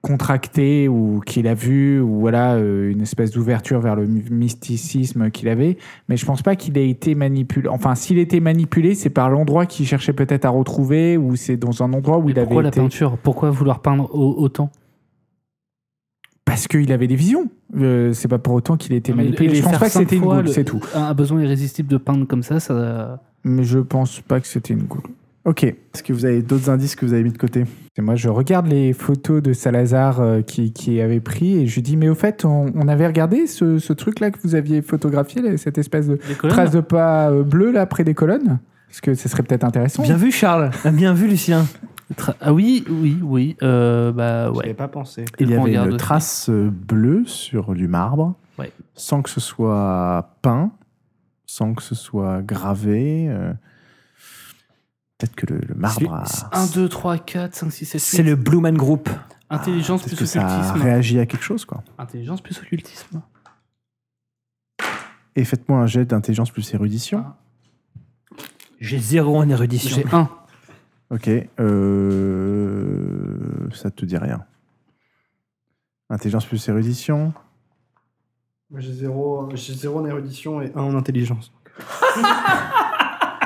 Speaker 4: contracté ou qu'il a vu ou voilà euh, une espèce d'ouverture vers le my- mysticisme qu'il avait mais je pense pas qu'il ait été manipulé enfin s'il était manipulé c'est par l'endroit qu'il cherchait peut-être à retrouver ou c'est dans un endroit où
Speaker 2: Mais
Speaker 4: il
Speaker 2: pourquoi
Speaker 4: avait
Speaker 2: la
Speaker 4: été
Speaker 2: peinture Pourquoi vouloir peindre au- autant
Speaker 4: parce qu'il avait des visions Euh, c'est pas pour autant qu'il était
Speaker 2: Non, mais
Speaker 4: manipulé
Speaker 2: les
Speaker 4: je pense
Speaker 2: faire
Speaker 4: pas que
Speaker 2: cinq
Speaker 4: c'était une
Speaker 2: fois,
Speaker 4: goule
Speaker 2: le-
Speaker 4: c'est tout
Speaker 2: Un un besoin irrésistible de peindre comme ça, ça.
Speaker 4: Mais je pense pas que c'était une goule.
Speaker 1: Ok. Est-ce que vous avez d'autres indices que vous avez mis de côté
Speaker 4: Et moi, je regarde les photos de Salazar euh, qui, qui avait pris et je lui dis Mais au fait, on, on avait regardé ce, ce truc-là que vous aviez photographié, là, cette espèce de
Speaker 2: Les colonnes
Speaker 4: trace de pas euh, bleu là près des colonnes Parce que ça serait peut-être intéressant.
Speaker 3: Bien vu Charles, Ah, bien vu Lucien.
Speaker 2: Tra- Ah oui, oui, oui. euh, bah
Speaker 5: J'y avais
Speaker 2: ouais.
Speaker 5: pas pensé.
Speaker 1: Il y
Speaker 2: Je
Speaker 1: avait
Speaker 2: regarde
Speaker 1: une
Speaker 2: aussi.
Speaker 1: trace euh, bleue sur du marbre,
Speaker 2: Ouais.
Speaker 1: sans que ce soit peint, sans que ce soit gravé. euh, Peut-être que le, le marbre a...
Speaker 3: C'est-
Speaker 2: 1, 2, 3, 4, 5, 6, 7, 8.
Speaker 3: C'est le Blue Man Group.
Speaker 2: Intelligence
Speaker 1: Peut-être que
Speaker 2: plus
Speaker 1: ça a
Speaker 2: occultisme.
Speaker 1: réagi à quelque chose, quoi.
Speaker 2: Intelligence plus occultisme.
Speaker 1: Et faites-moi un jet d'intelligence plus érudition.
Speaker 3: J'ai zéro en érudition. Ah,
Speaker 2: J'ai 1.
Speaker 1: Ok. Euh... Ça te dit rien. Intelligence plus érudition.
Speaker 5: J'ai zéro, en érudition et un en intelligence.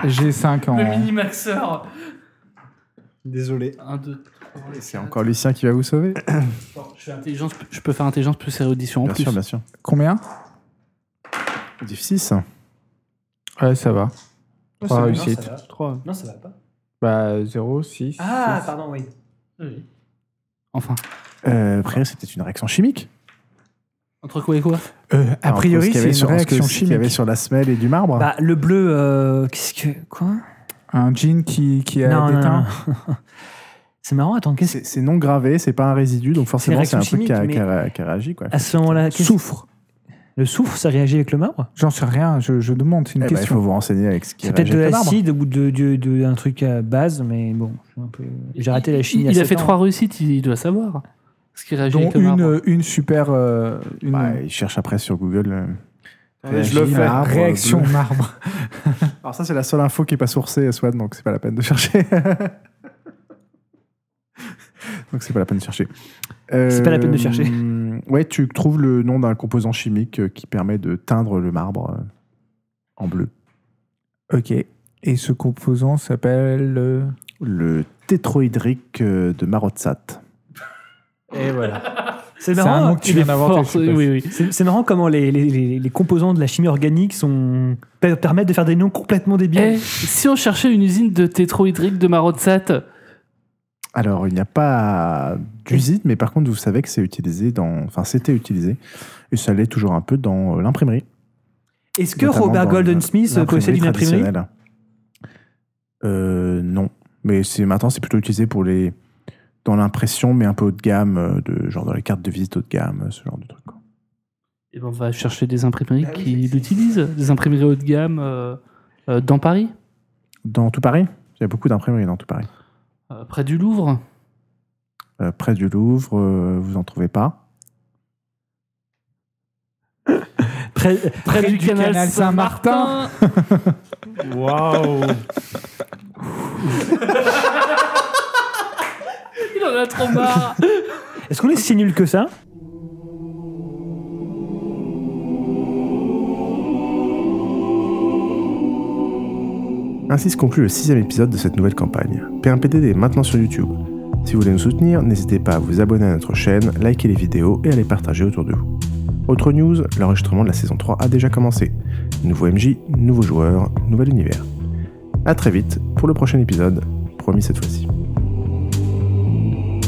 Speaker 4: J'ai 5 ans.
Speaker 2: minimaxeur.
Speaker 5: Désolé.
Speaker 2: 1, 2, 3.
Speaker 1: C'est encore Lucien qui va vous sauver.
Speaker 2: Je, fais intelligence, je peux faire intelligence plus érudition en
Speaker 1: bien
Speaker 2: plus.
Speaker 1: sûr, bien sûr.
Speaker 4: Combien
Speaker 1: Diff 6.
Speaker 4: Ouais, ça va. Trois
Speaker 5: c'est-
Speaker 4: réussites.
Speaker 5: Trois.
Speaker 3: Non, ça va pas.
Speaker 4: Bah, 0, 6.
Speaker 3: Ah, pardon, oui.
Speaker 2: Oui. Enfin,
Speaker 1: Euh, après, c'est peut-être une réaction chimique.
Speaker 2: entre quoi et quoi
Speaker 4: a
Speaker 1: Entre
Speaker 4: priori,
Speaker 1: ce qu'il y
Speaker 4: c'est
Speaker 1: avait
Speaker 4: une
Speaker 1: sur- entre ce
Speaker 4: réaction
Speaker 1: qu'il y avait
Speaker 4: chimique.
Speaker 1: sur la semelle et du marbre.
Speaker 3: Bah, le bleu, euh, qu'est-ce que. Quoi
Speaker 4: Un jean qui, qui a
Speaker 3: Non, non,
Speaker 4: déteint.
Speaker 3: non. C'est marrant, attends, qu'est-ce
Speaker 1: c'est c'est non gravé, c'est pas un résidu, donc forcément c'est un
Speaker 3: réaction
Speaker 1: truc qui a,
Speaker 3: chimique,
Speaker 1: qui a- qui a réagi. Quoi.
Speaker 3: À ce moment-là. qu'est-ce-
Speaker 4: Soufre.
Speaker 3: Le soufre, ça réagit avec le marbre
Speaker 4: J'en sais rien, je, je demande, c'est une
Speaker 1: Eh ben, il
Speaker 4: question.
Speaker 1: faut vous renseigner avec ce qui
Speaker 3: C'est peut-être
Speaker 1: réagit
Speaker 3: de
Speaker 1: avec le marbre.
Speaker 3: l'acide ou de, de, de- un truc à base, mais bon, je suis un peu- j'ai raté la chimie.
Speaker 2: Il,
Speaker 3: à
Speaker 2: il a
Speaker 3: sept
Speaker 2: fait
Speaker 3: ans.
Speaker 2: trois réussites, il, il doit savoir. Ce qui réagit
Speaker 4: Dont
Speaker 2: avec le
Speaker 4: une,
Speaker 2: marbre.
Speaker 4: euh, une super. euh, une,
Speaker 1: Bah, il cherche après sur Google. euh.
Speaker 5: Allez, je le
Speaker 1: Réagit
Speaker 5: fais.
Speaker 1: à- Marbre,
Speaker 4: réaction
Speaker 1: bleu.
Speaker 4: marbre.
Speaker 1: Alors ça c'est la seule info qui est pas sourcée, Swan, donc c'est pas la peine de chercher. donc c'est pas la peine de chercher.
Speaker 3: C'est pas la peine de chercher.
Speaker 1: Euh, Ouais, tu trouves le nom d'un composant chimique euh, qui permet de teindre le marbre euh, en bleu.
Speaker 4: Ok. Et ce composant s'appelle. euh,
Speaker 1: Le tétrohydrique euh, de Marotsat.
Speaker 3: C'est
Speaker 4: C'est
Speaker 3: marrant, hein.
Speaker 4: un nom que tu
Speaker 3: il est
Speaker 4: viens d'inventer.
Speaker 2: Force,
Speaker 4: je sais
Speaker 2: oui,
Speaker 4: pas.
Speaker 2: oui.
Speaker 3: C'est c'est marrant comment les, les- les- les composants de la chimie organique sont, per- permettent de faire des noms complètement débiles.
Speaker 2: Eh, si on cherchait une usine de tétrohydrique de eh Marotsat,
Speaker 1: Alors, il n'y a pas d'usine, mais par contre, vous savez que c'est utilisé dans. Enfin, c'était utilisé, et ça l'est toujours un peu dans euh, l'imprimerie.
Speaker 3: Est-ce que
Speaker 1: Notamment
Speaker 3: Robert
Speaker 1: dans
Speaker 3: Golden
Speaker 1: le-
Speaker 3: Smith euh,
Speaker 1: L'imprimerie
Speaker 3: possède une imprimerie
Speaker 1: traditionnelle. Euh, Non. Mais c'est- maintenant, c'est plutôt utilisé pour les. dans l'impression, mais un peu haut de gamme, euh, de, genre dans les cartes de visite haut de gamme, euh, ce genre de truc. quoi.
Speaker 2: eh ben, on va chercher des imprimeries qui l'utilisent, des imprimeries haut de gamme euh, euh, dans Paris,
Speaker 1: Dans tout Paris Il y a beaucoup d'imprimeries dans tout Paris.
Speaker 2: euh, près du Louvre.
Speaker 1: Euh, près du Louvre, euh, vous en trouvez pas
Speaker 3: Près-
Speaker 4: Près du canal Saint-Martin.
Speaker 5: Waouh
Speaker 2: Il en a trop marre.
Speaker 3: Est-ce qu'on est si nul que ça
Speaker 1: Ainsi se conclut le sixième épisode de cette nouvelle campagne. PMPDD est maintenant sur YouTube. Si vous voulez nous soutenir, n'hésitez pas à vous abonner à notre chaîne, liker les vidéos et à les partager autour de vous. Autre news, l'enregistrement de la saison 3 a déjà commencé. Nouveau MJ, nouveaux joueurs, nouvel univers. A très vite pour le prochain épisode, promis cette fois-ci.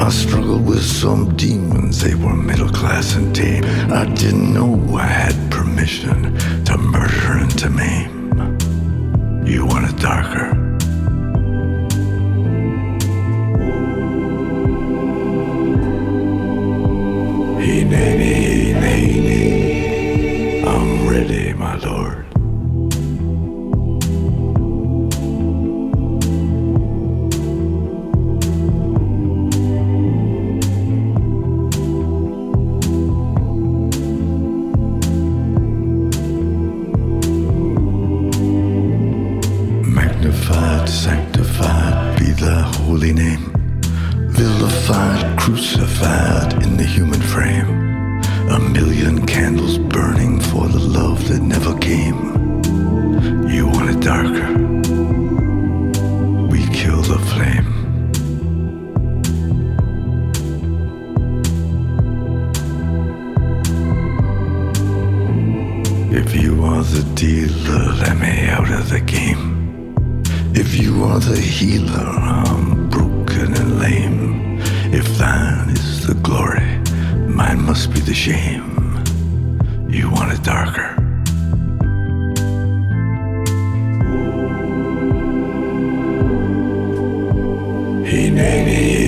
Speaker 6: I struggled with some demons, they were middle class and tame. I didn't know I had permission to murder and to maim. You want it darker? Hey, nay, nay, nay, nay. I'm ready, my lord. Magnified, sanctified be thy holy name. Vilified, crucified in the human frame. A million candles burning for the love that never came. You want it darker. We kill the flame. If you are the dealer, let me out of the game. If you are the healer, I'm broken and lame. If thine is the glory, mine must be the shame. You want it darker. Hey, nay, nay,